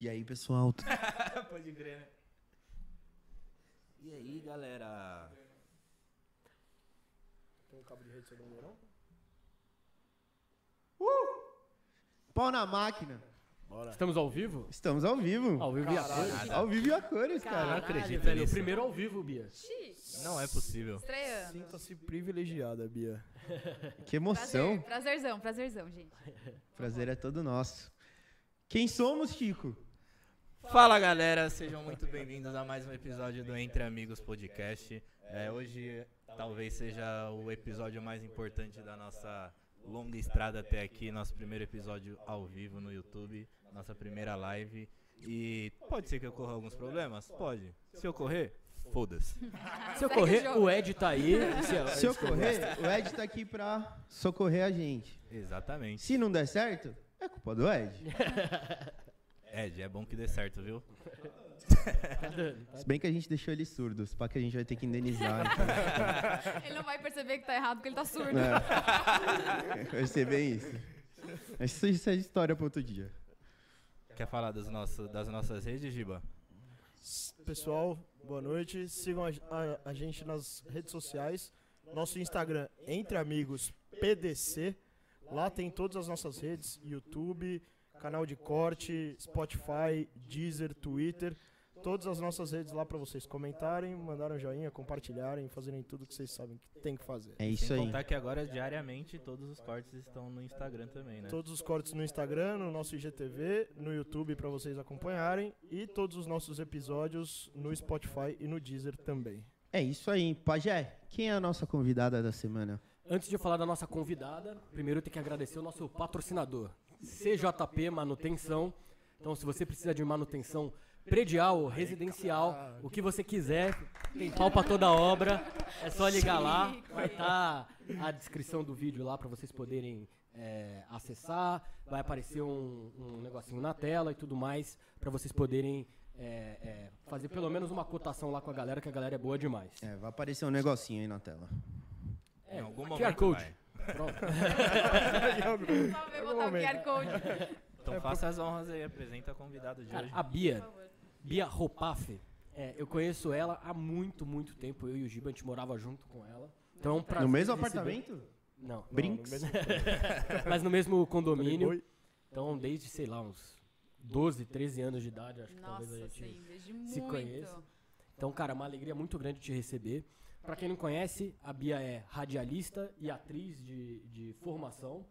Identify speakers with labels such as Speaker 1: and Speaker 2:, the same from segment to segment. Speaker 1: E aí, pessoal? tu-
Speaker 2: Pode crer, né?
Speaker 1: E aí, galera?
Speaker 3: Tem um cabo de rede sobre o não?
Speaker 1: Pau na máquina.
Speaker 4: Estamos ao vivo?
Speaker 1: Estamos ao vivo.
Speaker 4: Ao vivo e a cores.
Speaker 1: Ao vivo e a cores, cara.
Speaker 4: Caralho, velho. O primeiro ao vivo, Bia.
Speaker 2: Não é possível.
Speaker 5: Estreando.
Speaker 4: Tá
Speaker 3: Sinta-se privilegiada, Bia.
Speaker 1: Que emoção.
Speaker 5: Prazer, prazerzão, prazerzão, gente.
Speaker 1: Prazer é todo nosso. Quem somos, Chico?
Speaker 2: Fala galera, sejam muito bem-vindos a mais um episódio do Entre Amigos Podcast. É, hoje talvez seja o episódio mais importante da nossa longa estrada até aqui, nosso primeiro episódio ao vivo no YouTube, nossa primeira live. E pode ser que ocorra alguns problemas? Pode. Se ocorrer, foda-se.
Speaker 4: Se eu
Speaker 5: Segue
Speaker 4: correr,
Speaker 5: o jogo.
Speaker 4: o Ed tá aí.
Speaker 1: Se É eu correr, o Ed tá aqui pra socorrer a gente.
Speaker 2: Exatamente.
Speaker 1: Se não der certo, é culpa do Ed.
Speaker 2: Ed, é bom que dê certo, viu?
Speaker 4: Tá dando.
Speaker 1: Se bem que a gente deixou ele surdo, se pá que a gente vai ter que indenizar. então.
Speaker 5: Ele não vai perceber que tá errado porque ele tá surdo.
Speaker 1: É. Vai ser bem isso. Mas Isso, isso é história para outro dia.
Speaker 2: Quer falar dos nosso, das nossas redes, Giba?
Speaker 3: Pessoal, boa noite. Sigam a, a- a gente nas redes sociais. Nosso Instagram, Entre Amigos PDC. Lá tem todas as nossas redes: YouTube, canal de corte, Spotify, Deezer, Twitter. Todas as nossas redes lá pra vocês comentarem, mandarem um joinha, compartilharem, fazerem tudo que vocês sabem que tem que fazer.
Speaker 1: É isso
Speaker 2: Sem
Speaker 1: aí.
Speaker 2: contar que agora, diariamente, todos os cortes estão no Instagram também, né?
Speaker 3: Todos os cortes no Instagram, no nosso IGTV, no YouTube pra vocês acompanharem e todos os nossos episódios no Spotify e no Deezer também.
Speaker 1: É isso aí. Pajé, quem é a nossa convidada da semana?
Speaker 4: Antes de eu falar da nossa convidada, primeiro eu tenho que agradecer o nosso patrocinador, CJP Manutenção. Então, se você precisa de manutenção predial, residencial, o que você quiser, tem pau pra toda obra, é só ligar lá. Vai estar a descrição do vídeo lá para vocês poderem é, acessar. Vai aparecer um, um negocinho na tela e tudo mais para vocês poderem é, é, fazer pelo menos uma cotação lá com a galera, que a galera é boa demais.
Speaker 1: É, vai aparecer um negocinho aí na tela.
Speaker 2: Em algum
Speaker 4: QR
Speaker 2: momento
Speaker 4: Code.
Speaker 2: vai.
Speaker 4: Pronto.
Speaker 5: Só
Speaker 4: É
Speaker 5: vai botar o QR Code.
Speaker 2: Então faça as honras aí, apresenta a convidada de
Speaker 4: Cara,
Speaker 2: hoje.
Speaker 4: a Bia, Bia Ropaf, é, eu conheço ela há muito, muito tempo. Eu e o Giba, a gente morava junto com ela. Então é um prazer
Speaker 1: No mesmo
Speaker 4: receber-
Speaker 1: apartamento?
Speaker 4: Não,
Speaker 1: Brinks?
Speaker 4: mas no mesmo condomínio.
Speaker 3: Oi.
Speaker 4: Então, desde, sei lá, uns 12, 13 anos de idade, acho que talvez a
Speaker 5: Nossa,
Speaker 4: gente...
Speaker 5: sim, desde
Speaker 4: se
Speaker 5: muito.
Speaker 4: conhece. Então, cara, é uma alegria muito grande te receber. Pra quem não conhece, a Bia é radialista e atriz de, de formação.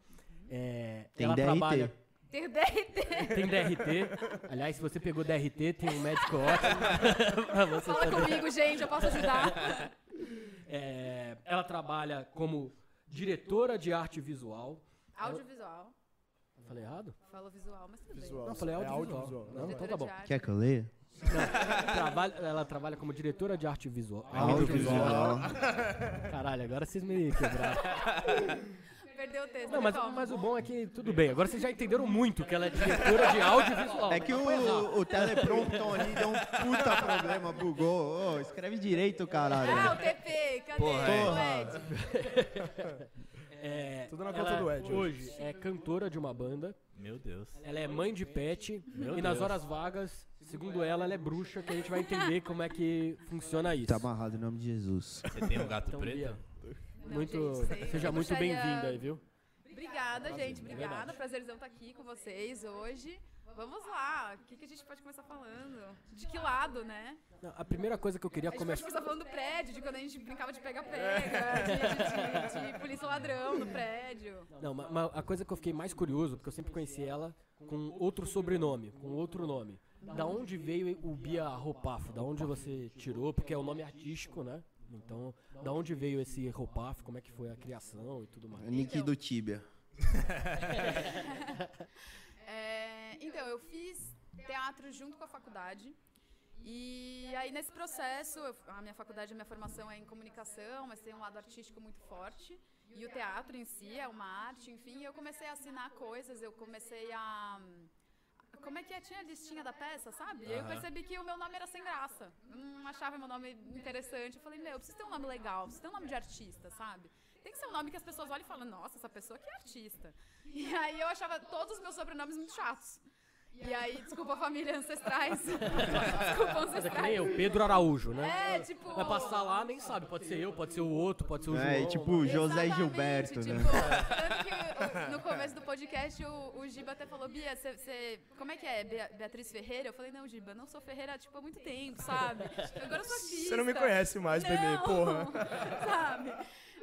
Speaker 4: É,
Speaker 1: Tem
Speaker 4: ela
Speaker 1: DRT.
Speaker 4: trabalha
Speaker 5: Ter DRT.
Speaker 4: Tem DRT. Aliás, se você pegou DRT, tem um médico ótimo. pra você saber.
Speaker 5: Fala comigo, gente, eu posso ajudar.
Speaker 4: É, ela trabalha como diretora de arte visual.
Speaker 5: Audiovisual.
Speaker 4: Falei errado?
Speaker 5: Falo visual, mas tudo bem.
Speaker 3: Visual.
Speaker 4: Não, falei
Speaker 3: É
Speaker 4: audiovisual.
Speaker 3: audiovisual,
Speaker 4: Não,
Speaker 3: né?
Speaker 4: então tá bom.
Speaker 5: Diretora de
Speaker 1: Quer que eu leia?
Speaker 4: Trabalha- ela trabalha como diretora de arte visual.
Speaker 1: Audiovisual.
Speaker 4: Caralho, agora vocês me quebraram.
Speaker 5: arte. Perdeu o texto.
Speaker 4: Não, mas,
Speaker 5: retoma.
Speaker 4: mas o bom é que tudo bem. Agora vocês já entenderam muito que ela é diretora de audiovisual.
Speaker 1: É que
Speaker 4: Não foi errado.
Speaker 1: o, o teleprompton ali deu um puta problema, bugou. Ô, escreve direito,
Speaker 5: Ah,
Speaker 1: caralho.
Speaker 5: o TP, cadê?
Speaker 2: Porra, é.
Speaker 5: O Ed.
Speaker 4: É,
Speaker 3: Tudo na
Speaker 4: ela
Speaker 3: conta do Ed
Speaker 4: Hoje é cantora de uma banda.
Speaker 2: Meu Deus.
Speaker 4: Ela é mãe de pet e nas
Speaker 2: Deus.
Speaker 4: horas vagas, segundo ela, ela é bruxa, que a gente vai entender como é que funciona isso.
Speaker 1: Tá amarrado em nome de Jesus.
Speaker 2: Você tem um gato
Speaker 4: Então,
Speaker 2: preto?
Speaker 4: Bia,
Speaker 5: Não,
Speaker 4: muito,
Speaker 5: gente, sei.
Speaker 4: seja
Speaker 5: Eu
Speaker 4: muito
Speaker 5: gostaria-
Speaker 4: bem-vinda aí, viu?
Speaker 5: Obrigada, gente. Obrigada.
Speaker 4: verdade.
Speaker 5: Prazerzão estar aqui com vocês hoje. Vamos lá. O que, que a gente pode começar falando? De que lado, né?
Speaker 4: Não, a primeira coisa que eu queria
Speaker 5: A gente pode
Speaker 4: começar.
Speaker 5: começar falando do prédio, de quando a gente brincava de pega-pega, de, de- de polícia ladrão no prédio.
Speaker 4: Não, ma- ma- a coisa que eu fiquei mais curioso, porque eu sempre conheci ela com outro sobrenome, com outro nome. Da onde veio o Bia Ropaf? Da onde você tirou? Porque é um nome artístico, né? Então, da onde veio esse Ropaf? Como é que foi a criação e tudo mais?
Speaker 1: Nick do Tibia.
Speaker 5: É, então, eu fiz teatro junto com a faculdade. E aí, nesse processo, eu- a minha faculdade, a minha formação é em comunicação, mas tem um lado artístico muito forte. E o teatro em si é uma arte, enfim. Eu comecei a assinar coisas, eu comecei a. Como é que é? Tinha a listinha da peça, sabe? Eu percebi que o meu nome era sem graça. Não achava meu nome interessante. Eu falei, meu, eu preciso ter um nome legal, preciso ter um nome de artista, sabe? Tem que ser um nome que as pessoas olhem e falam, nossa, essa pessoa que é artista. E aí eu achava todos os meus sobrenomes muito chatos. E aí, desculpa família ancestrais. desculpa
Speaker 4: Mas é que nem
Speaker 5: ancestrais.
Speaker 4: eu, Pedro Araújo, né?
Speaker 5: É, tipo.
Speaker 4: Vai passar lá, nem sabe. Pode ser eu, pode ser o outro, pode ser o João.
Speaker 1: É, tipo José
Speaker 5: Exatamente,
Speaker 1: Gilberto,
Speaker 5: tipo,
Speaker 1: né?
Speaker 5: Tanto que o- o- no começo do podcast o, o Giba até falou, Bia, você- você. Como é que é? Bea- Beatriz Ferreira? Eu falei, não, Giba, não sou Ferreira tipo, há muito tempo, sabe? Agora eu sou artista.
Speaker 3: Você não me conhece mais, bebê,
Speaker 5: Não,
Speaker 3: porra.
Speaker 5: Sabe?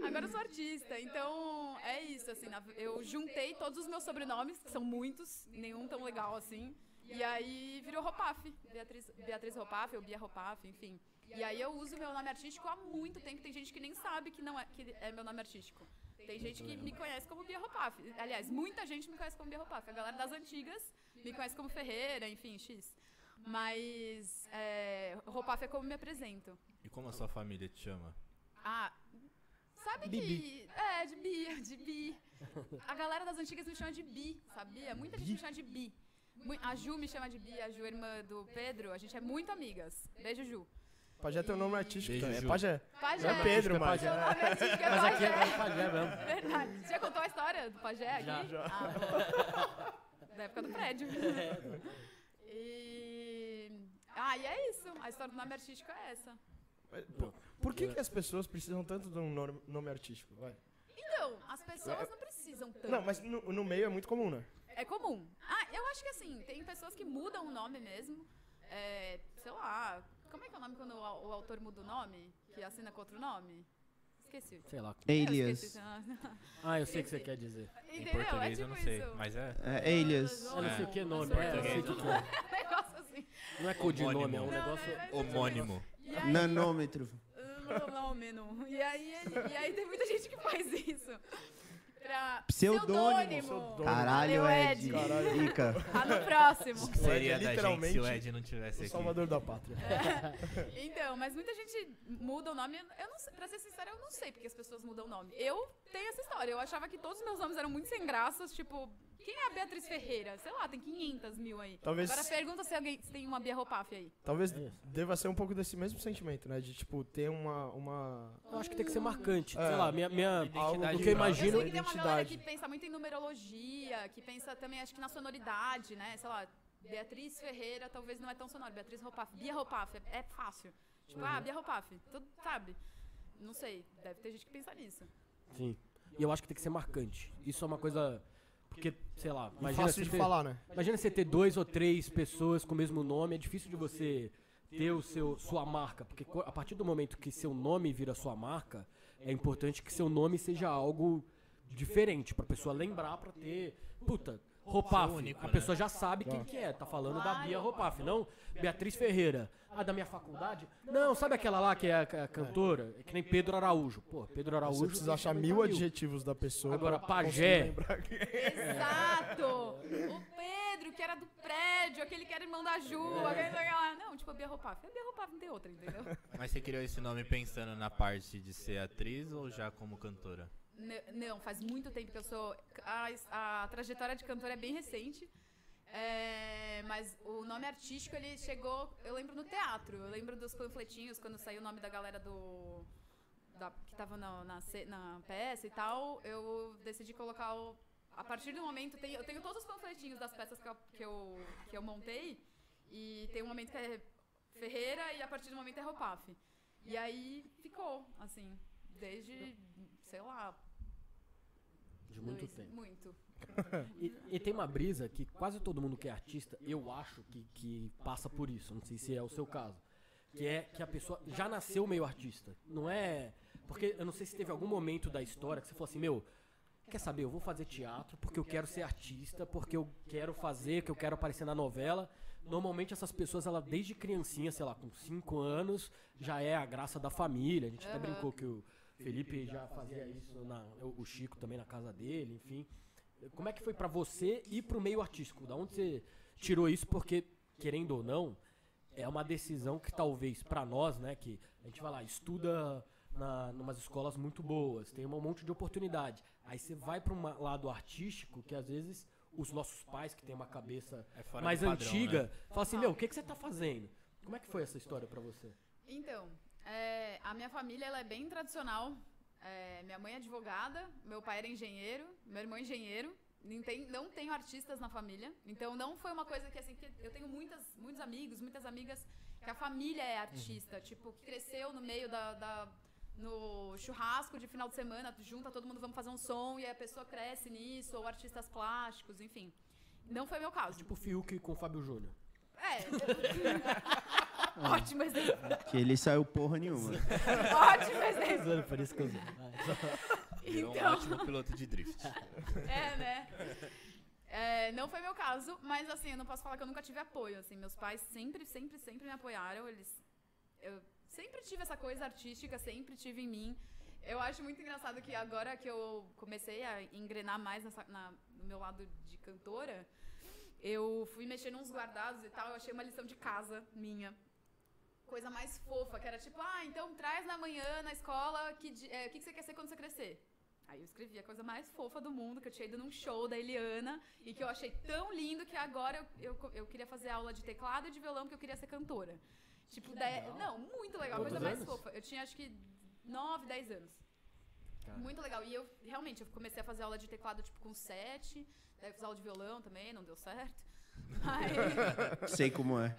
Speaker 5: Agora eu sou artista, então é isso, assim, na- eu juntei todos os meus sobrenomes, que são muitos, nenhum tão legal assim, e aí virou Ropaf, Beatriz, Beatriz Ropaf, ou Bia Ropaf, enfim. E aí eu uso meu nome artístico há muito tempo, tem gente que nem sabe que não é, que é meu nome artístico. Tem gente que me conhece como Bia Ropaf, aliás, muita gente me conhece como Bia Ropaf, a galera das antigas me conhece como Ferreira, enfim, X. Mas é, Ropaf é como me apresento.
Speaker 2: E como a sua família te chama?
Speaker 5: Ah, sabe que. É, de bi, de bi. A galera das antigas me chama de bi, sabia? Muita gente me chama de bi. Mui- A Ju me chama de bi, a Ju, é irmã do Pedro, a gente é muito amigas. Beijo, Ju.
Speaker 3: Pajé tem um nome artístico
Speaker 2: Beijo,
Speaker 3: também. É
Speaker 2: Ju.
Speaker 3: Pajé.
Speaker 5: Pajé.
Speaker 3: Não é Pedro, mas.
Speaker 5: Seu nome artístico é
Speaker 4: Mas aqui
Speaker 5: Pajé.
Speaker 4: é pajé mesmo.
Speaker 5: Verdade. Você já contou a história do pajé aqui?
Speaker 4: Já.
Speaker 5: Ah, bom. da época do prédio. E... Ah, e é isso. A história do nome artístico é essa.
Speaker 3: Por que, que as pessoas precisam tanto de um nome, nome artístico? Vai.
Speaker 5: Então, as pessoas não precisam tanto.
Speaker 3: Não, mas no, no meio é muito comum, né?
Speaker 5: É comum. Ah, eu acho que assim, tem pessoas que mudam o nome mesmo. É, sei lá, como é que é o nome quando o, au- o autor muda o nome? Que assina com outro nome? Esqueci.
Speaker 4: Sei lá.
Speaker 5: Eu esqueci
Speaker 1: Alias.
Speaker 5: esse nome.
Speaker 4: Ah, eu sei o que você quer dizer.
Speaker 2: Em
Speaker 5: Entendeu?
Speaker 2: português
Speaker 5: é tipo
Speaker 2: eu não sei,
Speaker 5: isso.
Speaker 2: mas é.
Speaker 1: É, alias.
Speaker 4: Eu não sei o que é nome.
Speaker 5: Mas
Speaker 4: É, eu sei o que que é.
Speaker 5: Um negócio assim.
Speaker 4: Não é codinome, é um
Speaker 2: Homônimo.
Speaker 4: negócio.
Speaker 5: Não, é-
Speaker 2: Homônimo.
Speaker 5: E aí,
Speaker 1: Nanômetro.
Speaker 5: Nanômeno. E aí, ele- e aí tem muita gente que faz isso. Pra...
Speaker 1: Pseudônimo.
Speaker 5: Pseudônimo.
Speaker 1: Caralho,
Speaker 5: Valeu,
Speaker 1: Ed.
Speaker 3: Caralho.
Speaker 1: Dica.
Speaker 5: Ah, no próximo.
Speaker 2: O que seria da
Speaker 3: é
Speaker 2: gente se
Speaker 3: literalmente
Speaker 2: o Ed não tivesse
Speaker 3: O
Speaker 2: aqui?
Speaker 3: salvador da pátria.
Speaker 5: Então, mas muita gente muda o nome. Eu não sei, pra ser sincera, eu não sei porque as pessoas mudam o nome. Eu tenho essa história. Eu achava que todos os meus nomes eram muito sem graças. Tipo, quem é a Beatriz Ferreira? Sei lá, tem 500 mil aí.
Speaker 3: Talvez-
Speaker 5: Agora pergunta se alguém se tem uma Bia Ropaf aí.
Speaker 3: Talvez
Speaker 4: É.
Speaker 3: deva ser um pouco desse mesmo sentimento, né? De, tipo, ter uma... uma...
Speaker 4: Eu acho que tem que ser marcante.
Speaker 3: É.
Speaker 4: Sei lá, minha. minha
Speaker 3: Algo
Speaker 4: do que eu
Speaker 5: Eu
Speaker 4: imagino-
Speaker 5: sei que tem uma galera que
Speaker 3: identidade.
Speaker 5: pensa muito em numerologia, que pensa também, acho que na sonoridade, né? Sei lá, Beatriz Ferreira talvez não é tão sonora. Beatriz Ropaf. Bia Ropaf, é, é fácil. Tipo,
Speaker 3: Uhum.
Speaker 5: ah, Bia Ropaf. Tudo, sabe? Não sei, deve ter gente que pensa nisso.
Speaker 4: Sim. E eu acho que tem que ser marcante. Isso é uma coisa. Porque, sei lá,
Speaker 3: Mas
Speaker 4: imagina
Speaker 3: fácil
Speaker 4: você,
Speaker 3: de
Speaker 4: ter,
Speaker 3: falar, né?
Speaker 4: imagina você ter dois ou três pessoas com o mesmo nome, é difícil de você ter o seu, sua marca. Porque co- a partir do momento que seu nome vira sua marca, é importante que seu nome seja algo diferente, pra pessoa lembrar, pra ter. Puta, Ropaf.
Speaker 2: Único,
Speaker 4: a
Speaker 2: né?
Speaker 4: pessoa já sabe quem que é. Tá falando da Bia Ropaf, não? Beatriz Ferreira. Ah, da minha faculdade? Não, sabe aquela lá que é a, a cantora? É que nem Pedro Araújo. Pô, Pedro
Speaker 5: Tá
Speaker 4: Araújo.
Speaker 3: Você precisa achar
Speaker 4: tem que
Speaker 3: mil
Speaker 4: lembrar
Speaker 3: adjetivos da pessoa.
Speaker 4: Agora,
Speaker 3: pra conseguir
Speaker 4: pajé.
Speaker 3: lembrar quem é.
Speaker 5: Exato! O Pedro, que era do prédio, aquele que era irmão da Ju, aquele lá. Não, tipo, a Bia Ropaf. A Bia Ropaf não tem outra, entendeu?
Speaker 2: Mas você criou esse nome pensando na parte de ser atriz ou já como cantora?
Speaker 5: N- não, faz muito tempo que eu sou. A, es- a trajetória de cantora é bem recente. É, mas o nome artístico ele chegou, eu lembro no teatro, eu lembro dos panfletinhos quando saiu o nome da galera do da- que tava na, na, ce- na peça e tal, eu decidi colocar o a partir do momento tem- eu tenho todos os panfletinhos das peças que eu, que eu que eu montei e tem um momento que é Ferreira e a partir do momento é Ropaf. E aí ficou assim, desde sei lá,
Speaker 4: De muito
Speaker 5: dois-
Speaker 4: tempo.
Speaker 5: Muito.
Speaker 4: E, e tem uma brisa que quase todo mundo que é artista, eu acho que, que passa por isso. Não sei se é o seu caso. Que é que a pessoa já nasceu meio artista. Não é. Porque eu não sei se teve algum momento da história que você falou assim, meu. Quer saber? Eu vou fazer teatro porque eu quero ser artista, porque eu quero fazer, que eu quero aparecer na novela. Normalmente essas pessoas, ela desde criancinha, sei lá, com 5 anos, já é a graça da família. A gente até brincou que o Felipe já fazia isso, na, o Chico também na casa dele, enfim. Como é que foi pra você ir pro meio artístico? Da onde você tirou isso? Porque, querendo ou não, é uma decisão que talvez pra nós, né, que a gente vai lá, estuda na, numas escolas muito boas, tem um monte de oportunidade. Aí você vai pra um lado artístico que às vezes os nossos pais que têm uma cabeça
Speaker 2: É fora
Speaker 4: mais
Speaker 2: do padrão,
Speaker 4: antiga,
Speaker 2: né?
Speaker 4: fala assim, meu, o que, que você tá fazendo? Como é que foi essa história pra você?
Speaker 5: Então, é, a minha família ela é bem tradicional. É, minha mãe é advogada, meu pai era engenheiro, meu irmão é engenheiro, Não, tem- não tenho artistas na família, então não foi uma coisa que assim, que eu tenho muitas, muitos amigos, muitas amigas que a família é artista,
Speaker 4: Uhum.
Speaker 5: tipo, que cresceu no meio da, da- no churrasco de final de semana, junta todo mundo, vamos fazer um som e aí a pessoa cresce nisso, ou artistas plásticos, enfim. Não foi meu caso.
Speaker 4: Tipo o Fiuk com o Fábio Júnior.
Speaker 5: É. Ótimo exemplo.
Speaker 1: Que ele saiu porra nenhuma.
Speaker 5: Ótimo exemplo.
Speaker 4: Por isso que eu usei.
Speaker 2: Virou um
Speaker 5: Então.
Speaker 2: ótimo piloto de drift.
Speaker 5: É, né? É, não foi meu caso, mas assim, eu não posso falar que eu nunca tive apoio. Assim, meus pais sempre, sempre, sempre me apoiaram. Eles, eu sempre tive essa coisa artística, sempre tive em mim. Eu acho muito engraçado que agora que eu comecei a engrenar mais nessa- na- no meu lado de cantora, eu fui mexendo uns guardados e tal. Eu achei uma lição de casa minha. Coisa mais fofa, que era tipo, ah, então traz na manhã na escola que di- eh, o que que você quer ser quando você crescer. Aí eu escrevi a coisa mais fofa do mundo, que eu tinha ido num show da Eliana e que eu achei tão lindo que agora eu, eu, co- eu queria fazer aula de teclado e de violão porque eu queria ser cantora. Tipo, dez- não, muito legal, a coisa
Speaker 4: Quantos
Speaker 5: mais
Speaker 4: anos?
Speaker 5: fofa. Eu tinha acho que 9, 10 anos. Muito legal. E eu realmente eu comecei a fazer aula de teclado tipo com 7, daí eu fiz aula de violão também, não deu certo. Mas
Speaker 1: Sei como é.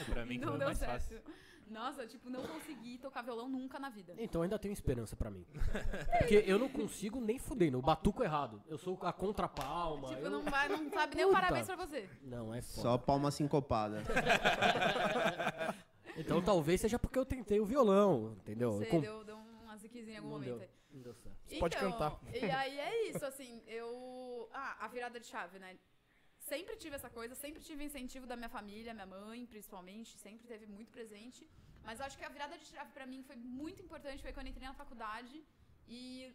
Speaker 2: É, pra mim que
Speaker 5: não
Speaker 2: foi
Speaker 5: deu
Speaker 2: mais
Speaker 5: certo.
Speaker 2: fácil.
Speaker 5: Nossa, tipo, não consegui tocar violão nunca na vida.
Speaker 4: Então ainda tenho esperança pra mim. Porque eu não consigo nem fudendo. Eu batuco errado. Eu sou a contrapalma.
Speaker 5: Tipo,
Speaker 4: eu...
Speaker 5: não, vai, não sabe nem o
Speaker 4: Puta.
Speaker 5: parabéns pra você.
Speaker 4: não, é foda.
Speaker 1: Só palma sincopada.
Speaker 4: Então talvez seja porque eu tentei o violão, entendeu?
Speaker 5: Você
Speaker 4: Eu com-
Speaker 5: deu, deu uma ziquezinha em algum
Speaker 4: Não
Speaker 5: momento.
Speaker 4: deu.
Speaker 5: aí.
Speaker 4: Não deu certo.
Speaker 3: Você pode cantar.
Speaker 5: Então, E aí é isso, assim, eu. Ah, a virada de chave, né? Sempre tive essa coisa, sempre tive incentivo da minha família, minha mãe, principalmente, sempre teve muito presente. Mas eu acho que a virada de chave pra mim foi muito importante, foi quando eu entrei na faculdade e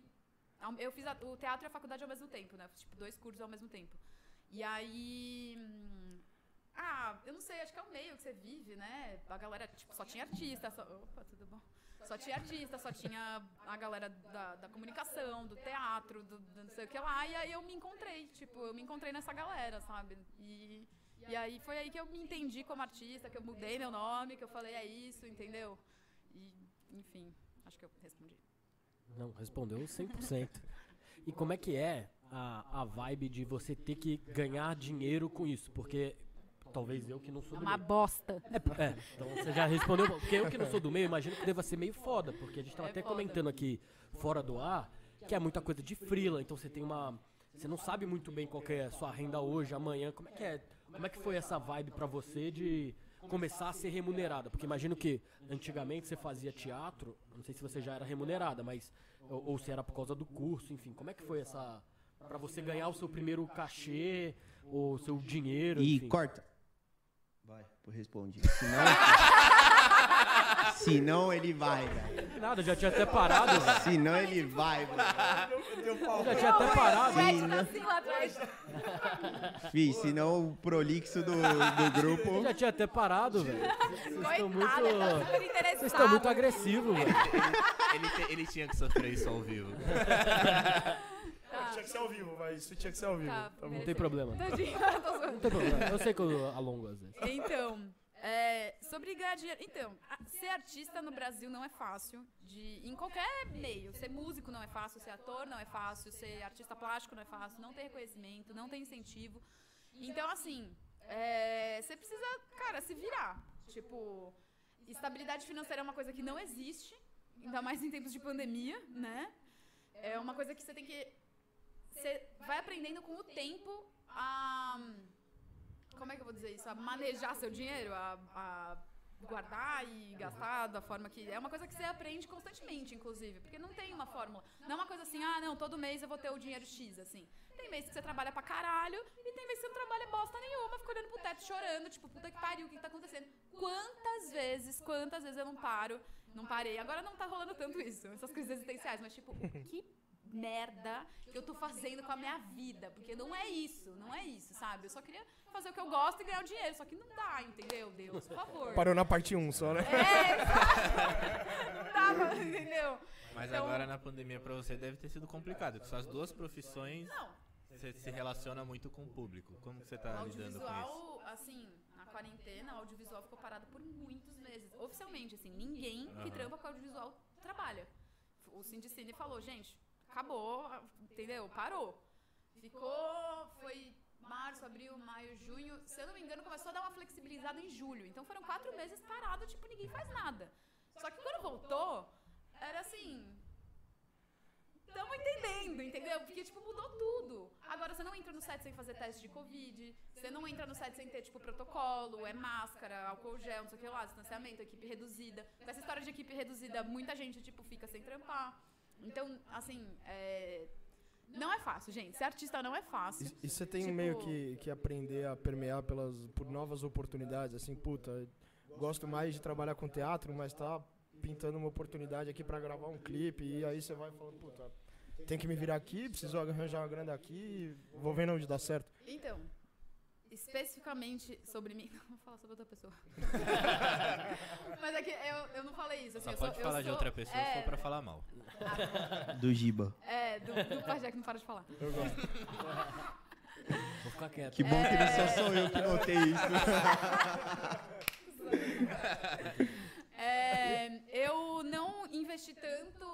Speaker 5: ao- eu fiz a- o teatro e a faculdade ao mesmo tempo, né? Eu fiz, Tipo, dois cursos ao mesmo tempo. E aí. hum, Ah, eu não sei, acho que é o meio que você vive, né? A galera, tipo, só tinha artista, só. Opa, tudo bom? Só tinha artista, só tinha a galera da, da comunicação, do teatro, do, do não sei o que lá. E aí eu me encontrei, tipo, eu me encontrei nessa galera, sabe? E, e aí foi aí que eu me entendi como artista, que eu mudei meu nome, que eu falei, é isso, entendeu? E, enfim, acho que eu respondi.
Speaker 4: Não, respondeu 100%. e como é que é a, a vibe de você ter que ganhar dinheiro com isso? Porque talvez eu que não sou do meio.
Speaker 5: bosta.
Speaker 4: É, p- é, então você já respondeu. Porque eu que não sou do meio, imagino que deva ser meio foda. Porque a gente estava
Speaker 5: É
Speaker 4: até
Speaker 5: foda.
Speaker 4: comentando aqui, fora do ar, que é muita coisa de freela. Então você tem uma... Você não sabe muito bem qual que é a sua renda hoje, amanhã. Como é que é? Como é que foi essa vibe pra você de começar a ser remunerada? Porque imagino que antigamente você fazia teatro, não sei se você já era remunerada, mas ou, ou se era por causa do curso, enfim. Como é que foi essa Pra você ganhar o seu primeiro cachê, ou o seu dinheiro,
Speaker 1: Ih,
Speaker 4: enfim.
Speaker 1: corta. Vai, pô, responde. Se não. Se não, ele vai, velho.
Speaker 4: Nada, já tinha até parado.
Speaker 1: Se não, ele vai, velho.
Speaker 4: Já tinha até parado.
Speaker 5: Fred tá assim lá atrás.
Speaker 1: Fih, se não, o prolixo do, do
Speaker 4: Eu já
Speaker 1: grupo.
Speaker 4: tinha até parado, velho. Vocês estão muito.
Speaker 5: Coitada, tá super interessado.
Speaker 4: Vocês estão muito agressivos, velho.
Speaker 2: Ele, te- ele tinha que sofrer isso ao vivo.
Speaker 3: Tinha que ser ao vivo, mas isso tinha que ser ao vivo.
Speaker 5: Tá,
Speaker 3: Tá bom.
Speaker 4: Não tem problema. Não
Speaker 5: Tadinho, tô zoando.
Speaker 4: tem problema. Eu sei que eu alongo às vezes.
Speaker 5: Então, é, sobre ganhar dinheiro. Então, a- ser artista no Brasil não é fácil. De, em qualquer meio. Ser músico não é fácil, ser ator não é fácil, ser artista plástico não é fácil, não tem reconhecimento, não tem incentivo. Então, assim, é, você precisa, cara, se virar. Tipo, estabilidade financeira é uma coisa que não existe, ainda mais em tempos de pandemia, né? É uma coisa que você tem que. Você vai aprendendo com o tempo a como é que eu vou dizer isso? A manejar seu dinheiro, a, a guardar e gastar da forma que. É uma coisa que você aprende constantemente, inclusive, porque não tem uma fórmula. Não é uma coisa assim, ah, não, todo mês eu vou ter o dinheiro X, assim. Tem mês que você trabalha pra caralho e tem mês que você não trabalha bosta nenhuma, fica olhando pro teto chorando, tipo, puta que pariu, o que que tá acontecendo? Quantas vezes, quantas vezes eu não paro, não parei. Agora não tá rolando tanto isso, essas coisas existenciais, mas tipo, que merda que eu tô fazendo com a minha vida, porque não é isso, não é isso, sabe? Eu só queria fazer o que eu gosto e ganhar o dinheiro, só que não dá, entendeu? Deus, por favor.
Speaker 3: Parou na parte 1 só, né?
Speaker 5: É, não dava, entendeu?
Speaker 2: Mas
Speaker 5: Então-
Speaker 2: agora na pandemia pra você deve ter sido complicado. Porque suas duas profissões
Speaker 5: Não,
Speaker 2: você se relaciona muito com o público. Como que você tá lidando com isso?
Speaker 5: audiovisual, assim, na quarentena, o audiovisual ficou parado por muitos meses. Oficialmente, assim, ninguém que
Speaker 2: Aham.
Speaker 5: trampa com audiovisual trabalha. O Sindicine falou, gente, acabou, entendeu? Parou. Ficou, foi março, abril, maio, junho. Se eu não me engano, começou a dar uma flexibilizada em julho. Então foram quatro meses parado, tipo, ninguém faz nada. Só que quando voltou, era assim. Estamos entendendo, entendeu? Porque, tipo, mudou tudo. Agora, você não entra no set sem fazer teste de Covid, você não entra no set sem ter, tipo, protocolo, é máscara, álcool gel, não sei o que lá, distanciamento, equipe reduzida. Com essa história de equipe reduzida, muita gente, tipo, fica sem trampar. Então, assim, é, não é fácil, gente. Ser artista não é fácil.
Speaker 3: E você tem
Speaker 5: Tipo-
Speaker 3: meio que, que aprender a permear pelas, por novas oportunidades, assim, puta, gosto mais de trabalhar com teatro, mas tá pintando uma oportunidade aqui pra gravar um clipe, e aí você vai falando, puta, tem que me virar aqui, preciso arranjar uma grana aqui, vou vendo onde dá certo.
Speaker 5: Então, especificamente sobre mim. Não vou falar sobre outra pessoa. Mas é que eu, eu não falei isso. Assim,
Speaker 2: Só
Speaker 5: eu
Speaker 2: pode
Speaker 5: sou, eu
Speaker 2: falar de
Speaker 5: sou-
Speaker 2: outra pessoa se
Speaker 5: é,
Speaker 2: for pra falar mal.
Speaker 1: Do Giba.
Speaker 5: É, do, do Pajé que não para de falar.
Speaker 3: Eu gosto.
Speaker 4: Vou ficar quieto.
Speaker 1: Que bom que não sou só eu que notei isso.
Speaker 5: É, eu não investi tanto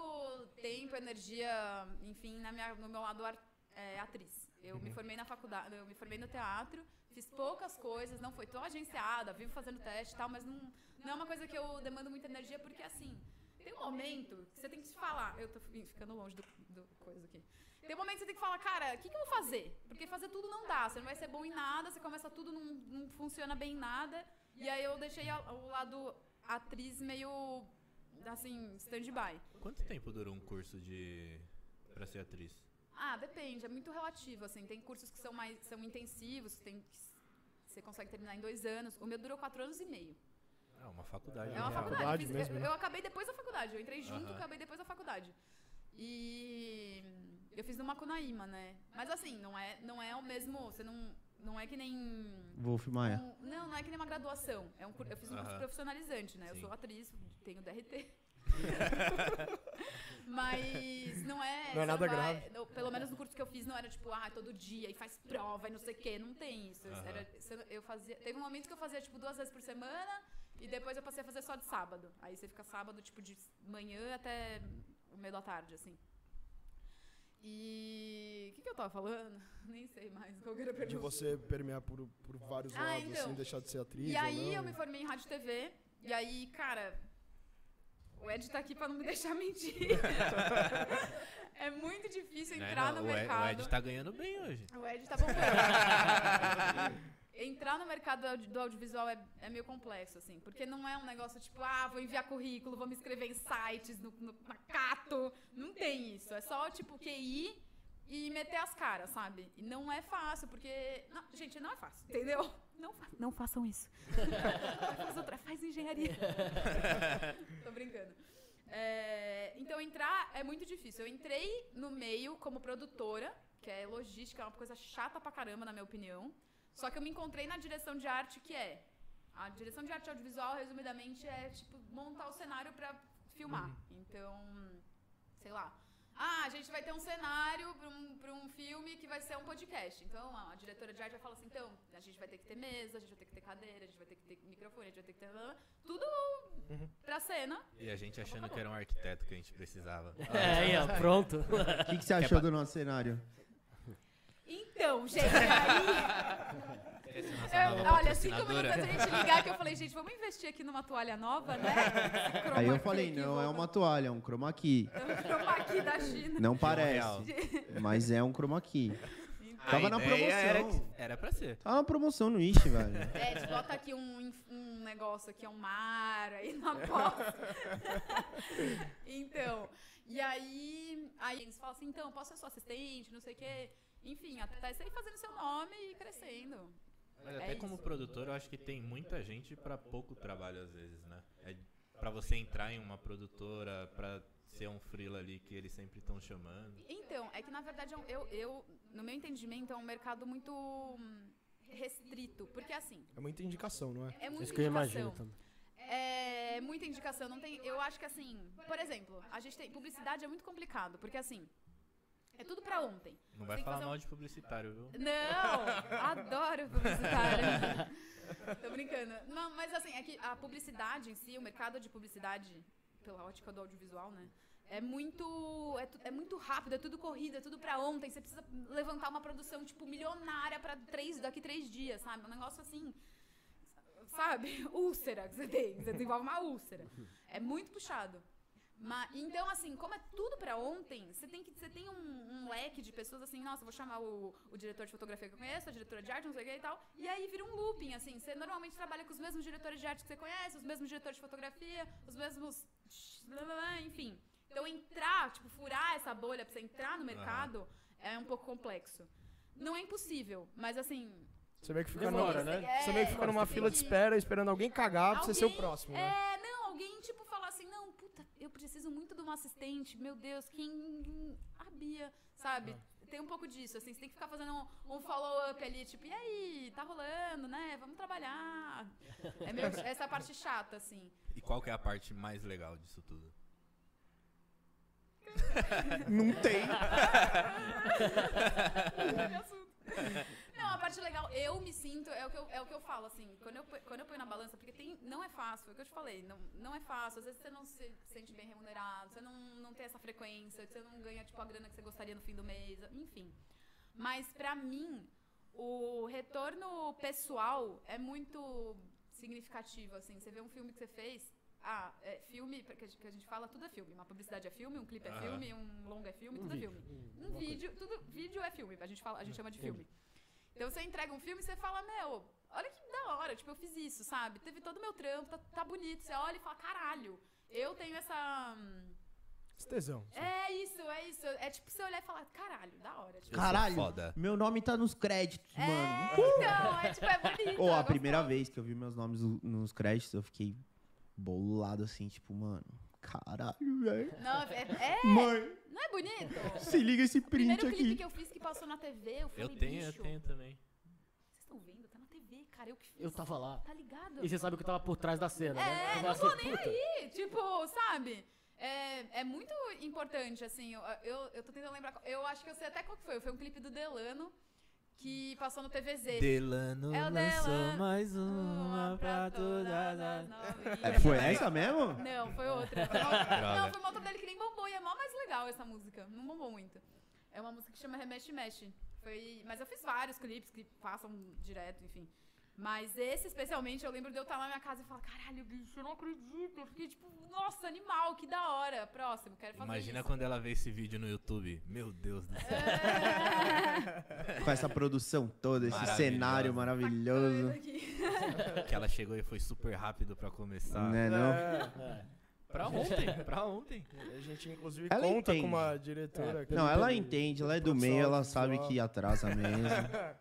Speaker 5: tempo, energia, enfim, na minha- no meu lado ar- é, atriz. Eu me formei na faculdade, eu me formei no teatro, fiz poucas coisas, não foi tão agenciada, vivo fazendo teste e tal, mas não, não é uma coisa que eu demando muita energia, porque assim, tem um momento que você tem que se falar. Eu tô fi- ficando longe do, do coisa aqui. Tem um momento que você tem que falar, cara, o que, que eu vou fazer? Porque fazer tudo não dá, você não vai ser bom em nada, você começa tudo, não, não funciona bem em nada. E aí eu deixei a- o lado atriz meio, assim, stand-by.
Speaker 2: Quanto tempo durou um curso de pra ser atriz?
Speaker 5: Ah, depende, é muito relativo, assim. Tem cursos que são mais são intensivos, tem que s- você consegue terminar em dois anos. O meu durou quatro anos e meio.
Speaker 2: Ah, uma faculdade.
Speaker 5: É
Speaker 2: né?
Speaker 5: uma
Speaker 3: É,
Speaker 5: faculdade.
Speaker 3: faculdade
Speaker 5: eu, fiz-
Speaker 3: mesmo,
Speaker 5: eu-
Speaker 3: né?
Speaker 5: eu acabei depois da faculdade. Eu entrei junto,
Speaker 2: Aham.
Speaker 5: acabei depois da faculdade. E eu fiz numa Macunaíma, né? Mas assim, não é, não é o mesmo. Você não, não é que nem
Speaker 1: Wolf Maia.
Speaker 5: um- não, não é que nem uma graduação. É um, cur- eu fiz um curso
Speaker 2: Aham.
Speaker 5: profissionalizante, né?
Speaker 2: Sim.
Speaker 5: Eu sou atriz, tenho DRT. Mas não é.
Speaker 3: Não é
Speaker 5: você
Speaker 3: nada
Speaker 5: vai-
Speaker 3: grave.
Speaker 5: não, pelo menos no curso que eu fiz não era tipo, ah, todo dia e faz prova e não sei o quê. Não tem isso.
Speaker 2: Aham.
Speaker 5: Era- você- eu fazia, teve um momento que eu fazia tipo duas vezes por semana e depois eu passei a fazer só de sábado. Aí você fica sábado, tipo, de manhã até o meio da tarde, assim. E. O que, que eu tava falando? Nem sei mais qual que era a
Speaker 3: De
Speaker 5: pergunta.
Speaker 3: você permear por, por vários
Speaker 5: Ah,
Speaker 3: lados,
Speaker 5: então.
Speaker 3: assim, deixar de ser atriz
Speaker 5: E
Speaker 3: ou
Speaker 5: aí
Speaker 3: não. né?
Speaker 5: eu me formei em rádio e TV. E aí, cara, o Ed tá aqui pra não me deixar mentir. é muito difícil
Speaker 2: Né,
Speaker 5: entrar
Speaker 2: não,
Speaker 5: no
Speaker 2: o Ed-
Speaker 5: mercado.
Speaker 2: O Ed tá ganhando bem hoje.
Speaker 5: O Ed tá bombando. Entrar no mercado do audio- do audiovisual é, é meio complexo, assim, porque não é um negócio tipo, ah, vou enviar currículo, vou me inscrever em sites, no, no, na Cato. Não tem isso. É só, tipo, QI e meter as caras, sabe? E não é fácil, porque. não, gente, não é fácil, entendeu? Não, fa- não façam isso. faz outra, faz engenharia. Tô brincando. É, então, entrar é muito difícil. Eu entrei no meio como produtora, que é logística, é uma coisa chata pra caramba, na minha opinião. Só que eu me encontrei na direção de arte, que é. A direção de arte audiovisual, resumidamente, é tipo montar o cenário pra filmar. Então, sei lá. Ah, a gente vai ter um cenário pra um, pra um filme que vai ser um podcast. Então, a diretora de arte vai falar assim: então, a gente vai ter que ter mesa, a gente vai ter que ter cadeira, a gente vai ter que ter microfone, a gente vai ter que ter. Tudo pra cena.
Speaker 2: E a
Speaker 5: Tá
Speaker 2: gente achando que era um arquiteto que a gente precisava.
Speaker 4: É, aí, ó, pronto.
Speaker 1: O que, que você achou do nosso cenário?
Speaker 5: Então, gente, aí. eu-
Speaker 2: nova
Speaker 5: É, olha, cinco minutos
Speaker 2: patrocinadora.
Speaker 5: antes da gente ligar, que eu falei, gente, vamos investir aqui numa toalha nova, né? Esse chroma
Speaker 1: Aí eu
Speaker 5: key
Speaker 1: falei,
Speaker 5: que
Speaker 1: não, é
Speaker 5: volta-
Speaker 1: uma toalha, é um chroma key.
Speaker 5: É um chroma key da China.
Speaker 1: Não
Speaker 2: real.
Speaker 1: parece, mas é um chroma key.
Speaker 2: A
Speaker 1: Tava na
Speaker 2: ideia Era,
Speaker 1: promoção.
Speaker 2: que- era pra ser.
Speaker 1: Tá na promoção no Ish, velho.
Speaker 5: É, te bota aqui um, inf- um negócio aqui, um mar, aí na porta. então, e aí, aí eles falam assim, então, posso ser sua assistente, não sei o quê. Enfim, até sair fazendo seu nome e crescendo.
Speaker 2: Mas
Speaker 5: É
Speaker 2: até
Speaker 5: isso.
Speaker 2: como produtor, eu acho que tem muita gente pra pouco trabalho às vezes, né? É pra você entrar em uma produtora, pra ser um freela ali que eles sempre estão chamando.
Speaker 5: Então, é que na verdade eu, eu, eu- no meu entendimento, é um mercado muito hum, restrito. Porque assim,
Speaker 3: É muita indicação, não é?
Speaker 5: é muita
Speaker 4: Isso que eu imagino
Speaker 5: indicação.
Speaker 4: também.
Speaker 5: É muita indicação. Não tem, eu acho que assim, por exemplo, a gente tem. Publicidade é muito complicado, porque assim, é tudo pra ontem.
Speaker 2: Não vai
Speaker 5: Tem que
Speaker 2: falar
Speaker 5: fazer um-
Speaker 2: mal de publicitário, viu?
Speaker 5: Não! Adoro publicitário. Tô brincando. Não, mas assim, é que a publicidade em si, o mercado de publicidade, pela ótica do audiovisual, né? É muito, é, tu- é muito rápido, é tudo corrida, é tudo pra ontem. Você precisa levantar uma produção, tipo, milionária pra três, daqui três dias, sabe? Um negócio assim, sabe? Úlcera que você tem, você desenvolve uma úlcera. É muito puxado. Ma- então, assim, como é tudo pra ontem, você tem que você tem um, um leque de pessoas assim, nossa, eu vou chamar o, o diretor de fotografia que eu conheço, a diretora de arte, não sei o que e tal. E aí vira um looping, assim. Você normalmente trabalha com os mesmos diretores de arte que você conhece, os mesmos diretores de fotografia, os mesmos. blá, blá, blá, Enfim. Então entrar, tipo, furar essa bolha pra você entrar no mercado é um pouco complexo. Não é impossível, mas assim,
Speaker 3: Você meio que fica
Speaker 4: Demora,
Speaker 3: numa,
Speaker 5: né?
Speaker 3: Você meio que fica numa fila de espera esperando alguém cagar pra você ser o
Speaker 5: Alguém-
Speaker 3: próximo, né?
Speaker 5: É, não, alguém, tipo, falar assim, não, puta, eu preciso muito de uma assistente, meu Deus, quem... A Bia, sabe? Tem um pouco disso, assim, você tem que ficar fazendo um, um follow-up ali, tipo, e aí, tá rolando, né? Vamos trabalhar. É meio essa parte chata, assim.
Speaker 2: E qual que é a parte mais legal disso tudo?
Speaker 1: Não tem.
Speaker 5: Esse é assunto. Não, a parte legal, eu me sinto, é o que eu, é o que eu falo, assim, quando eu, põe- quando eu ponho na balança, porque tem, não é fácil, foi o que eu te falei, não, não é fácil, às vezes você não se sente bem remunerado, você não, não tem essa frequência, você não ganha, tipo, a grana que você gostaria no fim do mês, enfim. Mas, pra mim, o retorno pessoal é muito significativo, assim, você vê um filme que você fez... Ah, é filme, porque a gente- que a gente fala, tudo é filme. Uma publicidade é filme, um clipe é
Speaker 2: Aham.
Speaker 5: filme, um longa é filme,
Speaker 4: Um
Speaker 5: tudo é
Speaker 4: vídeo.
Speaker 5: filme. Um vídeo, tudo, vídeo é filme, a gente, fala, a gente chama de filme. Então você entrega um filme e você fala, meu, olha que da hora, tipo, eu fiz isso, sabe? Teve todo o meu trampo, tá, tá bonito. Você olha e fala, caralho, eu tenho essa. hum,
Speaker 3: Esse tesão.
Speaker 5: É isso, é isso. É tipo você olhar e falar, caralho, da hora. Tipo,
Speaker 1: Caralho,
Speaker 2: foda.
Speaker 1: meu nome tá nos créditos,
Speaker 5: é,
Speaker 1: mano.
Speaker 5: então, é tipo, é bonito.
Speaker 1: Ou
Speaker 5: é
Speaker 1: a
Speaker 5: gostoso.
Speaker 1: primeira vez que eu vi meus nomes no- nos créditos, eu fiquei bolado assim, tipo, mano, caralho, velho.
Speaker 5: Não, é, é-
Speaker 1: Mãe,
Speaker 5: não é bonito?
Speaker 1: se liga esse
Speaker 5: O primeiro
Speaker 1: print
Speaker 5: clipe
Speaker 1: aqui.
Speaker 5: que eu fiz que passou na TV, eu falei,
Speaker 2: Eu tenho, eu
Speaker 5: bicho,
Speaker 2: tenho também.
Speaker 5: vocês estão vendo? Tá na TV, cara, eu que fiz.
Speaker 4: Eu tava lá.
Speaker 5: Tá ligado?
Speaker 4: E você sabe o que tava por trás da cena, né?
Speaker 5: É,
Speaker 4: Eu
Speaker 5: não
Speaker 4: tava
Speaker 5: tô
Speaker 4: assim,
Speaker 5: nem
Speaker 4: puta.
Speaker 5: aí. Tipo, sabe? É, é muito importante, assim. Eu, eu, eu tô tentando lembrar. qual- Eu acho que eu sei até qual que foi. Foi um clipe do Delano que passou no TVZ.
Speaker 2: Delano
Speaker 5: É o
Speaker 2: lançou
Speaker 5: Delano,
Speaker 2: mais
Speaker 5: Uma
Speaker 2: uma pra todas
Speaker 5: as
Speaker 2: as...
Speaker 5: novinhas.
Speaker 1: É, foi essa mesmo?
Speaker 5: Não, foi outra. Foi uma outra-
Speaker 2: Droga.
Speaker 5: Não, foi uma outra dele que nem bombou. E é mó mais legal essa música. Não bombou muito. É uma música que chama Remexe Mexe. Foi... Mas eu fiz vários clipes que passam direto, enfim. Mas esse, especialmente, eu lembro de eu estar lá na minha casa e falar, caralho, bicho, eu não acredito. Eu fiquei tipo, nossa, animal, que da hora. Próximo, quero fazer
Speaker 2: Imagina
Speaker 5: isso.
Speaker 2: quando ela vê esse vídeo no YouTube. Meu Deus do céu.
Speaker 1: Com essa produção toda, esse
Speaker 2: Maravilhoso.
Speaker 1: cenário
Speaker 3: é
Speaker 5: Coisa
Speaker 1: maravilhoso.
Speaker 5: aqui. É.
Speaker 2: que ela chegou e foi super rápido pra começar.
Speaker 1: Né, não?
Speaker 3: É,
Speaker 2: Pra ontem, pra ontem.
Speaker 3: a gente inclusive
Speaker 1: Ela
Speaker 3: conta
Speaker 1: entende.
Speaker 3: com uma diretora aqui.
Speaker 1: Não, ela entende, ela é do meio, ela sabe que atrasa mesmo,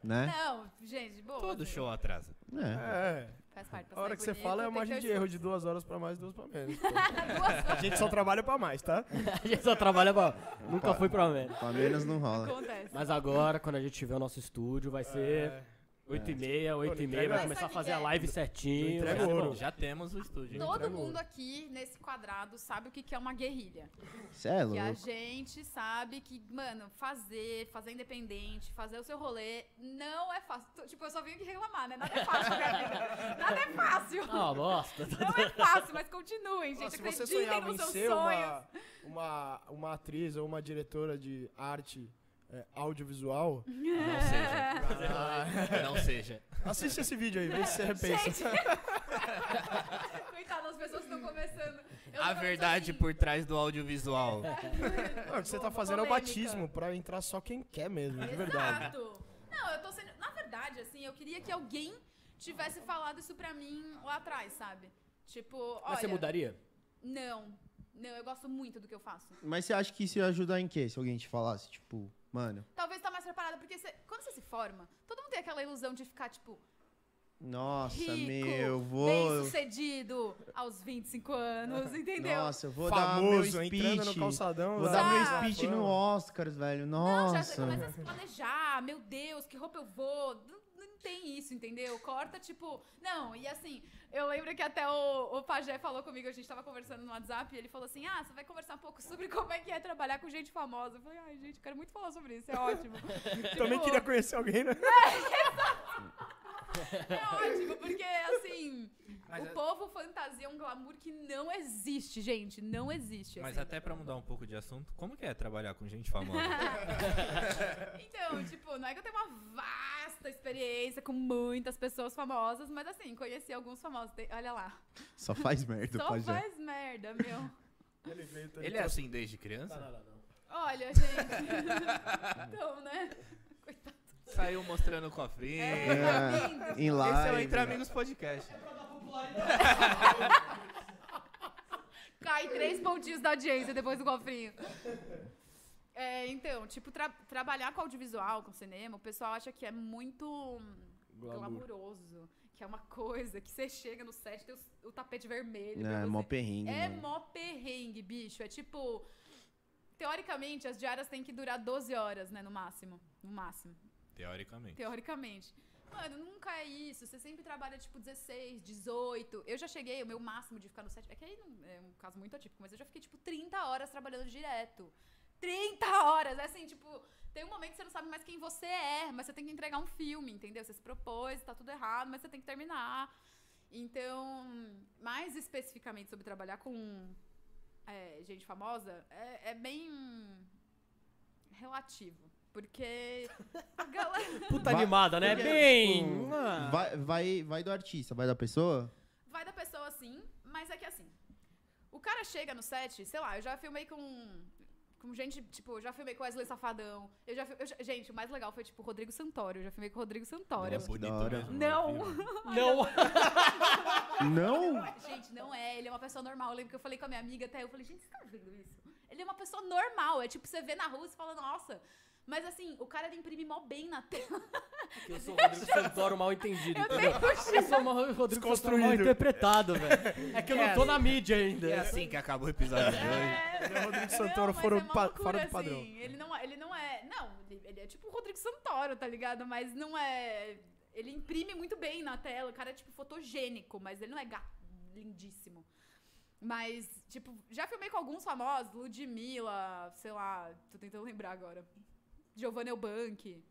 Speaker 1: né?
Speaker 5: Não, gente, boa.
Speaker 2: Todo
Speaker 5: assim,
Speaker 2: show atrasa.
Speaker 1: É.
Speaker 3: É,
Speaker 5: Faz parte. pra
Speaker 3: a hora
Speaker 5: sair
Speaker 3: que você
Speaker 5: bonito,
Speaker 3: fala é a
Speaker 5: tem que
Speaker 3: margem
Speaker 5: ter
Speaker 3: de
Speaker 5: esforço.
Speaker 3: erro de duas horas pra mais e duas pra menos.
Speaker 5: Duas
Speaker 3: A gente só trabalha pra mais, tá?
Speaker 4: A gente só trabalha pra... Nunca foi pra menos.
Speaker 1: Pelo menos não rola.
Speaker 5: acontece.
Speaker 4: Mas agora, quando a gente tiver o nosso estúdio, vai ser
Speaker 3: É.
Speaker 4: 8h30, 8h30,
Speaker 3: entrega-
Speaker 4: vai começar a
Speaker 5: Sabe
Speaker 4: fazer a
Speaker 5: que é?
Speaker 4: live certinho.
Speaker 3: entrega
Speaker 4: vai ser
Speaker 3: ouro.
Speaker 4: bom.
Speaker 2: Já temos o estúdio.
Speaker 5: Todo
Speaker 3: entregou.
Speaker 5: mundo aqui nesse quadrado sabe o que que é uma guerrilha.
Speaker 1: Cê é
Speaker 5: Que a
Speaker 1: louco.
Speaker 5: gente sabe que, mano, fazer, fazer independente, fazer o seu rolê, não é fácil. Tô- Tipo, eu só vim aqui reclamar, né? Nada é fácil na minha vida. Nada é fácil.
Speaker 4: Ah, bosta.
Speaker 5: Não é fácil, mas continuem, gente.
Speaker 3: Se você
Speaker 5: Acreditem
Speaker 3: sonhava
Speaker 5: nos
Speaker 3: em
Speaker 5: seus
Speaker 3: ser
Speaker 5: sonhos.
Speaker 3: uma, uma, uma atriz ou uma diretora de arte é, audiovisual,
Speaker 2: Não seja. Não seja.
Speaker 3: assiste esse vídeo aí, vê se você repensa.
Speaker 5: Gente! Coitada, as pessoas estão começando. Eu
Speaker 2: A
Speaker 5: nunca fui
Speaker 2: verdade
Speaker 5: assim. É.
Speaker 2: por trás do audiovisual.
Speaker 3: Não, o que você tá
Speaker 5: Uma
Speaker 3: fazendo é o
Speaker 5: polêmica.
Speaker 3: batismo pra entrar só quem quer mesmo, de verdade.
Speaker 5: Exato. Não, eu tô sendo. Na verdade, assim, eu queria que alguém tivesse falado isso pra mim lá atrás, sabe? Tipo, olha.
Speaker 4: Mas você mudaria?
Speaker 5: Não. Não, eu gosto muito do que eu faço.
Speaker 1: Mas você acha que isso ia ajudar em quê? Se alguém te falasse, tipo, mano,
Speaker 5: Talvez tá mais preparada, porque cê- quando você se forma, todo mundo tem aquela ilusão de ficar, tipo,
Speaker 1: nossa,
Speaker 5: rico,
Speaker 1: meu, eu
Speaker 5: bem
Speaker 1: vou.
Speaker 5: sucedido aos 25 anos, entendeu?
Speaker 1: Nossa, eu vou
Speaker 3: Famoso,
Speaker 1: dar meu
Speaker 3: entrando no
Speaker 1: speech.
Speaker 3: calçadão.
Speaker 1: Vou
Speaker 3: lá.
Speaker 1: dar meu
Speaker 5: Ah,
Speaker 1: speech no Oscars, velho.
Speaker 5: Não, já
Speaker 1: Nossa.
Speaker 5: você começa a se planejar, meu Deus, que roupa eu vou. Não, não tem isso, entendeu? Corta, tipo. Não, e assim, eu lembro que até o, o Pajé falou comigo, a gente tava conversando no WhatsApp, e ele falou assim: Ah, você vai conversar um pouco sobre como é que é trabalhar com gente famosa. Eu falei, ai, gente, eu quero muito falar sobre isso, é ótimo.
Speaker 3: Também
Speaker 5: Tipo,
Speaker 3: queria conhecer alguém, né?
Speaker 5: É ótimo, porque assim,
Speaker 2: Mas
Speaker 5: o
Speaker 2: é-
Speaker 5: povo fantasia um glamour que não existe, gente. Não existe.
Speaker 2: Mas
Speaker 5: assim.
Speaker 2: até pra mudar um pouco de assunto, como que é trabalhar com gente famosa?
Speaker 5: Então, tipo, não é que eu tenho uma vasta experiência com muitas pessoas famosas, mas assim, conheci alguns famosos. Tem- olha lá.
Speaker 1: Só faz merda,
Speaker 5: Só
Speaker 1: pajé.
Speaker 5: faz merda, meu.
Speaker 3: Ele veio, então
Speaker 2: Ele é assim desde criança?
Speaker 5: Olha, gente. então, né? Coitado.
Speaker 2: Saiu mostrando o cofrinho.
Speaker 5: É,
Speaker 1: É,
Speaker 5: lindo.
Speaker 1: em live. né?
Speaker 2: Esse é o Entre Amigos Podcast.
Speaker 5: Cai três pontinhos da audiência depois do cofrinho. É, então, tipo, tra- trabalhar com audiovisual, com cinema, o pessoal acha que é muito hum, glamouroso. Que é uma coisa que você chega no set tem os- o, tapete vermelho. pra
Speaker 1: É,
Speaker 5: você.
Speaker 1: mó perrengue,
Speaker 5: É
Speaker 1: mano.
Speaker 5: mó perrengue, bicho. É tipo. Teoricamente, as diárias têm que durar 12 horas, né? No máximo. No máximo.
Speaker 2: Teoricamente.
Speaker 5: Teoricamente. Mano, nunca é isso. Você sempre trabalha tipo 16, 18. Eu já cheguei, o meu máximo de ficar no set. É que aí não- é um caso muito atípico, mas eu já fiquei tipo 30 horas trabalhando direto. 30 horas! É assim, tipo, tem um momento que você não sabe mais quem você é, mas você tem que entregar um filme, entendeu? Você se propôs, tá tudo errado, mas você tem que terminar. Então, mais especificamente sobre trabalhar com é, gente famosa, é, é bem relativo. Porque a galera.
Speaker 4: Puta
Speaker 1: Vai-
Speaker 4: animada, né?
Speaker 1: porque,
Speaker 4: Bem.
Speaker 1: tipo,
Speaker 4: ah.
Speaker 1: Vai, vai, vai do artista, vai da pessoa?
Speaker 5: Vai da pessoa assim, mas é que assim. O cara chega no set, sei lá, eu já filmei com. Com gente, tipo, eu já filmei com Wesley Safadão. Eu já, fi- eu já- gente, o mais legal foi, tipo, Rodrigo Santoro. Eu já filmei com o Rodrigo Santoro.
Speaker 1: Nossa, que da hora.
Speaker 5: Não!
Speaker 4: Não.
Speaker 1: Não!
Speaker 5: gente, não é. Ele é uma pessoa normal. Eu lembro que eu falei com a minha amiga até. Eu falei, gente, você tá vendo isso? Ele é uma pessoa normal. É tipo, você vê na rua e você fala, nossa. Mas assim, o cara ele imprime mó bem na tela.
Speaker 4: Eu sou o Rodrigo Santoro mal entendido,
Speaker 5: Eu
Speaker 4: entendeu? Eu sou o Rodrigo Santoro mal
Speaker 3: Desconstruído.
Speaker 4: interpretado, velho. É que eu não tô na mídia ainda.
Speaker 2: É assim que acabou o episódio de hoje.
Speaker 3: Ele é o Rodrigo
Speaker 5: Não,
Speaker 3: Santoro
Speaker 5: mas
Speaker 3: fora,
Speaker 5: é
Speaker 3: do
Speaker 5: uma
Speaker 3: pa-
Speaker 5: loucura,
Speaker 3: fora do padrão.
Speaker 5: assim. Ele não, ele não é. Não, ele, ele é tipo o Rodrigo Santoro, tá ligado? Mas não é. Ele imprime muito bem na tela. O cara é tipo fotogênico, mas ele não é gato, lindíssimo. Mas, tipo, já filmei com alguns famosos, Ludmilla, sei lá, tô tentando lembrar agora. Giovanna Eubank.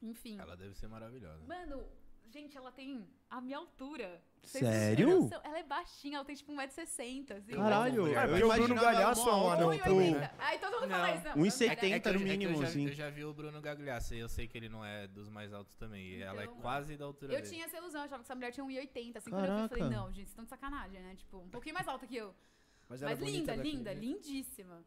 Speaker 5: Enfim.
Speaker 2: Ela tá- deve ser maravilhosa.
Speaker 5: Mano, gente, ela tem a minha altura.
Speaker 1: Sério?
Speaker 5: Noção? Ela é baixinha, ela tem tipo 1,60m. Assim.
Speaker 1: Caralho!
Speaker 2: É,
Speaker 1: eu
Speaker 3: porque o Bruno
Speaker 1: imaginava
Speaker 3: Galhaço
Speaker 1: uma
Speaker 3: é um
Speaker 1: alta,
Speaker 3: anão
Speaker 1: um
Speaker 3: também, né? Um
Speaker 5: Aí todo mundo fala
Speaker 2: Não.
Speaker 5: isso. não.
Speaker 1: 1,70
Speaker 5: É que-
Speaker 2: eu-
Speaker 1: no
Speaker 2: eu
Speaker 1: mínimo,
Speaker 2: já,
Speaker 1: assim.
Speaker 2: eu já vi o Bruno Gagliasso e eu sei que ele não é dos mais altos também. E ela é
Speaker 5: Então,
Speaker 2: quase da altura
Speaker 5: Eu
Speaker 2: dele.
Speaker 5: tinha essa ilusão, eu achava que essa mulher tinha 1,80. Assim, quando eu vi, eu falei,
Speaker 1: Caraca.
Speaker 5: não, gente, vocês estão de sacanagem, né? Tipo, um pouquinho mais alta que eu.
Speaker 3: Mas
Speaker 5: Mas linda, linda,
Speaker 3: né?
Speaker 5: lindíssima.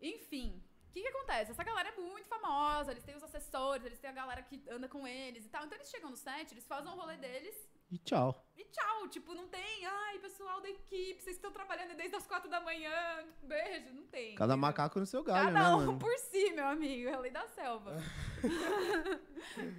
Speaker 5: Enfim, o que, que acontece? Essa galera é muito famosa, eles têm os assessores, eles têm a galera que anda com eles e tal. Então eles chegam no set, eles fazem o rolê deles
Speaker 1: E tchau.
Speaker 5: e tchau. Tipo, não tem, ai, pessoal da equipe, vocês estão trabalhando desde as quatro da manhã, beijo, não tem.
Speaker 1: Cada
Speaker 5: entendeu?
Speaker 1: macaco no seu galho,
Speaker 5: Cada
Speaker 1: né,
Speaker 5: um
Speaker 1: mano?
Speaker 5: por si, meu amigo. É a lei da selva.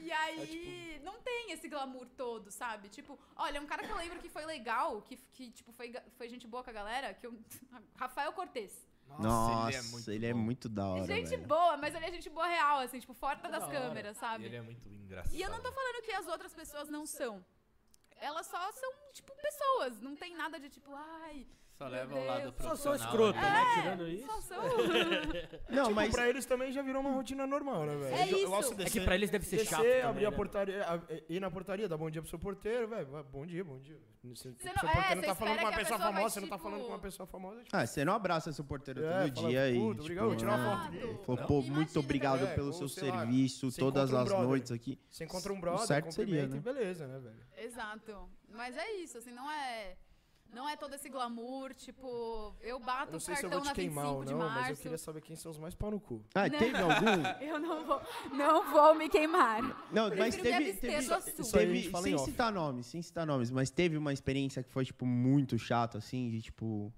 Speaker 5: e aí, não tem esse glamour todo, sabe? Tipo, olha, um cara que eu lembro que foi legal, que, que tipo, foi, ga- foi gente boa com a galera, que eu... Rafael Cortez.
Speaker 1: Nossa, ele é muito,
Speaker 2: bom.
Speaker 1: da hora,
Speaker 5: gente
Speaker 1: velho.
Speaker 5: boa, mas ele é gente boa real, assim, tipo, fora das
Speaker 4: hora.
Speaker 5: câmeras,
Speaker 2: E
Speaker 5: sabe?
Speaker 2: Ele é muito engraçado.
Speaker 5: E eu não tô falando que as outras pessoas não são. Elas só são, tipo, pessoas. Não tem nada de tipo, ai,
Speaker 2: Só
Speaker 5: Meu
Speaker 2: leva o lado
Speaker 5: Deus.
Speaker 4: Só
Speaker 2: profissional.
Speaker 4: sou escroto,
Speaker 2: ali.
Speaker 5: É
Speaker 4: né? Tirando
Speaker 5: só
Speaker 4: isso.
Speaker 5: são.
Speaker 1: Não,
Speaker 3: Tipo,
Speaker 1: mas...
Speaker 3: pra eles também já virou uma rotina normal, né, velho?
Speaker 5: É
Speaker 3: Eu- Eu
Speaker 5: isso.
Speaker 3: gosto de
Speaker 4: É que
Speaker 3: descer,
Speaker 4: pra eles deve ser
Speaker 3: descer,
Speaker 4: chato. também,
Speaker 3: abrir a
Speaker 4: né?
Speaker 3: portaria, a- ir na portaria, dar bom dia pro seu porteiro, velho. vai, Bom dia, bom dia. Você,
Speaker 5: não-
Speaker 3: seu porteiro
Speaker 5: é,
Speaker 3: não
Speaker 5: você espera
Speaker 3: tá falando com
Speaker 5: que
Speaker 3: uma
Speaker 5: a
Speaker 3: pessoa
Speaker 5: pessoa vai,
Speaker 3: famosa, você não tá
Speaker 5: tipo-
Speaker 3: falando com uma pessoa famosa. Tipo,
Speaker 1: Ah, você não abraça seu porteiro
Speaker 3: É,
Speaker 1: todo
Speaker 3: fala,
Speaker 1: dia aí.
Speaker 3: "Puta, obrigado, vou tirar uma
Speaker 5: foto
Speaker 1: né?
Speaker 5: aqui."
Speaker 1: Pô,
Speaker 5: Não.
Speaker 1: pô,
Speaker 5: Imagina,
Speaker 1: muito obrigado
Speaker 3: né?
Speaker 1: pelo
Speaker 3: Ou,
Speaker 1: seu
Speaker 3: sei lá,
Speaker 1: serviço,
Speaker 3: você
Speaker 1: todas
Speaker 3: encontra um
Speaker 1: as
Speaker 3: brother.
Speaker 1: noites aqui.
Speaker 3: você encontra um
Speaker 1: O
Speaker 3: brother,
Speaker 1: certo
Speaker 3: cumprimenta
Speaker 1: seria, né?
Speaker 3: e beleza, né, velho?
Speaker 5: Exato. Mas é isso, assim, não é. Não é todo esse glamour, tipo, eu
Speaker 3: Eu
Speaker 5: bato
Speaker 3: não
Speaker 5: o
Speaker 3: sei se eu
Speaker 5: cartão
Speaker 3: vou
Speaker 5: na
Speaker 3: te
Speaker 5: 25
Speaker 3: queimar ou
Speaker 5: de
Speaker 3: não,
Speaker 5: março.
Speaker 3: mas eu queria saber quem são os mais pau no cu.
Speaker 1: Ah,
Speaker 5: Não.
Speaker 1: teve algum?
Speaker 5: Eu não vou, não vou me queimar.
Speaker 1: Não,
Speaker 5: Prefiro
Speaker 1: mas
Speaker 5: me
Speaker 1: teve.
Speaker 5: abster
Speaker 1: teve,
Speaker 5: do assunto.
Speaker 3: Isso aí a
Speaker 1: teve-
Speaker 3: gente fala em
Speaker 1: sem
Speaker 3: off.
Speaker 1: citar nomes, sem citar nomes, mas teve uma experiência que foi, tipo, muito chata, assim, de tipo.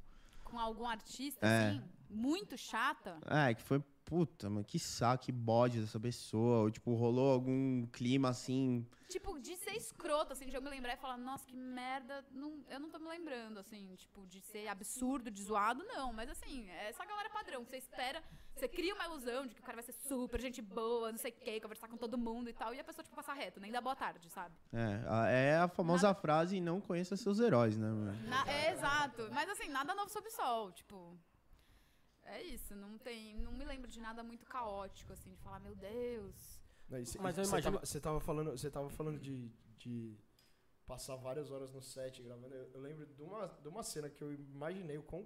Speaker 5: Com algum artista,
Speaker 1: É.
Speaker 5: assim, muito chata.
Speaker 1: É, que foi. Puta, mano, que saco, que bode dessa pessoa. Ou, tipo, rolou algum clima assim.
Speaker 5: Tipo, de ser escroto, assim, de eu me lembrar e falar, nossa, que merda. Não, eu não tô me lembrando, assim, tipo, de ser absurdo, de zoado, não. Mas assim, é essa galera padrão, que você espera, você cria uma ilusão de que o cara vai ser super gente boa, não sei o quê, conversar com todo mundo e tal. E a pessoa, tipo, passar reto, nem dá boa tarde, sabe?
Speaker 1: É, a- é a famosa frase: não conheça seus heróis, né, mano?
Speaker 5: Na- é, exato. Mas assim, nada novo sob o sol, tipo. É isso, não tem. Não me lembro de nada muito caótico, assim, de falar, meu Deus.
Speaker 3: Não, e cê-
Speaker 4: Mas eu
Speaker 3: cê
Speaker 4: imagino-
Speaker 3: tava- Você tava, falando, você tava falando de, de passar várias horas no set gravando. Eu, eu lembro de uma, de uma cena que eu imaginei o quão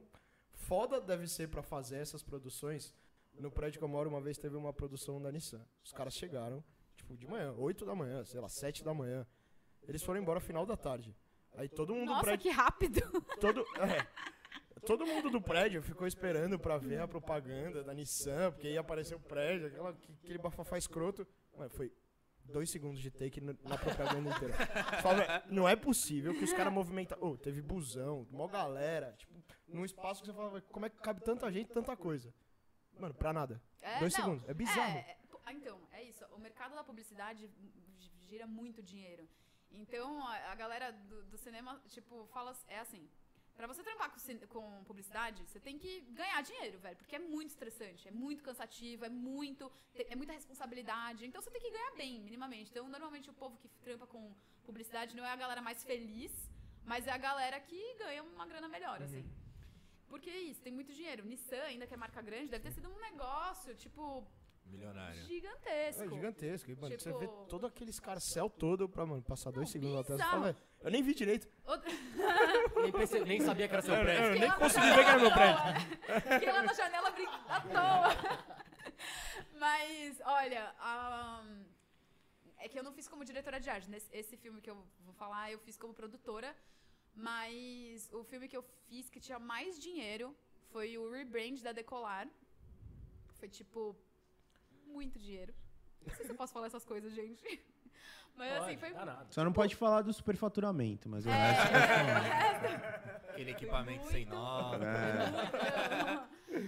Speaker 3: foda deve ser pra fazer essas produções. No prédio que eu moro, uma vez teve uma produção da Nissan. Os caras chegaram, tipo, de manhã, 8 da manhã, sei lá, 7 da manhã. Eles foram embora final da tarde. Aí todo mundo do
Speaker 5: Nossa,
Speaker 3: prédio
Speaker 5: que rápido!
Speaker 3: todo, é. todo mundo do prédio ficou esperando pra ver a propaganda da Nissan, porque ia aparecer o prédio, aquela, que- aquele bafafá escroto. Mano, foi dois segundos de take no- na propaganda inteira. Fala, "Véi, não é possível que os caras movimentam. Ô, teve busão, mó galera, tipo, num espaço que você fala, "Véi, como é que cabe tanta gente, tanta coisa? Mano, pra nada.
Speaker 5: É,
Speaker 3: dois
Speaker 5: não,
Speaker 3: segundos. É bizarro.
Speaker 5: É, pô, ah, então, é isso. O mercado da publicidade gi- gira muito dinheiro. Então, a, a galera do, do cinema, tipo, fala. ass- É assim. Pra você trampar com, cin- com publicidade, você tem que ganhar dinheiro, velho. Porque é muito estressante, é muito cansativo, é muito. te- É muita responsabilidade. Então você tem que ganhar bem, minimamente. Então, normalmente o povo que trampa com publicidade não é a galera mais feliz, mas é a galera que ganha uma grana melhor, assim.
Speaker 3: Uhum.
Speaker 5: Porque é isso, tem muito dinheiro. Nissan, ainda que é marca grande, deve ter sido um negócio, tipo,
Speaker 2: Milionário.
Speaker 5: gigantesco.
Speaker 3: É gigantesco. E, mano,
Speaker 5: Tipo-
Speaker 3: você vê todo aquele escarcel todo pra, mano, passar dois segundos atrás. Você
Speaker 5: bizarro.
Speaker 3: fala, "Véi, eu nem vi direito.
Speaker 5: Outra-
Speaker 4: Nem, perce- nem sabia que era seu prédio.
Speaker 3: É, Eu
Speaker 5: Fiquei
Speaker 3: nem
Speaker 5: lá na
Speaker 3: consegui
Speaker 5: janela
Speaker 3: ver que era meu
Speaker 5: à
Speaker 3: prédio.
Speaker 5: toa. Fiquei lá na janela brincando à toa. Mas, olha, ahn, é que eu não fiz como diretora de arte. Nesse, esse filme que eu vou falar, eu fiz como produtora. Mas o filme que eu fiz que tinha mais dinheiro foi o Rebrand da Decolar. Foi tipo. Muito dinheiro. Não sei se eu posso falar essas coisas, gente. Mas assim,
Speaker 4: Pode,
Speaker 5: foi.
Speaker 4: danado.
Speaker 1: Só não pode falar do superfaturamento, mas o resto.
Speaker 5: É, é,
Speaker 2: Aquele equipamento sem
Speaker 5: Muito.
Speaker 2: nó.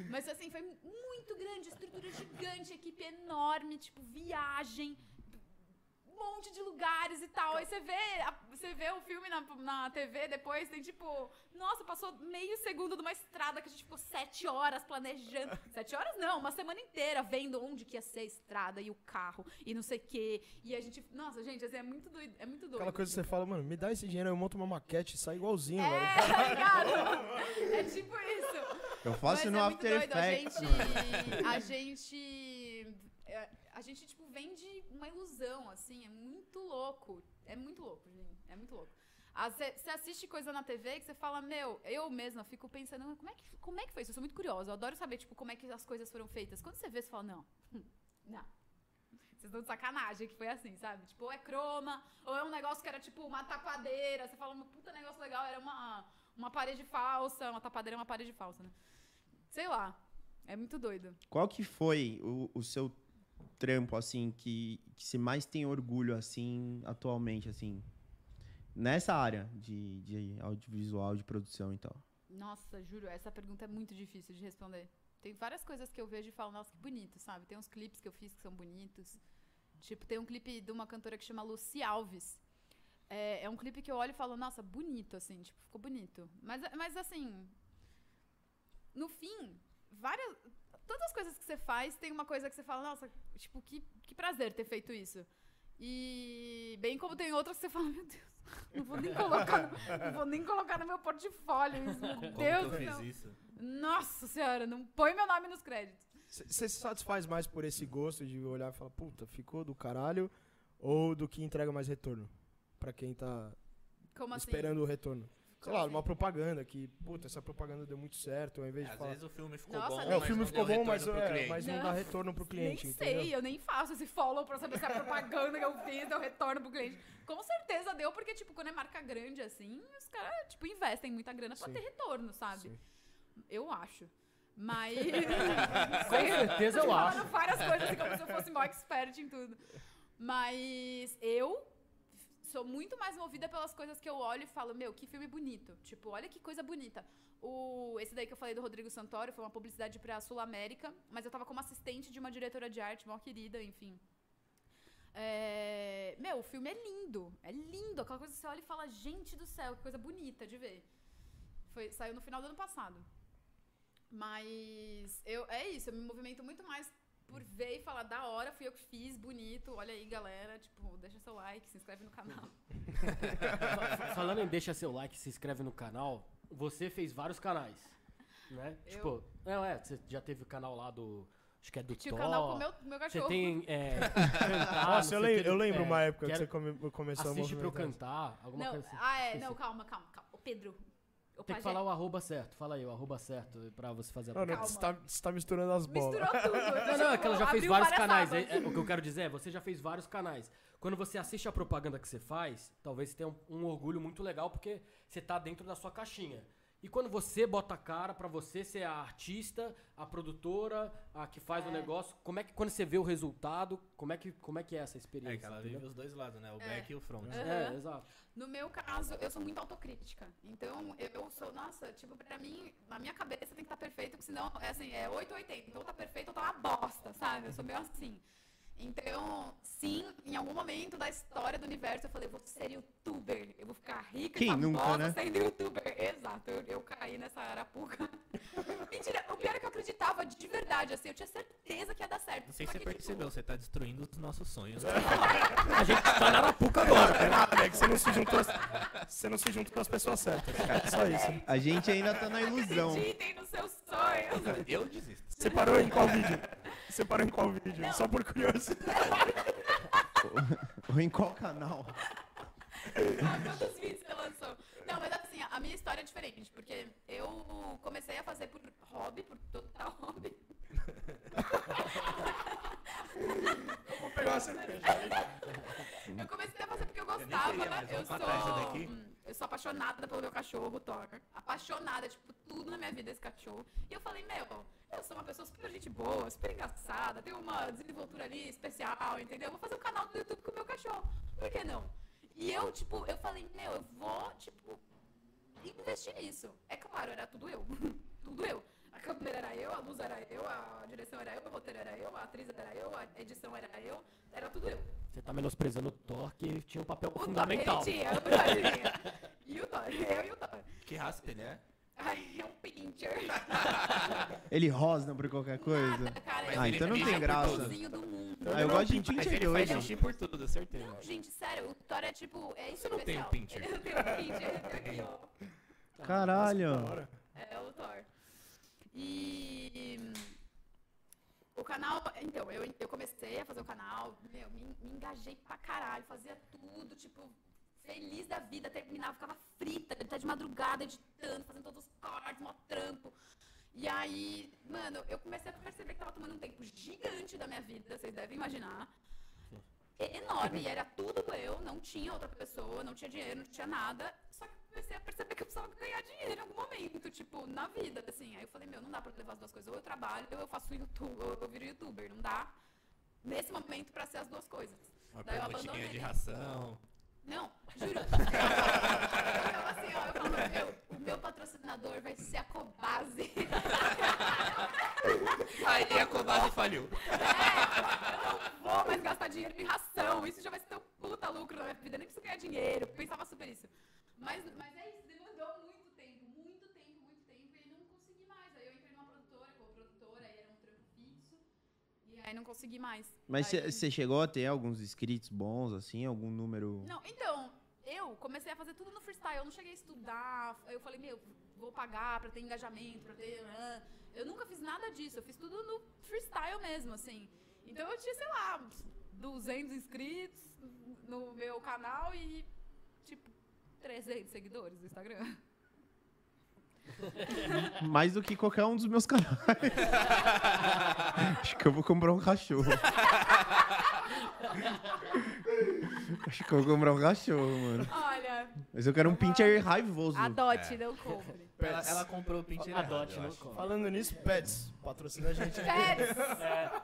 Speaker 5: Mas assim, foi muito grande, estrutura gigante, equipe enorme, tipo, viagem, um monte de lugares e tal. Aí você vê, a- você vê o filme na, na TV depois, tem tipo, nossa, passou meio segundo de uma estrada que a gente ficou sete horas planejando. Sete horas não, uma semana inteira vendo onde que ia ser a estrada e o carro e não sei o quê. E a gente. Nossa, gente, assim, é muito doido. É muito doido.
Speaker 3: Aquela coisa que você fala, mano, me dá esse dinheiro, eu monto uma maquete e sai igualzinho, velho.
Speaker 5: É, tá ligado? É tipo isso.
Speaker 1: Eu faço
Speaker 5: Mas
Speaker 1: no
Speaker 5: é muito
Speaker 1: After
Speaker 5: doido,
Speaker 1: Effects. mano.
Speaker 5: A gente, a gente, é, a gente tipo vende uma ilusão assim, é muito louco, é muito louco, gente, é muito louco. Você assiste coisa na TV que você fala, meu, eu mesma fico pensando, "Mas como é que, como é que foi isso? Eu sou muito curiosa, eu adoro saber, tipo, como é que as coisas foram feitas. Quando você vê, você fala, não, hum, não. Vocês estão de sacanagem que foi assim, sabe? Tipo, ou é croma, ou é um negócio que era tipo uma tapadeira. Você fala, um puta negócio legal, era uma, uma parede falsa, uma tapadeira é uma parede falsa, né? Sei lá. É muito doido.
Speaker 1: Qual que foi o, o seu trampo, assim, que, que você mais tem orgulho, assim, atualmente, assim? Nessa área de, de audiovisual, de produção e tal.
Speaker 5: Nossa, juro, essa pergunta é muito difícil de responder. Tem várias coisas que eu vejo e falo, nossa, que bonito, sabe? Tem uns clipes que eu fiz que são bonitos. Tipo, tem um clipe de uma cantora que chama Lucy Alves. É, é um clipe que eu olho e falo, nossa, bonito, assim, tipo, ficou bonito. Mas, mas assim, no fim, várias. Todas as coisas que você faz, tem uma coisa que você fala, nossa, tipo, que, que prazer ter feito isso. E bem como tem outras que você fala, meu Deus, não vou nem colocar no, não vou nem colocar no meu portfólio isso, meu
Speaker 2: Como que eu
Speaker 5: Deus do
Speaker 2: fiz
Speaker 5: céu.
Speaker 2: isso?
Speaker 5: Nossa senhora, não põe meu nome nos créditos.
Speaker 3: Você se satisfaz mais por esse gosto de olhar e falar, puta, ficou do caralho, ou do que entrega mais retorno? Pra quem tá
Speaker 5: Como assim?
Speaker 3: esperando o retorno. Sei lá,
Speaker 5: assim?
Speaker 3: uma propaganda que, puta, essa propaganda deu muito certo, ao invés de
Speaker 2: Às
Speaker 3: falar.
Speaker 2: vezes o filme ficou
Speaker 5: Nossa,
Speaker 2: bom,
Speaker 5: não.
Speaker 3: É, o
Speaker 2: mas
Speaker 3: filme
Speaker 2: não
Speaker 3: ficou
Speaker 2: deu
Speaker 3: bom, mas,
Speaker 2: retorno pro
Speaker 3: é,
Speaker 2: cliente.
Speaker 3: mas não
Speaker 5: Não.
Speaker 3: dá retorno pro cliente,
Speaker 5: nem
Speaker 3: entendeu?
Speaker 5: sei, eu nem faço esse follow pra saber se a propaganda que eu fiz deu retorno pro cliente. Com certeza deu, porque, tipo, quando é marca grande assim, os caras, tipo, investem muita grana pra
Speaker 3: Sim.
Speaker 5: ter retorno, sabe?
Speaker 3: Sim.
Speaker 5: Eu acho. Mas.
Speaker 4: Com certeza eu acho.
Speaker 5: Falaram várias coisas assim, como se eu fosse mó expert em tudo. Mas eu sou muito mais movida pelas coisas que eu olho e falo, meu, que filme bonito. Tipo, olha que coisa bonita. O, esse daí que eu falei do Rodrigo Santoro foi uma publicidade pra Sul América, mas eu tava como assistente de uma diretora de arte, mó querida, enfim. É, meu, o filme é lindo. É lindo. Aquela coisa que você olha e fala, gente do céu, que coisa bonita de ver. Foi, saiu no final do ano passado. Mas eu, é isso, eu me movimento muito mais por ver e falar, da hora, fui eu que fiz, bonito, olha aí, galera. Tipo, deixa seu like, se inscreve no canal.
Speaker 4: Fa- fa- Falando em deixa seu like, se inscreve no canal, você fez vários canais, né?
Speaker 5: Eu-
Speaker 4: Tipo, não é, você já teve o canal lá do Acho que é do
Speaker 5: Tinha
Speaker 4: Tó.
Speaker 5: o canal com o meu, meu
Speaker 4: Você
Speaker 5: cachorro.
Speaker 4: tem. É,
Speaker 5: Ah,
Speaker 4: cantar,
Speaker 3: Nossa, eu,
Speaker 4: não sei o
Speaker 3: lem-
Speaker 4: que,
Speaker 3: eu lembro
Speaker 4: é,
Speaker 3: uma época que
Speaker 4: quero-
Speaker 3: você come- começou a
Speaker 4: Assiste pra eu
Speaker 3: movimentar.
Speaker 4: cantar, alguma
Speaker 5: Não,
Speaker 4: coisa assim.
Speaker 5: ah, é,
Speaker 4: Esqueci.
Speaker 5: não, calma, calma, calma. Ô, Pedro. Ô,
Speaker 4: Tem
Speaker 5: pajé,
Speaker 4: que falar o arroba certo. Fala aí, o arroba certo pra você fazer a
Speaker 3: Mano,
Speaker 5: Calma.
Speaker 3: você tá, você tá misturando as bolas.
Speaker 5: Misturou tudo.
Speaker 4: Não, não, é que ela já fez
Speaker 5: Abriu
Speaker 4: vários
Speaker 5: várias
Speaker 4: canais.
Speaker 5: abas.
Speaker 4: É- é- o que eu quero dizer é, você já fez vários canais. Quando você assiste a propaganda que você faz, talvez você tenha um, um orgulho muito legal, porque você tá dentro da sua caixinha. E quando você bota a cara pra você ser a artista, a produtora, a que faz o negócio, como é que quando você vê o resultado, como é que, como é, que é essa experiência?
Speaker 2: É que ela
Speaker 4: entendeu?
Speaker 2: vive os dois lados, né? O back e o front.
Speaker 4: É,
Speaker 5: Aham.
Speaker 4: exato.
Speaker 5: No meu caso, eu sou muito autocrítica. Então, eu sou, nossa, tipo, pra mim, na minha cabeça tem que estar perfeito, porque senão, é assim, é 880. Ou tá perfeito ou tá uma bosta, sabe? Eu sou meio assim. Então, sim, em algum momento da história do universo, eu falei, eu vou ser youtuber. Eu vou ficar rica
Speaker 1: Quem
Speaker 5: e
Speaker 1: nunca,
Speaker 5: famosa
Speaker 1: né?
Speaker 5: sendo youtuber. Exato, eu, eu caí nessa arapuca. Mentira, o pior é que eu acreditava de verdade, assim, eu tinha certeza que ia dar certo.
Speaker 2: Não sei
Speaker 5: Só
Speaker 2: se você
Speaker 5: que, tipo,
Speaker 2: percebeu, você tá destruindo os nossos sonhos.
Speaker 4: A gente tá na arapuca agora.
Speaker 3: É nada, é que você não se junta às- você não se junta com as pessoas certas. É Só isso.
Speaker 1: A gente ainda tá
Speaker 2: É
Speaker 1: na ilusão.
Speaker 5: Acreditem nos seus sonhos.
Speaker 2: Eu desisto.
Speaker 3: Você parou em qual vídeo? Você parou em qual vídeo? Só por curiosidade.
Speaker 1: Ou em qual canal?
Speaker 5: Ah, quantos vídeos você lançou? Não, mas assim, a minha história é diferente, porque eu comecei a fazer por hobby, por total hobby.
Speaker 3: Vou pegar uma cerveja.
Speaker 5: Eu comecei a fazer porque eu gostava,
Speaker 2: queria,
Speaker 5: né?
Speaker 2: mas
Speaker 5: Eu
Speaker 2: vamos matar essa
Speaker 5: sou,
Speaker 2: daqui.
Speaker 5: hum, eu sou apaixonada pelo meu cachorro, Thor. Apaixonada, tipo, tudo na minha vida esse cachorro. E eu falei, meu, eu sou uma pessoa super gente boa, super engraçada, tenho uma desenvoltura ali especial, entendeu? Vou fazer um canal do YouTube com o meu cachorro. Por que não? E eu, tipo, eu falei, meu, eu vou, tipo, investir nisso. É claro, era tudo eu. tudo eu. A câmera era eu, a luz era eu, a direção era eu, o roteiro era eu, a atriz era eu, a edição era eu, era tudo eu.
Speaker 4: Você tá menosprezando o Thor, que tinha um papel
Speaker 5: O
Speaker 4: fundamental.
Speaker 5: Thor, ele É, tinha, o Thor ele tinha. E o Thor, eu e o Thor.
Speaker 2: Que raspa ele é?
Speaker 5: Ai, é um pincher.
Speaker 1: Ele rosna por qualquer coisa?
Speaker 5: Nada, cara,
Speaker 2: Ah,
Speaker 5: ele é
Speaker 2: então
Speaker 5: o
Speaker 2: não tem
Speaker 5: mais
Speaker 1: graça.
Speaker 5: bonzinho do mundo.
Speaker 1: Ah, eu gosto de
Speaker 2: Mas
Speaker 1: Pinter
Speaker 2: ele faz assim,
Speaker 1: 2.
Speaker 2: xixi por tudo, certeza.
Speaker 5: Não, gente, sério, o Thor é tipo, é
Speaker 2: Você não tem um
Speaker 5: especial.
Speaker 2: pincher.
Speaker 5: Ele não tem um pincher, ele tem aqui, ó.
Speaker 1: Caralho.
Speaker 5: É o Thor. E o canal, então, eu, eu comecei a fazer o canal, meu, me, me engajei pra caralho, fazia tudo, tipo, feliz da vida, terminava, ficava frita, até de madrugada editando, fazendo todos os cortes, mó trampo. E aí, mano, eu comecei a perceber que tava tomando um tempo gigante da minha vida, vocês devem imaginar. E- É Enorme, e era tudo eu, não tinha outra pessoa, não tinha dinheiro, não tinha nada. Só que eu comecei a perceber que eu precisava ganhar dinheiro em algum momento, tipo, na vida, assim. Aí eu falei, meu, não dá pra levar as duas coisas. Ou eu trabalho, ou eu faço YouTube, ou eu viro youtuber. Não dá nesse momento pra ser as duas coisas.
Speaker 2: Uma
Speaker 5: Daí eu
Speaker 2: perguntinha
Speaker 5: abandonei.
Speaker 2: de ração.
Speaker 5: Não, juro. eu, assim, ó, eu falo, meu, o meu patrocinador vai ser a Cobase.
Speaker 2: Aí a Cobase faliu.
Speaker 5: vou mais gastar dinheiro em ração, isso já vai ser um puta lucro na minha vida, nem preciso ganhar dinheiro, eu pensava super isso. Mas, mas é isso, demandou muito tempo, muito tempo, muito tempo, e não consegui mais. Aí eu entrei numa produtora, como produtora, aí era um trampo fixo, e aí não consegui mais.
Speaker 1: Mas
Speaker 5: Aí-
Speaker 1: você chegou a ter alguns inscritos bons, assim? Algum número.
Speaker 5: Não, então, eu comecei a fazer tudo no freestyle, eu não cheguei a estudar, eu falei, meu, vou pagar pra ter engajamento, pra ter... ah. Eu nunca fiz nada disso, eu fiz tudo no freestyle mesmo, assim. Então eu tinha, sei lá, uns 200 inscritos no meu canal e, tipo, 300 seguidores no Instagram.
Speaker 1: Mais do que qualquer um dos meus canais. Acho que eu vou comprar um cachorro. Acho que eu vou comprar um cachorro, mano.
Speaker 5: Olha,
Speaker 1: Mas eu quero um pincher raivoso.
Speaker 5: adote, não compre.
Speaker 2: Ela, ela comprou o Pinter errado,
Speaker 4: Adote,
Speaker 2: É,
Speaker 4: né?
Speaker 2: eu
Speaker 4: não
Speaker 2: acho.
Speaker 4: compra.
Speaker 3: Falando nisso, Pets, patrocina a gente.
Speaker 5: Pets!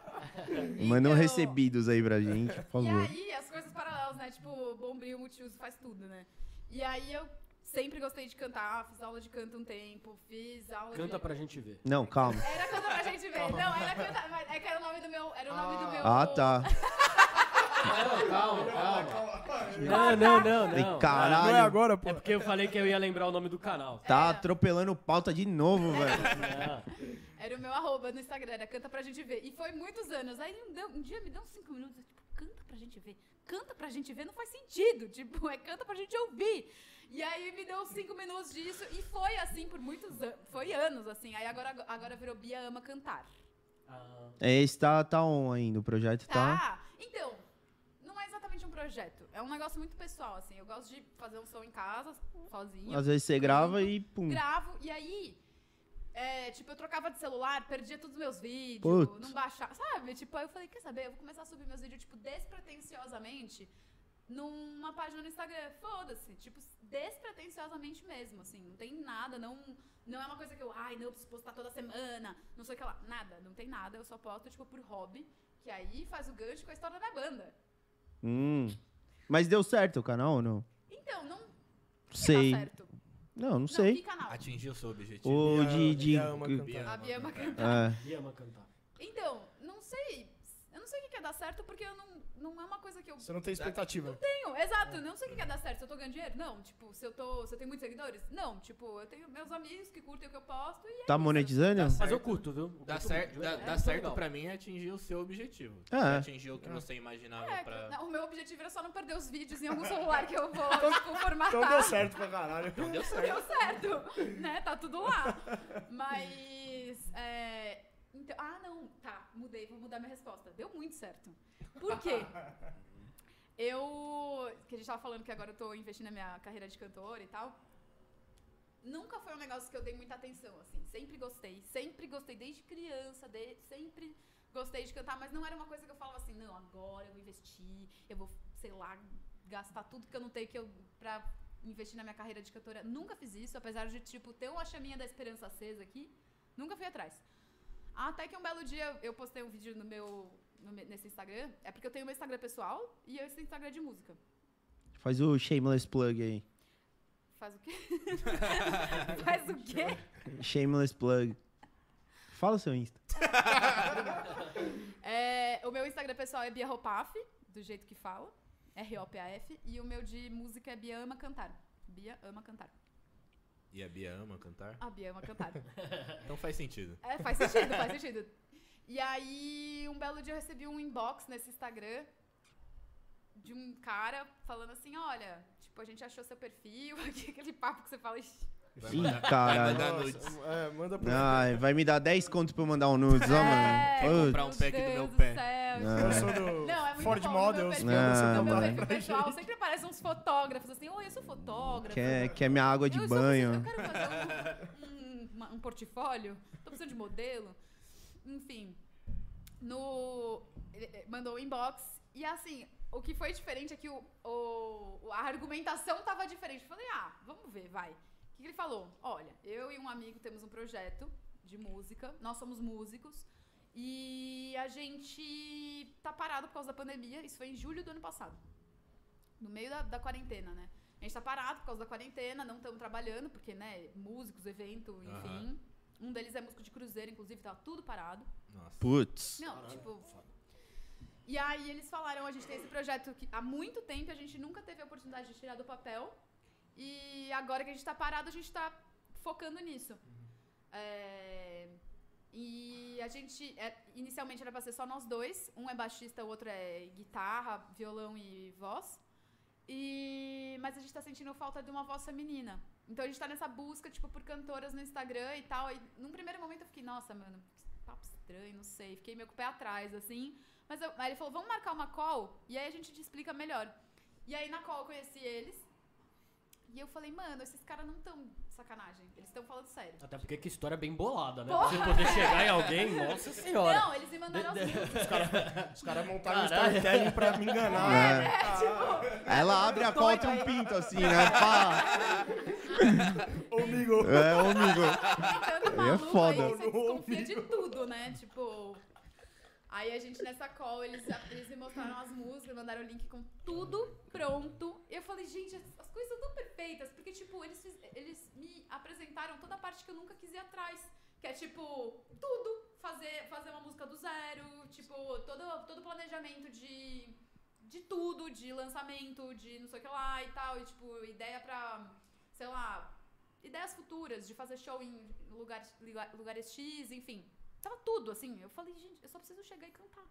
Speaker 1: Mandam
Speaker 5: Então-
Speaker 1: um recebidos aí pra gente, por
Speaker 5: E
Speaker 1: favor.
Speaker 5: aí, as coisas paralelas, né? Tipo, bombril, multiuso, faz tudo, né? E aí eu sempre gostei de cantar, fiz aula de canto um tempo, fiz aula
Speaker 4: Canta
Speaker 5: de...
Speaker 4: pra gente ver.
Speaker 1: Não, calma.
Speaker 5: Era canta pra gente ver. Não, era canta... mas É que era o nome do meu... Era o nome do meu...
Speaker 1: Ah, tá.
Speaker 4: Calma, calma. Não, não, não,
Speaker 1: Falei,
Speaker 4: não.
Speaker 3: Não é
Speaker 1: caralho.
Speaker 3: agora, pô.
Speaker 4: É porque eu falei que eu ia lembrar o nome do canal.
Speaker 1: Tá atropelando pauta de novo, velho.
Speaker 4: É.
Speaker 5: Era o meu arroba no Instagram, era canta pra gente ver. E foi muitos anos. Aí um, deu- um dia me deu uns cinco minutos, eu, tipo, canta pra gente ver. Canta pra gente ver não faz sentido. Tipo, é canta pra gente ouvir. E aí me deu uns cinco minutos disso e foi assim por muitos anos. Foi anos, assim. Aí agora, agora virou Bia Ama Cantar.
Speaker 4: Ah,
Speaker 1: É, Esse tá, tá on ainda, o projeto tá.
Speaker 5: Tá. Então, não é exatamente um projeto. É um negócio muito pessoal, assim. Eu gosto de fazer um som em casa, sozinho.
Speaker 1: Às vezes você grava e pum.
Speaker 5: Gravo, e aí... é, tipo, eu trocava de celular, perdia todos os meus vídeos,
Speaker 1: Putz.
Speaker 5: não baixava, sabe? Tipo, aí eu falei, quer saber, eu vou começar a subir meus vídeos, tipo, despretensiosamente numa página no Instagram. Foda-se, tipo, despretensiosamente mesmo, assim. Não tem nada, não, não é uma coisa que eu, ai, não, eu preciso postar toda semana, não sei o que lá. Nada, não tem nada, eu só posto, tipo, por hobby, que aí faz o gancho com a história da minha banda.
Speaker 1: Hum. Mas deu certo o canal ou não?
Speaker 5: Então, não
Speaker 1: Sei.
Speaker 5: tá certo.
Speaker 1: Não, não
Speaker 5: Não, que
Speaker 1: sei.
Speaker 5: canal?
Speaker 2: Atingiu seu objetivo.
Speaker 1: Ou
Speaker 3: Bia-
Speaker 1: de. de...
Speaker 3: Bia ama cantar.
Speaker 5: A Bia é uma cantora.
Speaker 1: É.
Speaker 4: E ama cantar.
Speaker 5: Então, não sei. Eu não sei o que quer dar certo, porque eu não, não é uma coisa que eu
Speaker 3: Você não tem expectativa.
Speaker 5: tenho.
Speaker 3: É.
Speaker 5: Exato, não sei o que quer dar certo. Se eu tô ganhando dinheiro? Não. Tipo, se eu, tô, se eu tenho muitos seguidores? Não. Tipo, eu tenho meus amigos que curtem o que eu posto e. é
Speaker 1: Tá monetizando?
Speaker 2: Tá
Speaker 4: Mas eu
Speaker 2: certo.
Speaker 4: curto, viu? Eu
Speaker 2: Dá
Speaker 4: curto
Speaker 2: certo,
Speaker 4: muito, é
Speaker 2: dá, dá
Speaker 4: muito
Speaker 2: certo
Speaker 4: legal.
Speaker 2: pra mim é atingir o seu objetivo.
Speaker 1: É.
Speaker 2: Você Atingiu o que você imaginava
Speaker 5: É,
Speaker 2: pra.
Speaker 5: não, o meu objetivo era só não perder os vídeos em algum celular que eu vou, tipo, formatar.
Speaker 3: Então deu certo pra caralho.
Speaker 2: Então deu certo.
Speaker 5: deu certo, né? Tá tudo lá. Mas. é, então, ah, não, tá, mudei, vou mudar minha resposta. Deu muito certo. Por quê? Eu. Que a gente tava falando que agora eu tô investindo na minha carreira de cantora e tal. Nunca foi um negócio que eu dei muita atenção, assim. Sempre gostei. Sempre gostei, desde criança, de- sempre gostei de cantar, mas não era uma coisa que eu falava assim, não, agora eu vou investir, eu vou, sei lá, gastar tudo que eu não tenho que eu, pra investir na minha carreira de cantora. Nunca fiz isso, apesar de, tipo, ter uma chaminha da esperança acesa aqui. Nunca fui atrás. Até que um belo dia eu postei um vídeo no meu, no me- nesse Instagram. É porque eu tenho meu Instagram pessoal e esse Instagram de música.
Speaker 1: Faz o shameless plug aí.
Speaker 5: Faz o quê? Faz o quê?
Speaker 1: Shameless plug. Fala seu Insta.
Speaker 5: É, o meu Instagram pessoal é Bia Ropaf, do jeito que fala. R-O-P-A-F. E o meu de música é Bia Ama Cantar. Bia Ama Cantar.
Speaker 2: E a Bia ama cantar?
Speaker 5: Ah, Bia Ama Cantar.
Speaker 2: Então faz sentido.
Speaker 5: É, faz sentido, faz sentido. E aí, um belo dia eu recebi um inbox nesse Instagram de um cara falando assim, olha, tipo, a gente achou seu perfil, aquele papo que você fala. "Ixi,
Speaker 2: Vai
Speaker 1: Ih,
Speaker 2: mandar- vai
Speaker 1: caralho.
Speaker 2: mandar
Speaker 3: Nossa,
Speaker 2: nudes.
Speaker 3: É, manda pra
Speaker 1: Ai, vai me dar 10 conto pra eu mandar um nudes, ó,
Speaker 5: É,
Speaker 1: mano. Putz.
Speaker 2: comprar um
Speaker 5: meu
Speaker 2: pack do
Speaker 5: Deus
Speaker 2: meu
Speaker 5: do
Speaker 2: pé.
Speaker 5: céu,
Speaker 1: Não.
Speaker 3: Eu sou do
Speaker 5: Não, é muito
Speaker 3: Ford
Speaker 5: bom,
Speaker 3: Models. né?
Speaker 5: meu
Speaker 1: perfil. Não,
Speaker 5: No meu
Speaker 1: mano.
Speaker 5: perfil é pessoal sempre aparecem uns fotógrafos assim, oi, eu sou fotógrafo.
Speaker 3: é
Speaker 1: Quer, quer minha água de
Speaker 5: eu sou-
Speaker 1: banho.
Speaker 5: eu quero fazer um, um- uma- um portfólio, tô precisando de modelo. Enfim, no, ele, eh, mandou o inbox e assim, o que foi diferente é que o, o- a argumentação tava diferente. Eu falei, ah, vamos ver, vai. O que que ele falou? Olha, eu e um amigo temos um projeto de música, nós somos músicos e a gente tá parado por causa da pandemia. Isso foi em julho do ano passado, no meio da, da quarentena, né? A gente tá parado por causa da quarentena, não estamos trabalhando, porque, né, músicos, evento, enfim. Um deles é músico de cruzeiro, inclusive, tá tudo parado.
Speaker 2: Nossa.
Speaker 1: Putz.
Speaker 5: Não, tipo. E aí eles falaram, a gente tem esse projeto que há muito tempo a gente nunca teve a oportunidade de tirar do papel. E agora que a gente tá parado, a gente tá focando nisso. É, e a gente, é, inicialmente era pra ser só nós dois. Um é baixista, o outro é guitarra, violão e voz. E, mas a gente tá sentindo falta de uma voz feminina. Então a gente tá nessa busca, tipo, por cantoras no Instagram e tal. E num primeiro momento eu fiquei, nossa, mano, que papo estranho, não sei. Fiquei meio com o pé atrás, assim. Mas eu- aí ele falou, vamos marcar uma call e aí a gente te explica melhor. E aí na call eu conheci eles. E eu falei, mano, esses caras não tão sacanagem. Eles estão falando sério.
Speaker 4: Até porque que história bem bolada, né?
Speaker 5: Porra!
Speaker 4: Pra você poder chegar em alguém, nossa senhora.
Speaker 5: Não, eles me mandaram assim. aos rios.
Speaker 3: Os caras montaram um
Speaker 4: Caralho.
Speaker 3: storytelling pra me enganar.
Speaker 1: É. Ela abre a pauta e um pinto assim, né? Pá.
Speaker 3: Ô, amigo.
Speaker 1: É, ô, amigo.
Speaker 5: Tanto
Speaker 1: Aí é
Speaker 5: Então, maluco,
Speaker 1: foda.
Speaker 5: aí você desconfia de tudo, né? Tipo. Aí a gente nessa call, eles, eles me mostraram as músicas, mandaram o link com tudo pronto. Eu falei, gente, as, as coisas são tão perfeitas, porque, tipo, eles, fiz- eles me apresentaram toda a parte que eu nunca quis ir atrás. Que é tipo, tudo. Fazer, fazer uma música do zero, tipo, todo, todo o planejamento de, de tudo, de lançamento, de não sei o que lá e tal. E tipo, ideia pra, sei lá, ideias futuras, de fazer show em lugares, lugar- lugares X, enfim. Tava tudo, assim. Eu falei, gente, eu só preciso chegar e cantar.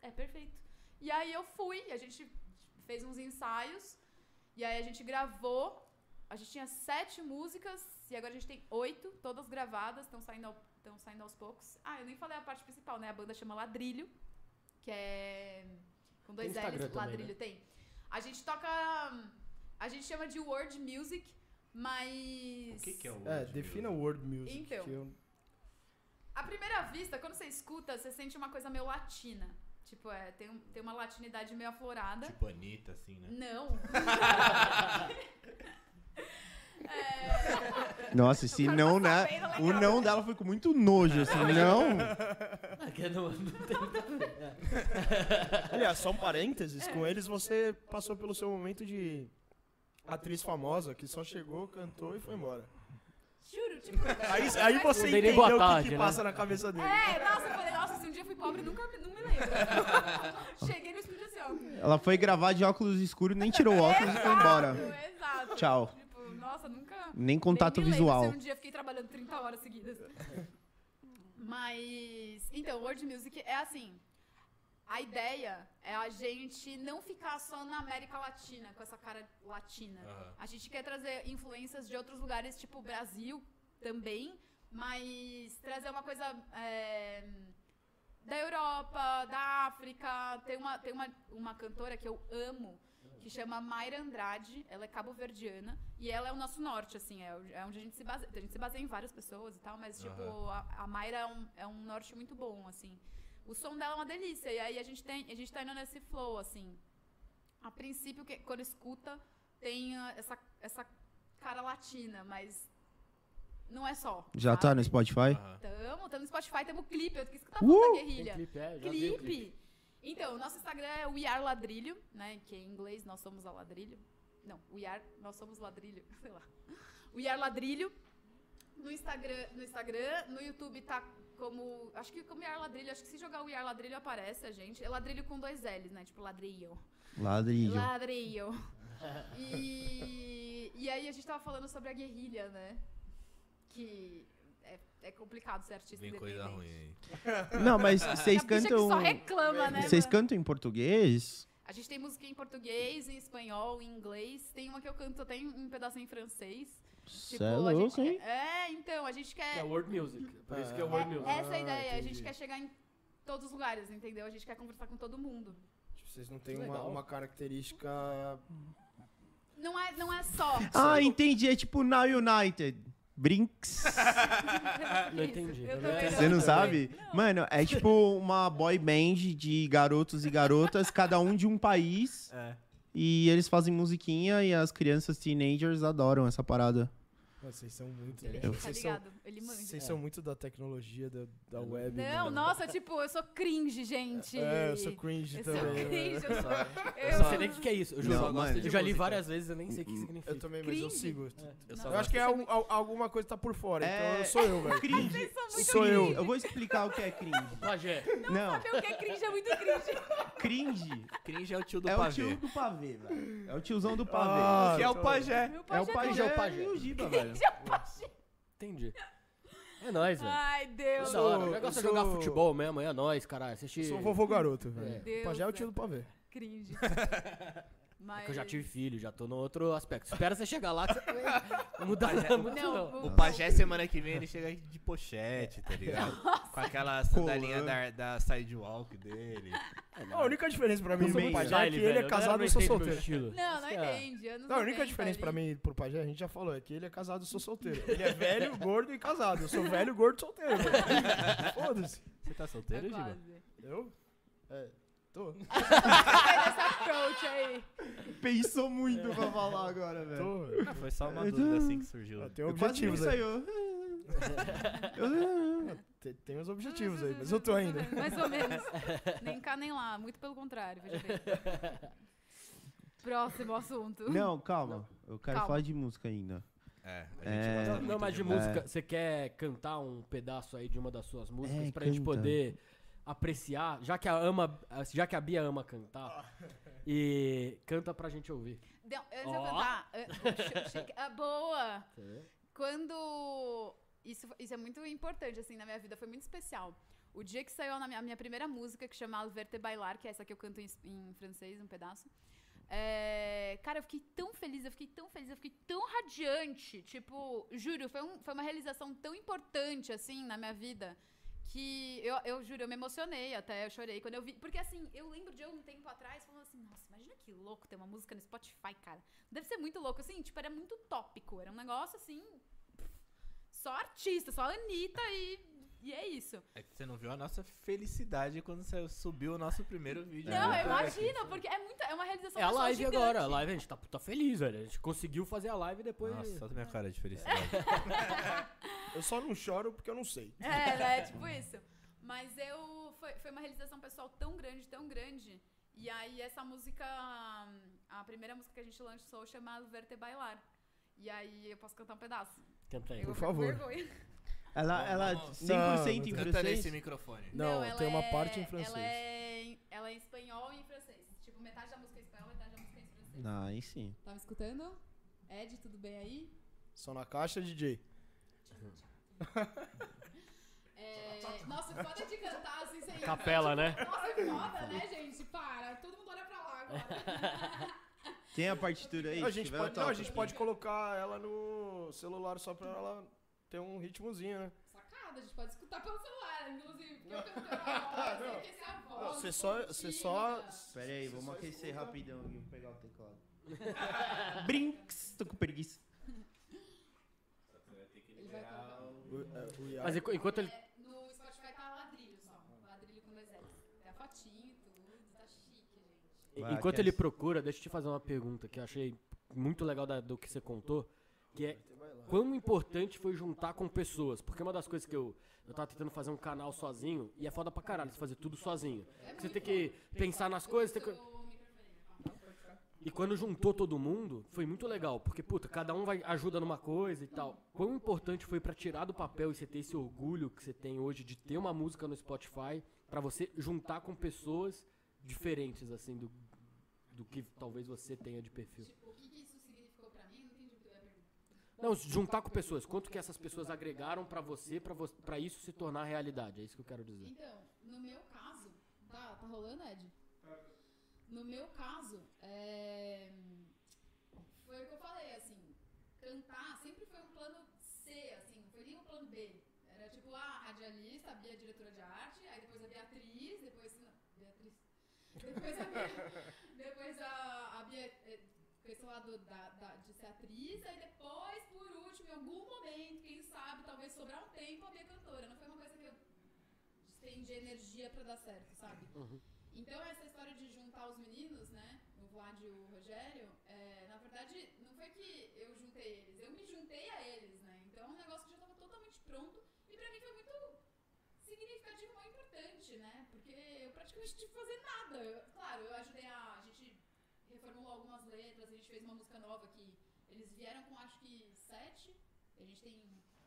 Speaker 5: É perfeito. E aí eu fui, a gente fez uns ensaios, e aí a gente gravou. A gente tinha sete músicas, e agora a gente tem oito, todas gravadas, estão saindo ao- tão estão saindo aos poucos. Ah, eu nem falei a parte principal, né? A banda chama Ladrilho, que é. Com dois
Speaker 4: Tem Instagram
Speaker 5: L's,
Speaker 4: também,
Speaker 5: Ladrilho
Speaker 4: né?
Speaker 5: tem. A gente toca. A gente chama de World Music, mas.
Speaker 2: O que, que é o
Speaker 3: É,
Speaker 2: world
Speaker 3: defina
Speaker 2: music?
Speaker 3: world music.
Speaker 5: Então.
Speaker 3: que eu-
Speaker 5: À primeira vista, quando você escuta, você sente uma coisa meio latina. Tipo, é, tem, um- tem uma latinidade meio aflorada.
Speaker 2: Tipo Anitta, assim, né?
Speaker 5: Não. É,
Speaker 1: Nossa, se
Speaker 5: quero
Speaker 1: não, né?
Speaker 5: passar bem, não
Speaker 1: O
Speaker 5: legal.
Speaker 1: não dela foi com muito nojo, assim. Não.
Speaker 4: Ah, que não- não tem nada a ver. É.
Speaker 3: Aliás, só um parênteses, com eles você passou pelo seu momento de atriz famosa que só chegou, cantou e foi embora.
Speaker 5: Juro, tipo.
Speaker 3: Aí, aí você
Speaker 4: dei nem
Speaker 3: entendeu
Speaker 4: boa
Speaker 3: o que que,
Speaker 4: tarde, né?
Speaker 3: passa na cabeça dele.
Speaker 5: É, nossa, eu falei, nossa, se um dia eu fui pobre, nunca me- não me lembro. Cheguei no estúdio assim, ó.
Speaker 1: Ela foi gravar de óculos escuros, nem tirou o óculos e foi embora.
Speaker 5: Exato.
Speaker 1: Tchau.
Speaker 5: Tipo, nossa, nunca.
Speaker 1: Nem contato
Speaker 5: nem me lembro
Speaker 1: visual.
Speaker 5: se Um dia eu fiquei trabalhando 30 horas seguidas. Mas. Então, World Music é assim. A ideia é a gente não ficar só na América Latina, com essa cara latina.
Speaker 2: Aham.
Speaker 5: A gente quer trazer influências de outros lugares, tipo Brasil também, mas trazer uma coisa é, da Europa, da África. Tem, uma, tem uma, uma cantora que eu amo, que chama Mayra Andrade, ela é cabo-verdiana, e ela é o nosso norte, assim, é, o- é onde a gente se baseia. A gente se baseia em várias pessoas e tal, mas, tipo, a, a Mayra é um, é um norte muito bom, assim. O som dela é uma delícia, e aí a gente, tem, a gente tá indo nesse flow, assim. A princípio, que, quando escuta, tem ah, essa, essa cara latina, mas não é só.
Speaker 1: Já
Speaker 5: sabe?
Speaker 1: tá no Spotify?
Speaker 2: Aham.
Speaker 5: Tamo, tamo no Spotify, tamo clipe, eu esqueci que tá
Speaker 1: Uh!
Speaker 5: falando da
Speaker 4: Tem
Speaker 5: guerrilha.
Speaker 4: clipe, é, já vi o
Speaker 5: Clipe. Então, o nosso Instagram é We Are Ladrilho, né? Que em inglês nós somos a ladrilho. Não, We Are, nós somos ladrilho, sei lá. We Are Ladrilho. No Instagram, no Instagram, no YouTube tá como. Acho que como We Are Ladrilho, acho que se jogar We Are Ladrilho aparece a gente. É ladrilho com dois L's, né? Tipo ladrilho.
Speaker 1: Ladrilho.
Speaker 5: Ladrilho. E, e aí a gente tava falando sobre a guerrilha, né? Que é, é complicado ser artista
Speaker 2: Vem coisa
Speaker 5: independente.
Speaker 2: ruim aí.
Speaker 1: Não, mas vocês
Speaker 5: A bicha que
Speaker 1: cantam.
Speaker 5: só reclama, né?
Speaker 1: Vocês
Speaker 5: mano?
Speaker 1: cantam em português?
Speaker 5: A gente tem música em português, em espanhol, em inglês. Tem uma que eu canto até em um pedacinho em francês.
Speaker 1: Cê é
Speaker 5: Tipo, a
Speaker 1: louco,
Speaker 5: gente
Speaker 1: hein?
Speaker 5: quer... É, então, a gente quer...
Speaker 4: Que é World Music. Por isso que é
Speaker 5: É,
Speaker 4: World Music.
Speaker 5: essa é a
Speaker 3: Ah,
Speaker 5: ideia. A gente
Speaker 3: entendi.
Speaker 5: quer chegar em todos os lugares, entendeu? A gente quer conversar com todo mundo.
Speaker 3: Tipo, Vocês não têm uma,
Speaker 4: Legal.
Speaker 3: uma característica.
Speaker 5: Não é, não é só...
Speaker 1: Ah, entendi. É tipo na United. Brinks.
Speaker 3: Ah,
Speaker 4: Não entendi.
Speaker 5: Eu
Speaker 3: é
Speaker 4: Não
Speaker 5: também
Speaker 1: Você não
Speaker 5: não
Speaker 1: sabe? Mano, é tipo uma boy band de garotos e garotas, cada um de um país.
Speaker 3: É.
Speaker 1: E eles fazem musiquinha e as crianças teenagers adoram essa parada.
Speaker 3: Mano, Vocês são muito.
Speaker 5: Ele
Speaker 1: Eu-
Speaker 5: fica
Speaker 3: Vocês são,
Speaker 5: ligado. Ele manda.
Speaker 3: vocês são muito da tecnologia, da, da web.
Speaker 5: Não,
Speaker 3: mano.
Speaker 5: nossa, tipo, eu sou cringe, gente.
Speaker 3: É, eu sou cringe
Speaker 5: Eu sou
Speaker 3: também. mano.
Speaker 5: cringe, eu sou...
Speaker 4: Eu não sei nem o que que é isso. Eu, juro.
Speaker 1: Não,
Speaker 4: Eu gosto
Speaker 1: mano.
Speaker 4: de- eu já li várias vezes, eu nem sei o que significa.
Speaker 3: Eu também, mas eu
Speaker 5: Cringe?
Speaker 3: sigo.
Speaker 2: Eu
Speaker 5: Não.
Speaker 2: só
Speaker 3: Eu acho
Speaker 2: gosto-
Speaker 3: que é al- al- alguma coisa que tá por fora,
Speaker 1: É.
Speaker 3: então sou eu, velho.
Speaker 1: Cringe.
Speaker 3: Sou eu.
Speaker 1: Eu vou explicar o que é cringe.
Speaker 4: Pajé.
Speaker 1: Não,
Speaker 5: Sabe o que é cringe? É muito cringe.
Speaker 1: cringe
Speaker 2: Cringe é o tio do
Speaker 1: é o tio
Speaker 2: pavê.
Speaker 1: do pavê, velho. É o tiozão do
Speaker 3: Ah,
Speaker 1: pavê.
Speaker 2: Que é
Speaker 3: tô-
Speaker 2: o pajé.
Speaker 5: Meu
Speaker 1: É o
Speaker 5: pajé
Speaker 1: pajé,
Speaker 4: é o pajé.
Speaker 1: e o Giba, velho.
Speaker 4: Entendi. É nóis, velho.
Speaker 5: Ai, Deus.
Speaker 4: Da hora. Eu gosto de
Speaker 3: sou-
Speaker 4: jogar futebol mesmo, é nóis, caralho. Assistir.
Speaker 3: Eu sou um o vovô garoto, velho.
Speaker 5: Deus
Speaker 3: O Pajé é o tio
Speaker 5: do
Speaker 3: do pavê.
Speaker 5: cringe. Mas...
Speaker 4: É Que eu já tive filho, já tô no outro aspecto. Espera você chegar lá que você também não muda
Speaker 2: é
Speaker 4: muito, não.
Speaker 5: Não,
Speaker 2: O pajé, semana que vem, ele chega de pochete, tá ligado? Com aquela sandalinha da, da sidewalk dele.
Speaker 3: A única diferença pra mim
Speaker 1: sou
Speaker 3: pro
Speaker 1: muito
Speaker 3: Pajé é que ele é casado e eu sou solteiro.
Speaker 5: Não,
Speaker 4: Isso
Speaker 5: não
Speaker 4: que é.
Speaker 5: entende. Anos
Speaker 3: Não, a única
Speaker 5: 90
Speaker 3: diferença
Speaker 5: ali.
Speaker 3: pra mim e pro Pajé, a gente já falou, é que ele é casado e eu sou solteiro. Ele é velho, gordo e casado. Eu sou velho, gordo e solteiro. velho. Foda-se.
Speaker 2: Você tá
Speaker 5: É
Speaker 2: solteiro, Giba?
Speaker 5: quase.
Speaker 3: Eu? É, tô.
Speaker 5: Sai dessa approach aí.
Speaker 1: Pensou muito pra falar agora, velho.
Speaker 3: Tô.
Speaker 2: Ah, foi só uma dúvida assim que surgiu.
Speaker 3: Eu tenho
Speaker 1: Eu quase não
Speaker 3: objetivos aí.
Speaker 1: saiu. Eu-
Speaker 3: Tem- Tem os objetivos aí, mas eu tô ainda.
Speaker 5: Mais ou menos. Nem cá, nem lá. Muito pelo contrário. veja bem. Próximo assunto.
Speaker 1: Não, calma. Eu quero
Speaker 5: Calma.
Speaker 1: falar de música ainda.
Speaker 2: É, a gente
Speaker 1: É.
Speaker 2: gosta muito
Speaker 4: Não, mas de
Speaker 2: de
Speaker 4: música, você quer cantar um pedaço aí de uma das suas músicas
Speaker 1: É,
Speaker 4: pra gente
Speaker 1: canta.
Speaker 4: poder apreciar, já que a ama, já que a Bia ama cantar.
Speaker 3: Ah.
Speaker 4: E canta pra gente ouvir.
Speaker 5: Não, antes de eu
Speaker 4: Ó.
Speaker 5: cantar. ah, sh- shake- ah, boa. Quando. Isso, isso é muito importante, assim, na minha vida, foi muito especial. O dia que saiu na minha- a minha primeira música, que chama Alverte Bailar, que é essa que eu canto em, es- em francês, um pedaço. É, cara, eu fiquei tão feliz, eu fiquei tão feliz, eu fiquei tão radiante. Tipo, juro, foi, um- foi uma realização tão importante, assim, na minha vida. Que eu, eu juro, eu me emocionei até, eu chorei quando eu vi. Porque assim, eu lembro de eu um tempo atrás falando assim, nossa, imagina que louco ter uma música no Spotify, cara. Deve ser muito louco, assim, tipo, era muito tópico. Era um negócio assim. pff, Só artista, só Anitta e, e é isso.
Speaker 2: É que você não viu a nossa felicidade quando você subiu o nosso primeiro vídeo.
Speaker 5: Não,
Speaker 2: né?
Speaker 5: eu imagino, porque é, muita, é uma realização
Speaker 4: É a
Speaker 5: pessoal
Speaker 4: live
Speaker 5: gigante.
Speaker 4: agora, a live a gente tá, tá feliz, velho. A gente conseguiu fazer a live e depois.
Speaker 2: Nossa, só minha cara de felicidade.
Speaker 3: Eu só não choro porque eu não sei.
Speaker 5: É, né? Tipo isso. Mas eu. Foi, foi uma realização pessoal tão grande, tão grande. E aí, essa música. A primeira música que a gente lançou chama Verte Bailar. E aí, eu posso cantar um pedaço.
Speaker 4: Tenta aí.
Speaker 5: eu
Speaker 3: Por
Speaker 5: fico com
Speaker 3: favor.
Speaker 5: vergonha.
Speaker 1: Ela,
Speaker 2: Não,
Speaker 1: ela
Speaker 2: não,
Speaker 1: 100% em é
Speaker 3: não.
Speaker 2: Canta
Speaker 1: francês.
Speaker 2: nesse microfone.
Speaker 3: Não,
Speaker 5: ela
Speaker 3: tem uma
Speaker 5: é-
Speaker 3: parte em
Speaker 5: Ela
Speaker 3: francês.
Speaker 5: é, em- ela é em espanhol e em francês. Tipo, metade da música é em espanhol, metade da música é em francês.
Speaker 1: Não, aí sim.
Speaker 5: Tá me escutando? Ed, tudo bem aí?
Speaker 3: Só na caixa, DJ.
Speaker 5: É, nossa, foda de cantar assim sem.
Speaker 4: Capela, né?
Speaker 5: Nossa, é foda, né, gente? Para, todo mundo olha pra lá agora.
Speaker 1: Tem a partitura aí?
Speaker 3: a
Speaker 1: Se
Speaker 3: gente
Speaker 1: tiver,
Speaker 3: pode,
Speaker 1: eu
Speaker 3: não, a
Speaker 1: toco
Speaker 3: gente
Speaker 1: aqui.
Speaker 3: pode colocar ela no celular só pra ela ter um ritmozinho, né?
Speaker 5: Sacada, a gente pode escutar pelo celular, inclusive. Porque eu cantei a voz, eu esqueci é a voz.
Speaker 3: Você só,
Speaker 5: pontinha.
Speaker 3: você só.
Speaker 1: Pera aí, vamos aquecer rapidão e vou pegar o teclado. Brinks, tô com preguiça.
Speaker 5: Ele vai colocar.
Speaker 3: O- é, o Iá-
Speaker 4: Mas enqu- enquanto ele.
Speaker 5: É, no Spotify tá ladrilho só. Ladrilho com dois L's. Tem a fotinho e tudo, tá chique, gente.
Speaker 1: Vai,
Speaker 4: Enquanto
Speaker 1: aquece.
Speaker 4: ele procura, deixa eu te fazer uma pergunta que eu achei muito legal da- do que você contou, que é quão importante foi juntar com pessoas. Porque uma das coisas que eu, eu tava tentando fazer um canal sozinho, e é foda pra caralho você fazer tudo sozinho. Você tem que pensar nas coisas, tem que...
Speaker 5: O microfone.
Speaker 4: E quando juntou todo mundo, foi muito legal, porque, puta, cada um vai, ajuda numa coisa e tal. Quão importante foi pra tirar do papel e você ter esse orgulho que você tem hoje de ter uma música no Spotify, pra você juntar com pessoas diferentes, assim, do, do que talvez você tenha de perfil?
Speaker 5: Tipo, o que, que isso significou pra mim? Não entendi o que tu ia perguntar.
Speaker 4: Não, juntar com pessoas. Quanto que essas pessoas agregaram pra você, pra vo- pra isso se tornar realidade? É isso que eu quero dizer.
Speaker 5: Então, no meu caso, tá, tá rolando, Ed? No meu caso, é, foi o que eu falei, assim, cantar sempre foi um plano C, assim, não foi nem um plano B. Era tipo a radialista, a Bia é diretora de arte, aí depois a Beatriz, depois. Não, Beatriz. Depois a Bia, depois a, a Bia eh, questão lá do, da, da- de ser atriz, aí depois, por último, em algum momento, quem sabe, talvez sobrar um tempo, a Bia cantora. Não foi uma coisa que eu despende energia pra dar certo, sabe? Então, essa história de juntar os meninos, né? O Vlad e o Rogério, é, na verdade, não foi que eu juntei eles, eu me juntei a eles, né? Então, é um negócio que já estava totalmente pronto e pra mim foi muito significativo, muito importante, né? Porque eu praticamente não tive que fazer nada. Eu- claro, eu ajudei a. A gente reformulou algumas letras, a gente fez uma música nova que eles vieram com acho que sete, a gente tem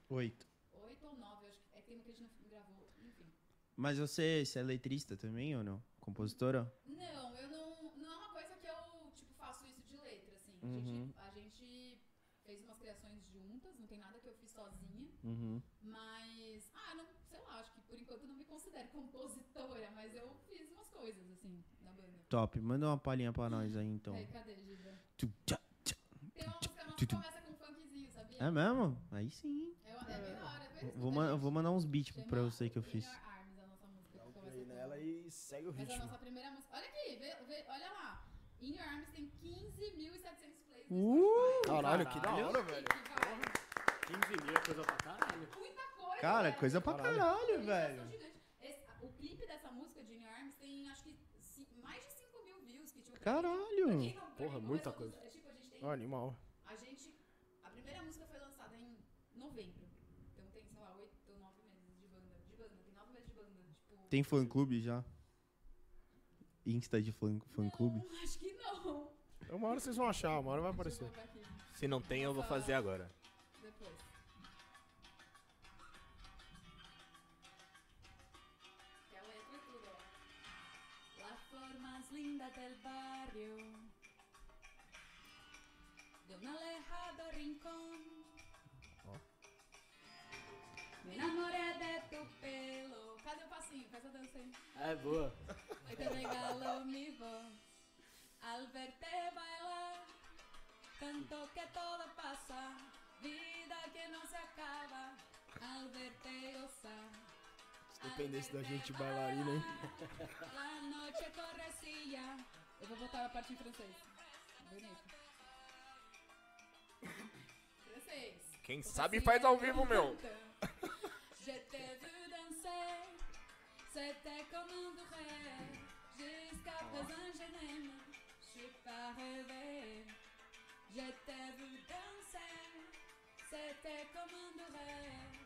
Speaker 1: Oito.
Speaker 5: oito ou nove, eu acho que é que tem uma que a gente não gravou, enfim.
Speaker 1: Mas você, você é letrista também ou não? Compositora?
Speaker 5: Não, eu não. Não é uma coisa que eu, tipo, faço isso de letra, assim. A
Speaker 1: Uhum.
Speaker 5: gente- A, gente, fez umas criações juntas, não tem nada que eu fiz sozinha.
Speaker 1: Uhum.
Speaker 5: Mas. Ah, não, sei lá, acho que por enquanto eu não me considero compositora, mas eu fiz umas coisas, assim, na banda.
Speaker 1: Top. Manda uma palhinha pra nós aí então.
Speaker 6: É.
Speaker 5: Aí, cadê, Giba?
Speaker 1: Tu- tchá.
Speaker 5: Tem uma música nossa que começa com um funkzinho, sabia?
Speaker 1: É mesmo? Aí sim.
Speaker 5: É, uma- é bem da hora, depois
Speaker 1: Vou-
Speaker 5: escuta,
Speaker 1: Vou, ma-
Speaker 5: gente.
Speaker 1: vou mandar uns beats
Speaker 5: Chama
Speaker 1: pra você que eu
Speaker 5: In
Speaker 1: fiz.
Speaker 5: Your Arms, a nossa música, que
Speaker 3: Dá um
Speaker 5: começa
Speaker 3: play
Speaker 5: com-
Speaker 3: nela e segue o
Speaker 5: Essa é a
Speaker 3: ritmo.
Speaker 5: nossa primeira música. Olha aqui, vê, vê, olha lá. In Your Arms tem 15.700 plays.
Speaker 1: Uh!
Speaker 3: Caralho, que da hora,
Speaker 5: velho.
Speaker 4: 15 mil é coisa pra caralho.
Speaker 5: Muita coisa.
Speaker 1: Cara,
Speaker 5: velho.
Speaker 1: coisa pra
Speaker 3: Caralho.
Speaker 1: caralho,
Speaker 5: Uma
Speaker 1: velho.
Speaker 5: realização gigante. Esse- o clipe dessa música de In Your Arms tem acho que ci- mais de 5 mil views. Que, tipo, pra
Speaker 1: Caralho.
Speaker 5: quem não- pra
Speaker 4: Porra,
Speaker 5: quem não
Speaker 4: muita
Speaker 5: começou-
Speaker 4: coisa.
Speaker 5: é, tipo, a gente tem-
Speaker 3: Ó, Animal.
Speaker 5: a gente. A primeira música foi lançada em novembro. Então tem, sei lá, 8 ou 9 meses de banda. De banda, tem 9 meses de banda. Tipo,
Speaker 1: Tem fã clube já? Insta de fã, fã clube?
Speaker 5: Não, acho que não.
Speaker 3: Então, Uma hora vocês vão achar, uma hora vai
Speaker 5: Deixa eu
Speaker 3: aparecer.
Speaker 5: colocar aqui
Speaker 2: Se não tem, eu vou fazer agora.
Speaker 5: depois. Que a letra é tudo, ó. La flor más linda del barrio De un alejado rincón Me enamoré de tu pelo
Speaker 3: É,
Speaker 5: Cadê o passinho? Faz a dança aí
Speaker 4: É, boa.
Speaker 5: Hoy te regalo mi voz Al verte bailar, tanto que todo pasa, vida que no se acaba, al verte gozar. al
Speaker 3: Dependesse da
Speaker 5: verte
Speaker 3: gente bailarina, ¿eh? hein?
Speaker 5: bailar, La noche correcilla. Eu vou botar a parte em francês. Bonito. Francês.
Speaker 7: Quem sabe faz ao vivo, meu.
Speaker 5: Je t'ai vu danser, c'était comme un rêve. Jusqu'à présent, je n'aime, je suis pas rêvé. Je t'ai vu danser, c'était comme un rêve.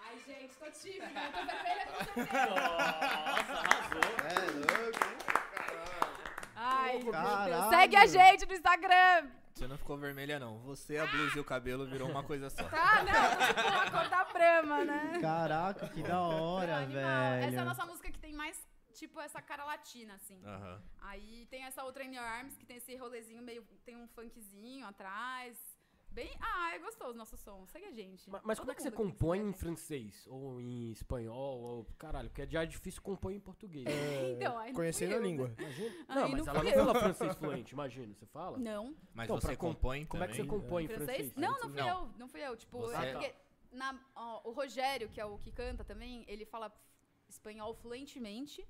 Speaker 6: Ai, gente, tô tímida, eu tô vermelha com certeza.
Speaker 1: É louco.
Speaker 6: Ai,
Speaker 1: Caralho.
Speaker 6: segue a gente no Instagram.
Speaker 2: Você não ficou vermelha, não. Você, a blusa e o cabelo virou uma coisa só.
Speaker 6: Tá, não, a cor da brama, né?
Speaker 1: Caraca, que da
Speaker 6: Não,
Speaker 1: hora,
Speaker 6: animal.
Speaker 1: velho.
Speaker 6: Essa é a nossa música que tem mais, tipo, essa cara latina, assim.
Speaker 2: Aham.
Speaker 6: Aí tem essa outra In Your Arms, que tem esse rolezinho meio. Tem um funkzinho atrás. Bem. Ah, é gostoso o nosso som. Segue a gente.
Speaker 4: Ma- Mas
Speaker 6: Tipo, Todo
Speaker 4: como é que você
Speaker 6: mundo aqui
Speaker 4: compõe
Speaker 6: segue.
Speaker 4: em francês? Ou em espanhol? Ou, caralho, porque já é difícil compor em português.
Speaker 2: É.
Speaker 6: Então, aí não
Speaker 3: Conhecendo
Speaker 6: fui
Speaker 3: a
Speaker 6: eu.
Speaker 3: língua.
Speaker 4: Imagina. Não,
Speaker 6: Aí não
Speaker 4: mas ela
Speaker 6: fui
Speaker 4: não
Speaker 6: eu.
Speaker 4: fala francês fluente, imagina. Você fala?
Speaker 6: Não.
Speaker 2: Mas
Speaker 4: Então,
Speaker 2: você
Speaker 4: pra com-
Speaker 2: compõe
Speaker 4: Como é que você
Speaker 2: também?
Speaker 4: compõe em
Speaker 6: Francês?
Speaker 4: francês?
Speaker 6: Não, não fui
Speaker 2: Não.
Speaker 6: eu. Não fui eu. Tipo,
Speaker 2: Você-
Speaker 6: é porque na- ó, o Rogério, que é o que canta também, ele fala f- espanhol fluentemente.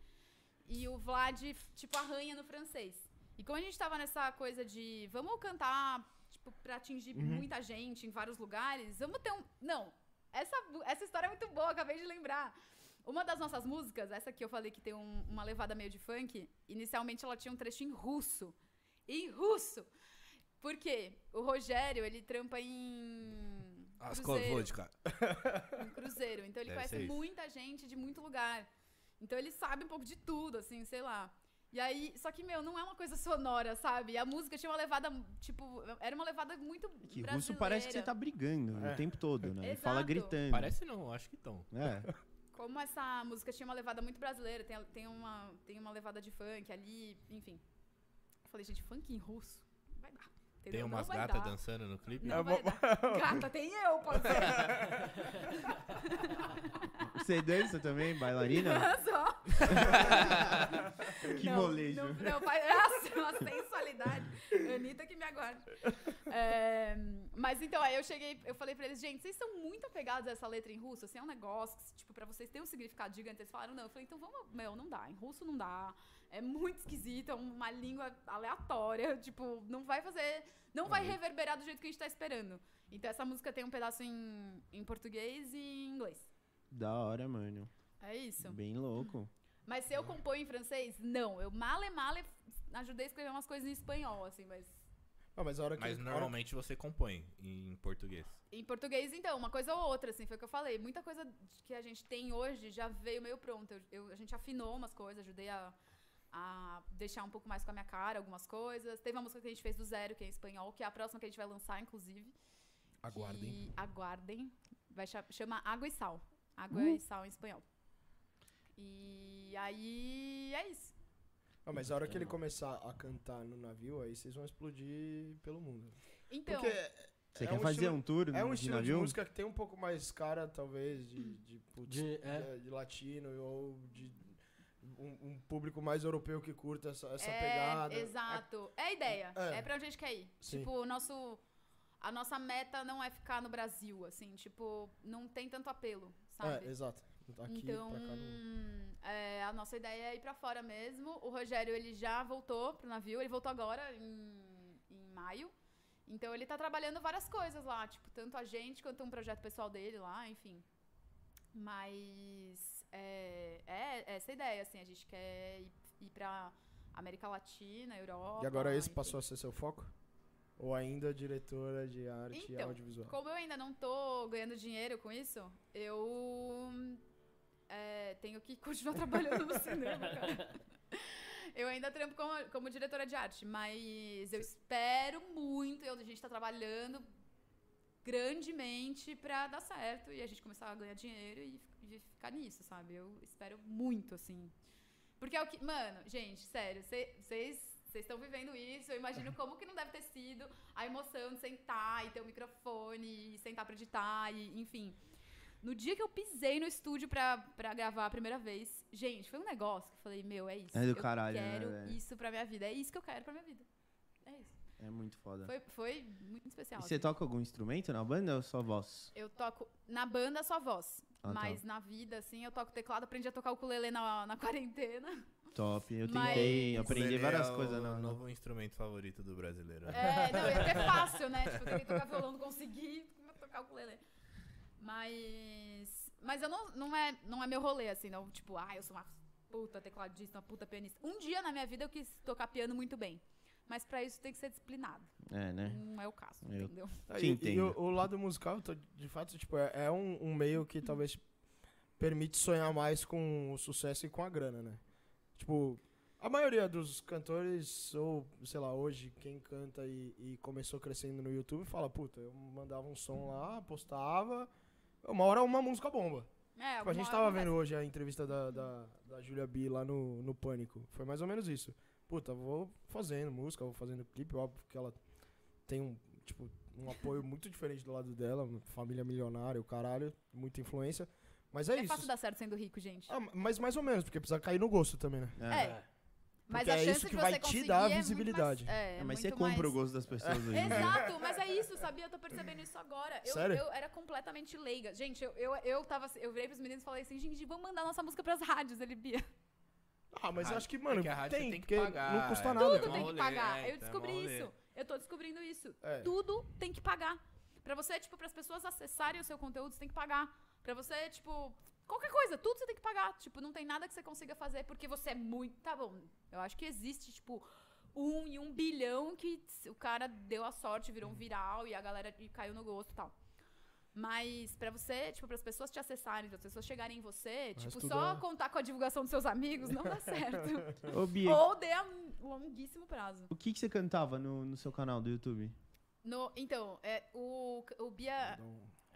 Speaker 6: E o Vlad, tipo, arranha no francês. E como a gente tava nessa coisa de vamos cantar, tipo, pra atingir muita gente em vários lugares, vamos ter um. Não, essa, bu- essa história é muito boa, acabei de lembrar. Uma das nossas músicas, essa que eu falei que tem um- uma levada meio de funk, inicialmente ela tinha um trecho em russo. Em russo! Por quê? O Rogério, ele trampa em.
Speaker 2: As
Speaker 6: cruzeiro,
Speaker 2: vodka.
Speaker 6: Em cruzeiro. Então ele
Speaker 2: Deve
Speaker 6: conhece
Speaker 2: ser isso.
Speaker 6: muita gente de muito lugar. Então ele sabe um pouco de tudo, assim, sei lá. E aí, só que, meu, não é uma coisa sonora, sabe? A música tinha uma levada, tipo, era uma levada muito.
Speaker 1: Que
Speaker 6: brasileira.
Speaker 1: russo parece que você tá brigando
Speaker 3: É.
Speaker 1: o tempo todo, né?
Speaker 6: Exato.
Speaker 1: Fala gritando.
Speaker 2: Parece não, acho que estão.
Speaker 1: É.
Speaker 6: Como essa música tinha uma levada muito brasileira, tem, tem, uma, tem uma levada de funk ali, enfim. Eu falei, gente, funk em russo? Não Vai dar. entendeu?
Speaker 2: Tem
Speaker 6: Não
Speaker 2: umas
Speaker 6: vai
Speaker 2: gatas
Speaker 6: dar.
Speaker 2: dançando no clipe.
Speaker 6: Não vai dar. Gata, tem eu, pode ser.
Speaker 1: Você dança também, bailarina?
Speaker 2: né?
Speaker 6: Só.
Speaker 1: que
Speaker 6: não,
Speaker 1: molejo.
Speaker 6: Não, não, faz- Nossa, uma sensualidade. Anitta que me aguarde. É, mas então, aí eu cheguei, eu falei pra eles, gente, vocês são muito apegados a essa letra em russo, assim, é um negócio que, tipo, pra vocês tem um significado gigante. Eles falaram, não. Eu falei, então vamos, meu, não dá, em russo não dá. É muito esquisito, é uma língua aleatória, tipo, não vai fazer, não vai
Speaker 1: Uhum.
Speaker 6: reverberar do jeito que a gente tá esperando. Então essa música tem um pedaço em, em português e em inglês.
Speaker 1: Da hora, mano.
Speaker 6: É isso.
Speaker 1: Bem louco.
Speaker 6: Mas se eu componho em francês, não. Eu male male ajudei a escrever umas coisas em espanhol, assim, mas.
Speaker 3: Ah, mas a hora que.
Speaker 2: Mas é um
Speaker 3: a hora-
Speaker 2: normalmente você compõe em português.
Speaker 6: Em português, então, uma coisa ou outra, assim, foi o que eu falei. Muita coisa que a gente tem hoje já veio meio pronta. Eu- eu- a gente afinou umas coisas, ajudei a, a deixar um pouco mais com a minha cara algumas coisas. Teve uma música que a gente fez do zero, que é em espanhol, que é a próxima que a gente vai lançar, inclusive.
Speaker 7: Aguardem.
Speaker 6: Que, aguardem. Vai cha- chama Água e Sal. Água e Sal em espanhol. E aí é isso.
Speaker 3: Ah, mas a hora que ele começar a cantar no navio, aí vocês vão explodir pelo mundo.
Speaker 6: Então.
Speaker 3: Porque
Speaker 1: Você
Speaker 3: É
Speaker 1: quer
Speaker 3: um
Speaker 1: fazer
Speaker 3: estilo-
Speaker 1: um tour
Speaker 3: é um
Speaker 1: de
Speaker 3: estilo de
Speaker 1: navio?
Speaker 3: música que tem um pouco mais cara, talvez, de, de, putz,
Speaker 4: De- é.
Speaker 3: de- de latino ou de um, um público mais europeu que curta essa, essa
Speaker 6: é,
Speaker 3: pegada.
Speaker 6: Exato. É a ideia.
Speaker 3: É.
Speaker 6: É, pra onde a gente quer ir.
Speaker 3: Sim.
Speaker 6: Tipo, o nosso. A nossa meta não é ficar no Brasil, assim, tipo, não tem tanto apelo, sabe?
Speaker 3: É, exato. Aqui
Speaker 6: então,
Speaker 3: pra cá não.
Speaker 6: é, a nossa ideia é ir pra fora mesmo. O Rogério, ele já voltou pro navio, ele voltou agora em, em maio. Então ele tá trabalhando várias coisas lá, tipo, tanto a gente quanto um projeto pessoal dele lá, enfim. Mas é, é essa ideia, assim, a gente quer ir, ir pra América Latina, Europa.
Speaker 3: E agora esse
Speaker 6: enfim.
Speaker 3: passou a ser seu foco? Ou ainda é diretora de arte e
Speaker 6: Então,
Speaker 3: audiovisual?
Speaker 6: Como eu ainda não tô ganhando dinheiro com isso, eu é, tenho que continuar trabalhando no cinema, cara. Eu ainda trampo como, como diretora de arte, mas eu espero muito, eu, a gente tá trabalhando grandemente pra dar certo e a gente começar a ganhar dinheiro e, fi- e ficar nisso, sabe? Eu espero muito, assim. Porque é o que. Mano, gente, sério, vocês. Vocês estão vivendo isso, eu imagino como que não deve ter sido a emoção de sentar e ter o microfone, e sentar pra editar, e, enfim. No dia que eu pisei no estúdio pra, pra gravar a primeira vez, gente, foi um negócio que eu falei, meu, é isso.
Speaker 1: É do
Speaker 6: eu
Speaker 1: caralho, né,
Speaker 6: quero
Speaker 1: velho?
Speaker 6: isso pra minha vida. É isso que eu quero pra minha vida. É isso.
Speaker 1: É muito foda.
Speaker 6: Foi, foi muito especial.
Speaker 1: E você
Speaker 6: assim.
Speaker 1: toca algum instrumento na banda ou só voz?
Speaker 6: Eu toco na banda só voz.
Speaker 1: Ah, tá.
Speaker 6: Mas na vida, assim, eu toco teclado, aprendi a tocar o ukulele na, na quarentena.
Speaker 1: Top. Eu
Speaker 6: Mas-
Speaker 1: tentei aprender
Speaker 2: Ukulele
Speaker 1: várias
Speaker 2: é o
Speaker 1: coisas. Não,
Speaker 2: novo instrumento favorito do brasileiro. né?
Speaker 6: É, não, é até fácil, né? Tipo, eu tentei tocar violão, não consegui vou tocar o ukulele. Mas. Mas eu não, não, é, não é meu rolê, assim, não. Tipo, ah, eu sou uma puta tecladista, uma puta pianista. Um dia na minha vida eu quis tocar piano muito bem. Mas pra isso tem que ser disciplinado.
Speaker 1: É, né?
Speaker 6: Não é o caso,
Speaker 1: Eu-
Speaker 6: entendeu?
Speaker 3: Ah,
Speaker 1: Te
Speaker 3: e- E,
Speaker 1: entendo.
Speaker 3: o, o lado musical, tô- de fato, tipo, é, é um, um meio que talvez permite sonhar mais com o sucesso e com a grana, né? Tipo, a maioria dos cantores, ou sei lá, hoje, quem canta e, e começou crescendo no YouTube, fala, puta, eu mandava um som lá, postava, uma hora uma música bomba. Tipo,
Speaker 6: É,
Speaker 3: a
Speaker 6: alguma
Speaker 3: gente
Speaker 6: hora
Speaker 3: tava
Speaker 6: acontece.
Speaker 3: vendo hoje a entrevista da, da, da Julia B lá no, no Pânico. Foi mais ou menos isso. Puta, vou fazendo música, vou fazendo clipe, óbvio que ela tem um, tipo, um apoio muito diferente do lado dela, família milionária, o caralho, muita influência. Mas é,
Speaker 6: É
Speaker 3: isso.
Speaker 6: fácil dar certo sendo rico, gente.
Speaker 1: É.
Speaker 3: Ah, mas mais ou menos, porque precisa cair no gosto também, né?
Speaker 6: É. Mas
Speaker 3: Porque
Speaker 6: a
Speaker 3: é
Speaker 6: chance
Speaker 3: isso que
Speaker 6: de você
Speaker 3: vai te
Speaker 6: conseguir
Speaker 3: dar
Speaker 6: é muito
Speaker 3: visibilidade.
Speaker 6: Mais, é,
Speaker 1: É, mas
Speaker 6: muito
Speaker 1: você compra
Speaker 6: mais...
Speaker 1: o gosto das pessoas hoje. em dia.
Speaker 6: Exato, mas é isso, sabia? Eu tô percebendo isso agora. Eu,
Speaker 3: Sério?
Speaker 6: eu era completamente leiga. Gente, eu, eu, eu tava. assim- Eu virei pros meninos e falei assim, gente, vamos mandar nossa música pras rádios, ele Bia.
Speaker 3: Ah, mas
Speaker 2: Rádio-
Speaker 3: acho que, mano,
Speaker 2: é que a rádio
Speaker 3: tem,
Speaker 2: você tem que
Speaker 3: porque
Speaker 2: pagar,
Speaker 3: não custa
Speaker 2: é.
Speaker 3: nada. né?
Speaker 6: Tudo
Speaker 2: um
Speaker 6: tem que
Speaker 2: rolê,
Speaker 6: pagar.
Speaker 2: é,
Speaker 6: eu
Speaker 2: então é um
Speaker 6: descobri
Speaker 2: rolê.
Speaker 6: isso. Eu tô descobrindo isso.
Speaker 3: É.
Speaker 6: Tudo tem que pagar. Pra você, tipo, pras pessoas acessarem o seu conteúdo, você tem que pagar. Pra você, tipo, qualquer coisa, tudo você tem que pagar. Tipo, não tem nada que você consiga fazer porque você é muito. Tá bom. Eu acho que existe, tipo, um e um bilhão que tss, o cara deu a sorte, virou um
Speaker 3: Uhum.
Speaker 6: viral e a galera e caiu no gosto e tal. Mas pra você, tipo, pras pessoas te acessarem, as pessoas chegarem em você,
Speaker 3: Mas
Speaker 6: tipo,
Speaker 3: tudo
Speaker 6: só
Speaker 3: é-
Speaker 6: contar com a divulgação dos seus amigos não dá certo.
Speaker 1: Ô, Bia,
Speaker 6: Ou dê a um longuíssimo prazo.
Speaker 1: o que, que você cantava no, no seu canal do YouTube?
Speaker 6: No- então, é, o, o Bia.
Speaker 4: É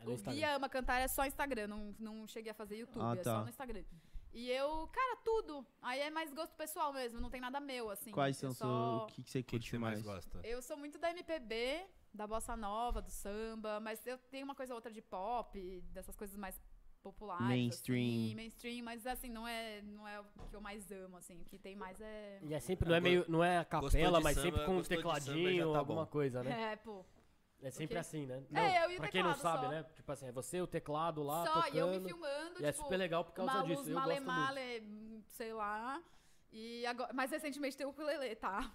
Speaker 4: no
Speaker 6: O
Speaker 4: Instagram.
Speaker 6: Bia ama cantar é só Instagram, não, não cheguei a fazer YouTube,
Speaker 1: Ah,
Speaker 6: é
Speaker 1: tá.
Speaker 6: só no Instagram. E eu, cara, tudo. Aí é mais gosto pessoal mesmo, não tem nada meu, assim.
Speaker 1: Quais
Speaker 6: Eu
Speaker 1: são
Speaker 6: só-
Speaker 1: só... o que, que você
Speaker 2: O que que
Speaker 1: curte
Speaker 2: você mais
Speaker 1: mais?
Speaker 2: gosta?
Speaker 6: Eu sou muito da MPB, da bossa nova, do samba, mas eu tenho uma coisa ou outra de pop, dessas coisas mais populares.
Speaker 1: Mainstream.
Speaker 6: assim, mainstream, mas assim, não é, não é o que eu mais amo, assim. O que tem mais é.
Speaker 4: E é sempre, não é, meio, não é a
Speaker 2: Gostou
Speaker 4: capela,
Speaker 2: de
Speaker 4: mas
Speaker 2: samba,
Speaker 4: sempre com um
Speaker 2: gostou de samba, já
Speaker 4: tecladinho,
Speaker 2: tá
Speaker 4: alguma
Speaker 2: bom.
Speaker 4: coisa, né?
Speaker 6: É, pô.
Speaker 4: É sempre
Speaker 6: Ok.
Speaker 4: assim, né?
Speaker 6: eu e o
Speaker 4: pra quem não
Speaker 6: teclado
Speaker 4: sabe,
Speaker 6: só.
Speaker 4: né? Tipo assim, é você, o teclado lá,
Speaker 6: só,
Speaker 4: tocando.
Speaker 6: e eu me filmando,
Speaker 4: e é
Speaker 6: tipo,
Speaker 4: super legal por causa
Speaker 6: Maluz,
Speaker 4: disso. Eu
Speaker 6: male,
Speaker 4: gosto muito.
Speaker 6: male, hum, é sei lá. E agora, mais recentemente tem o ukulele, tá?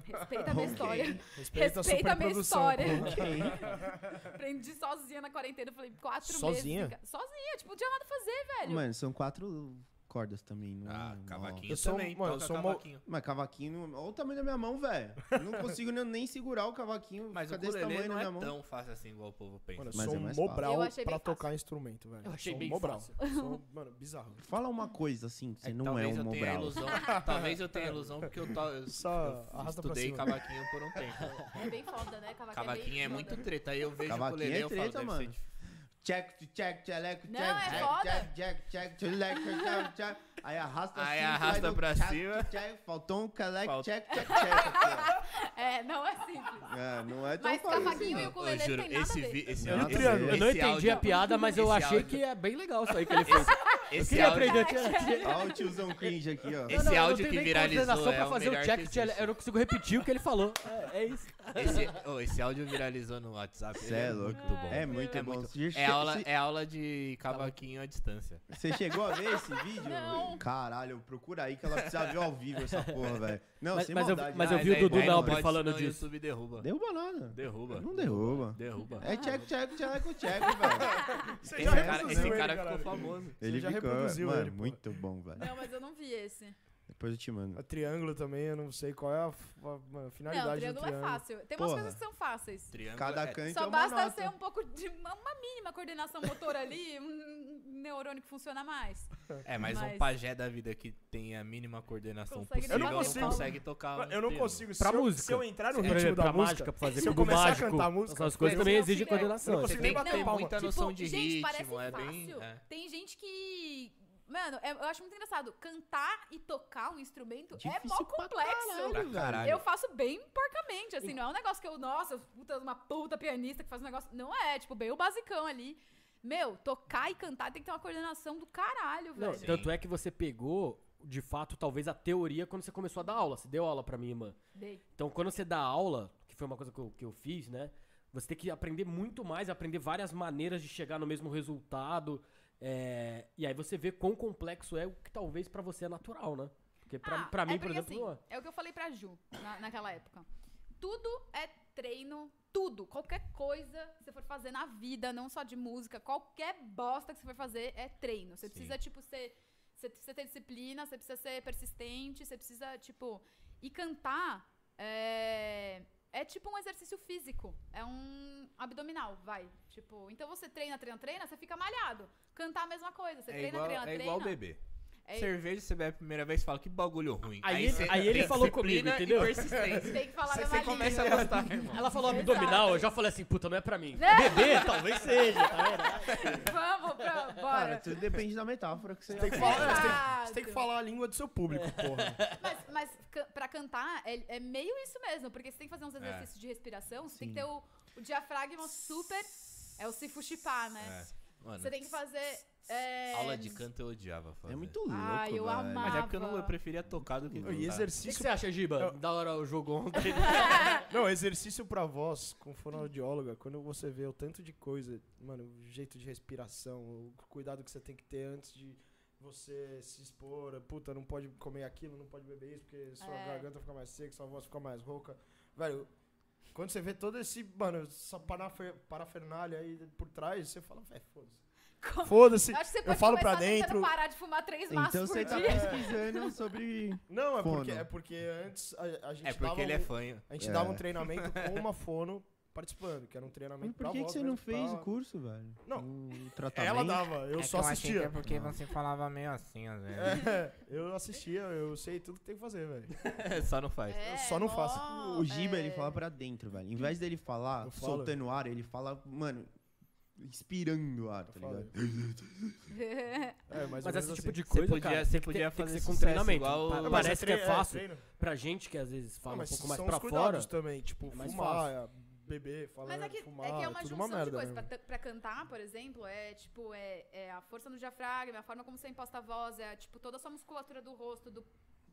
Speaker 6: Respeita a minha história.
Speaker 3: Respeita,
Speaker 6: Respeita a minha
Speaker 3: superprodução,
Speaker 6: história.
Speaker 3: pô.
Speaker 6: Aprendi sozinha na quarentena, falei, quatro
Speaker 3: Sozinha?
Speaker 6: meses. em ca- Sozinha? Tipo, não tinha nada a fazer, velho.
Speaker 1: Mano, são quatro cordas também. Não
Speaker 2: Ah,
Speaker 1: não.
Speaker 2: cavaquinho
Speaker 3: Eu sou-
Speaker 2: também.
Speaker 3: mano, eu
Speaker 2: toca
Speaker 3: sou uma-
Speaker 2: cavaquinho.
Speaker 1: Mas cavaquinho, não- olha o tamanho da minha mão, velho. Não consigo nem, nem segurar o cavaquinho.
Speaker 2: Mas o
Speaker 1: fica desse tamanho
Speaker 2: ukulele não
Speaker 1: na minha
Speaker 2: é
Speaker 1: mão.
Speaker 2: tão fácil assim igual o povo pensa.
Speaker 3: Mano, eu
Speaker 1: Mas
Speaker 3: sou
Speaker 1: é
Speaker 3: um
Speaker 1: mais fácil.
Speaker 6: Eu
Speaker 3: mobral
Speaker 6: achei
Speaker 3: pra
Speaker 6: bem fácil.
Speaker 3: tocar instrumento, velho.
Speaker 4: Eu achei
Speaker 3: sou um
Speaker 4: bem
Speaker 3: mobral.
Speaker 4: fácil.
Speaker 3: Sou, mano, bizarro.
Speaker 1: Fala uma coisa assim, que você
Speaker 2: que
Speaker 1: não é
Speaker 2: talvez
Speaker 1: um
Speaker 2: eu tenha
Speaker 1: Mobral.
Speaker 2: ilusão. talvez eu tenha ilusão porque eu, to, eu,
Speaker 3: Só
Speaker 2: eu
Speaker 3: arrasta pra
Speaker 2: estudei
Speaker 3: cima.
Speaker 2: cavaquinho por um tempo.
Speaker 6: É bem foda, né? Cavaquinho,
Speaker 2: Cavaquinho
Speaker 6: bem
Speaker 2: é muito
Speaker 6: foda.
Speaker 2: treta. Aí eu vejo o
Speaker 1: Cavaquinho
Speaker 2: ukulele e
Speaker 1: é
Speaker 2: eu falo,
Speaker 1: treta,
Speaker 2: deve ser
Speaker 1: mano.
Speaker 2: difícil.
Speaker 1: Check, check, check, cheleco, check,
Speaker 6: Não, é
Speaker 1: check,
Speaker 6: foda.
Speaker 1: check, check, check, cheleco, check, check. Aí arrasta
Speaker 2: Aí
Speaker 1: assim,
Speaker 2: arrasta
Speaker 1: vai no
Speaker 2: pra
Speaker 1: check,
Speaker 2: cima.
Speaker 1: check, faltou um caleco,
Speaker 2: Falta-
Speaker 1: check, check, check.
Speaker 6: É, não é simples.
Speaker 1: É, não é tão
Speaker 6: Mas tá
Speaker 1: fácil.
Speaker 6: cavaquinho e
Speaker 2: Eu
Speaker 6: ukulele
Speaker 2: juro,
Speaker 6: tem nada
Speaker 2: esse,
Speaker 6: a ver.
Speaker 2: vi, esse
Speaker 1: Eu não
Speaker 2: áudio- é
Speaker 1: entendo, eu
Speaker 4: Eu não
Speaker 2: esse
Speaker 4: entendi a
Speaker 2: áudio-
Speaker 4: piada, mas eu
Speaker 2: esse
Speaker 4: achei
Speaker 2: áudio-
Speaker 4: que é bem legal isso aí que ele fez. Eu
Speaker 2: Esse
Speaker 4: queria
Speaker 2: áudio,
Speaker 6: é
Speaker 4: aprender. a-
Speaker 1: Olha o tiozão cringe aqui, ó.
Speaker 2: Esse
Speaker 4: eu
Speaker 2: áudio
Speaker 4: tenho
Speaker 2: que
Speaker 4: nem
Speaker 2: viralizou
Speaker 4: coordenação
Speaker 2: é
Speaker 4: pra
Speaker 2: o
Speaker 4: fazer
Speaker 2: melhor
Speaker 4: check
Speaker 2: que
Speaker 4: de ele-
Speaker 2: existe.
Speaker 4: Eu não consigo repetir o que ele falou. É, é isso.
Speaker 2: esse, oh, esse áudio viralizou no WhatsApp.
Speaker 1: Cê
Speaker 2: ele
Speaker 1: é louco.
Speaker 2: Muito bom.
Speaker 1: É muito
Speaker 2: É
Speaker 1: bom.
Speaker 2: muito-
Speaker 1: Você
Speaker 2: É
Speaker 1: che-
Speaker 2: aula,
Speaker 1: você-
Speaker 2: é aula de cavaquinho à distância.
Speaker 1: Você chegou a ver esse vídeo?
Speaker 6: Não.
Speaker 1: Caralho, procura aí que ela precisa ver ao vivo essa porra, velho. Não,
Speaker 4: Mas-
Speaker 1: sem
Speaker 4: mas eu-
Speaker 1: maldade.
Speaker 4: mas eu
Speaker 1: né?
Speaker 4: vi o
Speaker 2: aí
Speaker 4: Dudu
Speaker 2: vai,
Speaker 1: da
Speaker 2: não
Speaker 4: Albre
Speaker 2: pode,
Speaker 4: falando
Speaker 2: senão o
Speaker 4: disso.
Speaker 2: YouTube derruba.
Speaker 1: Derruba nada.
Speaker 2: Derruba.
Speaker 1: Não derruba.
Speaker 2: Derruba.
Speaker 1: É check, check, check, check, velho.
Speaker 3: Você
Speaker 2: Esse
Speaker 3: já
Speaker 2: cara,
Speaker 3: reproduziu
Speaker 2: esse
Speaker 3: ele,
Speaker 2: cara
Speaker 3: caralho.
Speaker 2: ficou famoso.
Speaker 1: Ele
Speaker 3: já
Speaker 1: ficou,
Speaker 3: reproduziu
Speaker 1: mano,
Speaker 3: ele, pô.
Speaker 1: muito bom, velho.
Speaker 6: Não, mas eu não vi esse.
Speaker 1: Depois eu te mando.
Speaker 3: A triângulo também, eu não sei qual é a, f- a- mano,
Speaker 6: Não, o
Speaker 3: finalidade do
Speaker 6: triângulo é
Speaker 3: triângulo.
Speaker 6: fácil. Tem umas
Speaker 1: Porra.
Speaker 6: coisas que são fáceis.
Speaker 2: Triângulo
Speaker 1: Cada
Speaker 2: é-
Speaker 1: canto é
Speaker 6: Só
Speaker 1: uma
Speaker 6: basta
Speaker 1: nota.
Speaker 6: ser um pouco de uma, uma mínima coordenação motor ali, um neurônio que funciona mais.
Speaker 2: É, mas, um
Speaker 6: Mas-
Speaker 2: pagé da vida que tem a mínima coordenação
Speaker 6: Consegue
Speaker 2: possível
Speaker 3: Eu não
Speaker 2: não
Speaker 3: consigo.
Speaker 2: consegue tocar.
Speaker 3: Mano,
Speaker 2: um
Speaker 3: Eu não
Speaker 2: triângulo.
Speaker 3: consigo.
Speaker 4: Pra
Speaker 3: se eu-
Speaker 4: música.
Speaker 3: se eu entrar no
Speaker 4: É,
Speaker 3: ritmo
Speaker 4: pra
Speaker 3: da
Speaker 4: mágica,
Speaker 3: música,
Speaker 4: pra fazer
Speaker 3: se eu
Speaker 4: cubo
Speaker 3: começar
Speaker 4: mágico,
Speaker 3: a cantar música,
Speaker 4: essas coisas
Speaker 3: eu
Speaker 4: também
Speaker 6: não
Speaker 4: exigem
Speaker 6: sei.
Speaker 4: coordenação.
Speaker 3: Eu não
Speaker 4: Você
Speaker 2: Você
Speaker 3: consigo
Speaker 4: tem-
Speaker 2: tem que
Speaker 3: nem bater
Speaker 2: ter
Speaker 3: palma.
Speaker 2: muita
Speaker 6: Tipo,
Speaker 2: noção de
Speaker 6: gente, parece
Speaker 2: ritmo, é bem.
Speaker 6: fácil.
Speaker 2: é.
Speaker 6: Tem gente que. Mano, é- eu acho muito engraçado. Cantar e tocar um instrumento é mó
Speaker 1: Difícil pra
Speaker 6: complexo.
Speaker 2: Pra caralho.
Speaker 6: Eu faço bem porcamente, assim, não é um negócio que eu, nossa, puta, uma puta pianista que faz um negócio. Não é, tipo, bem o basicão ali. Meu, tocar e cantar tem que ter uma coordenação do caralho,
Speaker 4: Não,
Speaker 6: velho.
Speaker 4: tanto é que você pegou, de fato, talvez a teoria quando você começou a dar aula. Você deu aula pra minha irmã.
Speaker 6: Dei.
Speaker 4: Então, quando você dá aula, que foi uma coisa que eu, que eu fiz, né? Você tem que aprender muito mais, aprender várias maneiras de chegar no mesmo resultado. é, e aí você vê quão complexo é o que talvez pra você é natural, né? Porque pra,
Speaker 6: Ah,
Speaker 4: pra mim,
Speaker 6: é
Speaker 4: por
Speaker 6: porque,
Speaker 4: exemplo, não é.
Speaker 6: assim, é o que eu falei pra Ju na- naquela época. Tudo é treino, tudo. Qualquer coisa que você for fazer na vida, não só de música, qualquer bosta que você for fazer é treino. Você
Speaker 2: Sim.
Speaker 6: precisa, tipo, ser. Você precisa ter disciplina, você precisa ser persistente, você precisa, tipo. E cantar é. É tipo um exercício físico. É um abdominal, vai. Tipo, então você treina, treina, treina, você fica malhado. Cantar é a mesma coisa. Você
Speaker 2: É
Speaker 6: treina,
Speaker 2: igual,
Speaker 6: treina,
Speaker 2: é
Speaker 6: treina.
Speaker 2: igual beber.
Speaker 6: É-
Speaker 2: Cerveja, você bebe a primeira vez e fala que bagulho ruim.
Speaker 4: Aí ele-
Speaker 2: você
Speaker 4: aí ele
Speaker 2: tem
Speaker 4: falou comigo,
Speaker 2: disciplina
Speaker 4: entendeu?
Speaker 2: E persistência.
Speaker 6: Tem que falar É
Speaker 2: Você-
Speaker 6: da
Speaker 2: você
Speaker 6: malinha.
Speaker 2: começa a gostar, irmão.
Speaker 4: Ela falou
Speaker 6: Exato.
Speaker 4: abdominal, eu já falei assim, puta, não é pra
Speaker 3: Né?
Speaker 4: mim. Beber, talvez seja, tá vendo?
Speaker 6: Vamos, pra,
Speaker 1: Cara,
Speaker 6: bora.
Speaker 1: tudo depende da metáfora que você
Speaker 3: Tem que falar, é, você, tem,
Speaker 6: Exato.
Speaker 3: você tem que falar a língua do seu
Speaker 4: É.
Speaker 3: público, porra.
Speaker 6: Mas, mas can- pra cantar é, é meio isso mesmo, porque você tem que fazer uns exercícios de respiração, você tem que
Speaker 1: Sim.
Speaker 6: ter o, o diafragma super. É o se fuxipar, né?
Speaker 2: Mano,
Speaker 6: Você tem que fazer. é,
Speaker 2: aula de canto eu odiava fazer.
Speaker 1: É muito louco,
Speaker 6: Ai, eu
Speaker 1: velho.
Speaker 6: amava.
Speaker 2: Mas é porque eu, não, eu preferia tocar do que cantar.
Speaker 3: E
Speaker 4: O que, que
Speaker 3: exercício.
Speaker 4: você acha, Giba? Da hora o jogo ontem.
Speaker 3: Não, exercício pra voz com fonoaudióloga, quando você vê o tanto de coisa, mano, o jeito de respiração, o cuidado que você tem que ter antes de você se expor, puta, não pode comer aquilo, não pode beber isso, porque sua
Speaker 6: É.
Speaker 3: garganta fica mais seca, sua voz fica mais rouca. Velho, quando você vê todo esse, mano, essa parafe- parafernália aí por trás, você fala, velho, foda-se.
Speaker 6: Como-
Speaker 3: Foda-se.
Speaker 6: Eu acho que você
Speaker 3: Eu
Speaker 6: pode
Speaker 3: falo pra
Speaker 6: começar tentando
Speaker 3: dentro.
Speaker 6: parar de fumar três maços
Speaker 1: Então
Speaker 6: por
Speaker 1: você tá
Speaker 6: dia.
Speaker 1: pesquisando sobre.
Speaker 3: Não, é
Speaker 1: Fono.
Speaker 3: porque, é porque antes a, a gente
Speaker 2: É
Speaker 3: dava
Speaker 2: porque ele
Speaker 3: um-
Speaker 2: é fanho.
Speaker 3: A gente
Speaker 1: É.
Speaker 3: dava um treinamento com uma fono participando, que era um treinamento
Speaker 1: Mas por
Speaker 3: pra
Speaker 1: que, que
Speaker 3: voz
Speaker 1: você não
Speaker 3: mesmo,
Speaker 1: fez
Speaker 3: pra-
Speaker 1: o curso, velho?
Speaker 3: Não.
Speaker 1: O tratamento.
Speaker 3: Ela dava,
Speaker 4: É
Speaker 3: É eu só assistia.
Speaker 8: porque você falava meio assim, às vezes.
Speaker 3: É, eu assistia, eu sei tudo que tem que fazer, velho.
Speaker 2: Só não faz.
Speaker 6: É,
Speaker 3: só não faço.
Speaker 6: mó,
Speaker 1: O Giba, ele
Speaker 6: é,
Speaker 1: fala pra dentro, velho. Em vez dele falar
Speaker 3: Eu falo.
Speaker 1: soltando ar, ele fala, mano, inspirando o ar, tá ligado?
Speaker 3: É, mais ou
Speaker 4: Mas
Speaker 3: menos
Speaker 4: esse tipo de
Speaker 2: assim. Você
Speaker 4: coisa,
Speaker 2: podia,
Speaker 4: cara,
Speaker 2: você
Speaker 4: tem que
Speaker 2: podia
Speaker 4: ter- tem que
Speaker 2: fazer
Speaker 4: ser com
Speaker 2: sucesso
Speaker 4: treinamento.
Speaker 2: igual...
Speaker 4: Pa-
Speaker 3: Não, mas
Speaker 4: parece que
Speaker 3: treino-
Speaker 4: é fácil.
Speaker 3: treino.
Speaker 4: Pra gente que às vezes
Speaker 3: Ah,
Speaker 4: fala um
Speaker 3: mas
Speaker 4: pouco
Speaker 3: são
Speaker 4: mais
Speaker 3: os
Speaker 4: pra fora.
Speaker 3: cuidados também, tipo,
Speaker 4: é mais
Speaker 3: fumar, beber, falar,
Speaker 6: Mas é que, é que
Speaker 3: fumar,
Speaker 6: é uma
Speaker 3: tudo
Speaker 6: junção
Speaker 3: uma merda né?
Speaker 6: de coisas.
Speaker 3: mesmo.
Speaker 6: Pra, ta- pra cantar, por exemplo, é tipo, é, é a força no diafragma, a forma como você imposta a voz, é tipo toda a sua musculatura do rosto, do.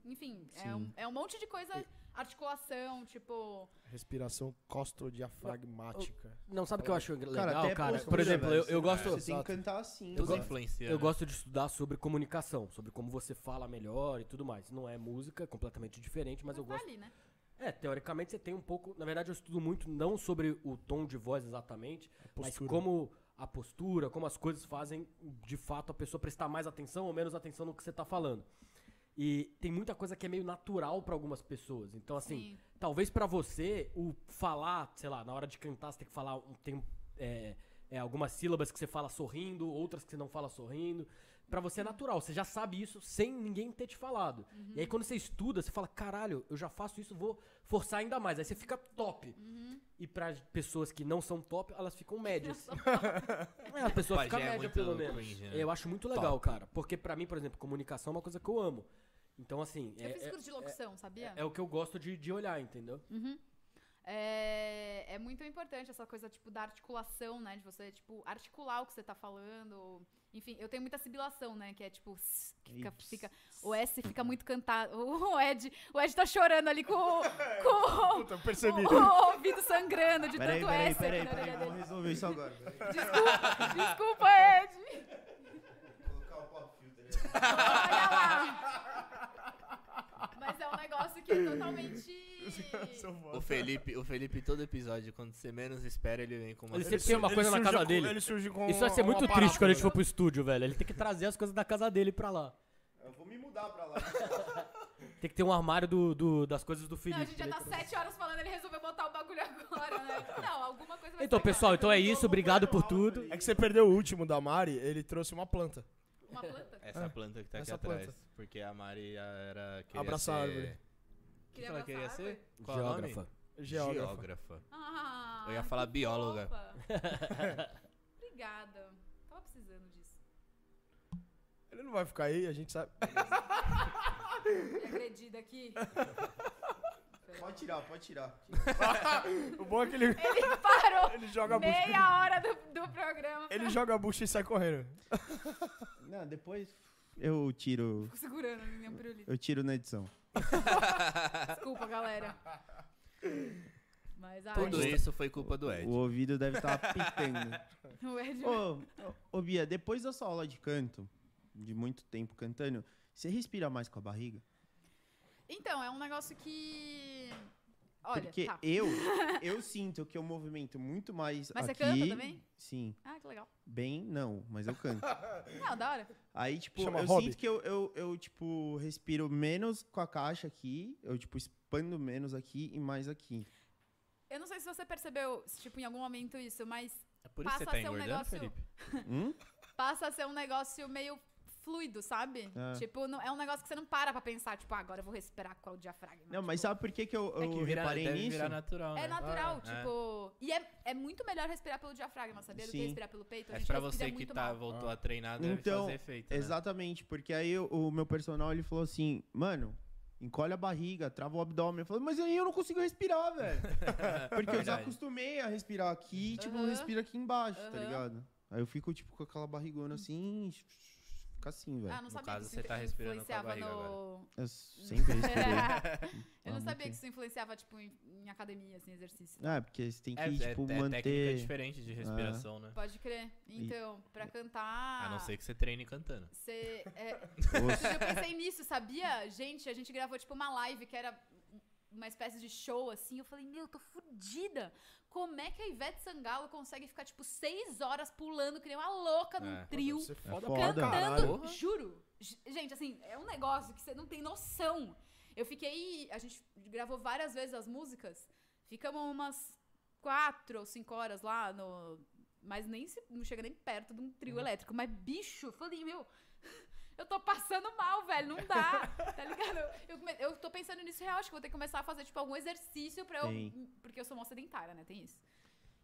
Speaker 6: Enfim, é um, é um monte de coisa, articulação, tipo.
Speaker 3: Respiração costodiafragmática.
Speaker 4: Não, sabe o que eu acho legal,
Speaker 1: Cara, até
Speaker 4: cara?
Speaker 1: postura,
Speaker 4: Por exemplo, eu,
Speaker 1: velho,
Speaker 4: eu gosto.
Speaker 1: Você tem que cantar assim,
Speaker 2: Tudo
Speaker 1: velho.
Speaker 2: influencia.
Speaker 4: Eu
Speaker 2: né?
Speaker 4: gosto de estudar sobre comunicação, sobre como você fala melhor e tudo mais. Não é música, é completamente diferente, mas eu
Speaker 6: tá
Speaker 4: gosto.
Speaker 6: ali, né?
Speaker 4: É, teoricamente você tem um pouco. Na verdade, eu estudo muito não sobre o tom de voz exatamente, mas
Speaker 3: É postura.
Speaker 4: como a postura, como as coisas fazem de fato a pessoa prestar mais atenção ou menos atenção no que você tá falando. E tem muita coisa que é meio natural pra algumas pessoas. Então, assim,
Speaker 6: Sim.
Speaker 4: talvez pra você, o falar, sei lá, na hora de cantar, você tem que falar. um- Tem, é, é, algumas sílabas que você fala sorrindo, outras que você não fala sorrindo. Pra você é natural, você já sabe isso sem ninguém ter te falado. E aí quando você estuda, você fala, caralho, eu já faço isso, vou forçar ainda mais. Aí você fica top. E pra pessoas que não são top, elas ficam médias. É, a pessoa
Speaker 2: Pajé
Speaker 4: fica
Speaker 2: é
Speaker 4: média,
Speaker 2: muito
Speaker 4: pelo menos.
Speaker 2: cringe, né?
Speaker 4: Eu
Speaker 3: é.
Speaker 4: acho muito legal, cara. Porque pra mim, por exemplo, comunicação é uma coisa que eu amo. Então, assim,
Speaker 6: Eu fiz
Speaker 4: é, é,
Speaker 6: curso de locução, sabia?
Speaker 4: é o que eu gosto de, de olhar, entendeu?
Speaker 6: É, é muito importante essa coisa, tipo, da articulação, né? De você, tipo, articular o que você tá falando. Enfim, eu tenho muita sibilação, né? Que é tipo, s- que fica,
Speaker 1: Ips.
Speaker 6: fica- o S fica muito cantado. O Ed, o Ed tá chorando ali com, o- com o-
Speaker 3: Puta, eu percebi.
Speaker 6: o ouvido sangrando de
Speaker 1: Peraí,
Speaker 6: tanto né,
Speaker 1: peraí,
Speaker 6: S aqui
Speaker 1: peraí,
Speaker 6: na
Speaker 1: peraí,
Speaker 6: orelha
Speaker 1: vamos
Speaker 6: dele.
Speaker 1: resolver isso agora.
Speaker 6: Desculpa, desculpa, Ed.
Speaker 1: Colocar o pop filter
Speaker 6: Olha lá. Mas é um negócio que é totalmente.
Speaker 3: Seu
Speaker 2: O
Speaker 3: voz.
Speaker 2: Felipe, o Felipe, todo episódio, quando você menos espera, ele vem com uma...
Speaker 4: Ele sempre tem uma
Speaker 3: Ele
Speaker 4: coisa na
Speaker 3: surge
Speaker 4: casa
Speaker 3: com-
Speaker 4: dele.
Speaker 3: Ele surge com
Speaker 4: Isso vai ser
Speaker 3: uma
Speaker 4: muito
Speaker 3: parada, né?
Speaker 4: triste quando a gente
Speaker 3: velho.
Speaker 4: for pro estúdio, velho. Ele tem que trazer as coisas da casa dele pra lá.
Speaker 1: Eu vou me mudar pra lá.
Speaker 4: Tem que ter um armário do, do- das coisas do Felipe. né?
Speaker 6: Não, a gente já
Speaker 4: Ele-
Speaker 6: tá sete horas falando, ele resolveu botar o bagulho agora, né? Não, alguma coisa vai
Speaker 4: Então,
Speaker 6: sair
Speaker 4: pessoal, então é isso. Obrigado por tudo.
Speaker 3: É que você perdeu o último da Mari, ele trouxe uma planta.
Speaker 6: agora. Uma planta?
Speaker 2: Essa planta que tá aqui
Speaker 3: Essa planta.
Speaker 2: atrás. Porque a Maria era... queria
Speaker 3: Abraça a
Speaker 2: ser-
Speaker 3: árvore.
Speaker 2: O que ela
Speaker 6: abraçar
Speaker 2: queria
Speaker 6: a árvore?
Speaker 2: ser? Qual é o nome?
Speaker 4: Geógrafa.
Speaker 3: Geógrafa.
Speaker 2: Geógrafa.
Speaker 6: Ah,
Speaker 2: Eu ia falar
Speaker 6: que
Speaker 2: bióloga.
Speaker 6: fofa. Obrigada. Tava precisando disso.
Speaker 3: Ele não vai ficar aí, a gente sabe.
Speaker 6: Fui agredida aqui. Pelo
Speaker 1: Pode tirar, pode tirar.
Speaker 3: O bom é que ele,
Speaker 6: Ele parou
Speaker 3: ele joga a bucha.
Speaker 6: meia hora do, do programa
Speaker 3: Ele joga a bucha e sai correndo.
Speaker 1: Não, depois eu tiro.
Speaker 6: Fico segurando a minha pirulita.
Speaker 1: Eu tiro na edição.
Speaker 6: Desculpa, galera. Mas, ai,
Speaker 2: Tudo isso foi culpa do Ed.
Speaker 1: O ouvido deve estar pitando.
Speaker 6: o Ed...
Speaker 1: Ô, ô, ô, Bia, depois da sua aula de canto, de muito tempo cantando, você respira mais com a barriga?
Speaker 6: Então, é um negócio que... Olha,
Speaker 1: Porque
Speaker 6: tá.
Speaker 1: eu, eu sinto que eu movimento muito mais
Speaker 6: Mas você
Speaker 1: aqui.
Speaker 6: canta também?
Speaker 1: Sim.
Speaker 6: Ah, que legal.
Speaker 1: Bem, não, mas eu canto.
Speaker 6: Não, da hora.
Speaker 1: Aí, tipo,
Speaker 3: Chama
Speaker 1: eu
Speaker 3: hobby.
Speaker 1: sinto que eu, eu, eu, tipo, respiro menos com a caixa aqui, eu, tipo, expando menos aqui e mais aqui.
Speaker 6: Eu não sei se você percebeu, se, tipo, em algum momento isso, mas
Speaker 2: É por isso que você
Speaker 6: passa
Speaker 2: tá
Speaker 6: a ser um
Speaker 2: engordando,
Speaker 6: negócio-
Speaker 2: Felipe?
Speaker 1: Hum?
Speaker 6: passa a ser um negócio meio fluido, sabe?
Speaker 1: É.
Speaker 6: Tipo, não, é um negócio que você não para pra pensar, tipo, ah, agora eu vou respirar com o diafragma.
Speaker 1: Não, mas
Speaker 6: tipo,
Speaker 1: sabe por que, que eu,
Speaker 2: É
Speaker 1: eu
Speaker 2: que vira,
Speaker 1: reparei
Speaker 2: deve
Speaker 1: nisso?
Speaker 2: virar natural, né?
Speaker 6: É natural,
Speaker 2: É.
Speaker 6: tipo. E é, é muito melhor respirar pelo diafragma, sabia? Do que
Speaker 1: Sim.
Speaker 6: respirar pelo peito. A
Speaker 2: Mas
Speaker 6: gente
Speaker 2: pra
Speaker 6: respira
Speaker 2: você que
Speaker 6: muito
Speaker 2: tá,
Speaker 6: mal.
Speaker 2: voltou a treinar, deve
Speaker 1: Então,
Speaker 2: fazer efeito, né?
Speaker 1: Exatamente, porque aí o- o meu personal ele falou assim, mano, encolhe a barriga, trava o abdômen. Eu falei, mas aí eu não consigo respirar, velho. porque eu já
Speaker 2: Verdade.
Speaker 1: acostumei a respirar aqui, tipo,
Speaker 6: Aham.
Speaker 1: respira aqui embaixo, tá
Speaker 6: Aham.
Speaker 1: ligado? Aí eu fico, tipo, com aquela barrigona assim, fica assim, velho.
Speaker 6: Ah, não
Speaker 2: No
Speaker 6: sabia
Speaker 2: caso,
Speaker 6: que isso
Speaker 2: você tá respirando com a
Speaker 6: influenciava
Speaker 2: barriga
Speaker 6: no.
Speaker 1: Eu sempre respirei.
Speaker 6: Eu não
Speaker 1: Ah,
Speaker 6: sabia
Speaker 1: ok.
Speaker 6: que isso influenciava, tipo, em, em academia, assim, exercício.
Speaker 1: ah, porque você tem que,
Speaker 2: É, é-
Speaker 1: tipo,
Speaker 2: é técnica
Speaker 1: manter... É.
Speaker 2: diferente de respiração, né?
Speaker 6: Pode crer. Então, pra cantar.
Speaker 2: A não ser que você treine cantando.
Speaker 6: Você. é,
Speaker 1: Nossa.
Speaker 6: eu pensei nisso, sabia? Gente, a gente gravou tipo uma live que era uma espécie de show, assim. Eu falei, meu, eu tô fodida. Como é que a Ivete Sangalo consegue ficar, tipo, seis horas pulando que nem uma louca num
Speaker 2: É.
Speaker 6: trio?
Speaker 3: Você
Speaker 1: foda
Speaker 3: foda
Speaker 1: pra
Speaker 3: pra
Speaker 1: foda.
Speaker 6: Cantando,
Speaker 3: caralho.
Speaker 2: Porra.
Speaker 6: juro. G- Gente, assim, é um negócio que você não tem noção. Eu fiquei. A gente gravou várias vezes as músicas. Ficamos umas quatro ou cinco horas lá no. Mas nem se, não chega nem perto de um trio elétrico. Mas, bicho, eu falei, meu. Eu tô passando mal, velho. Não dá. Tá ligado? Eu, come- eu tô pensando nisso real. Acho que eu vou ter que começar a fazer, tipo, algum exercício pra eu.
Speaker 1: Tem.
Speaker 6: Porque eu sou mó sedentária, né? Tem isso.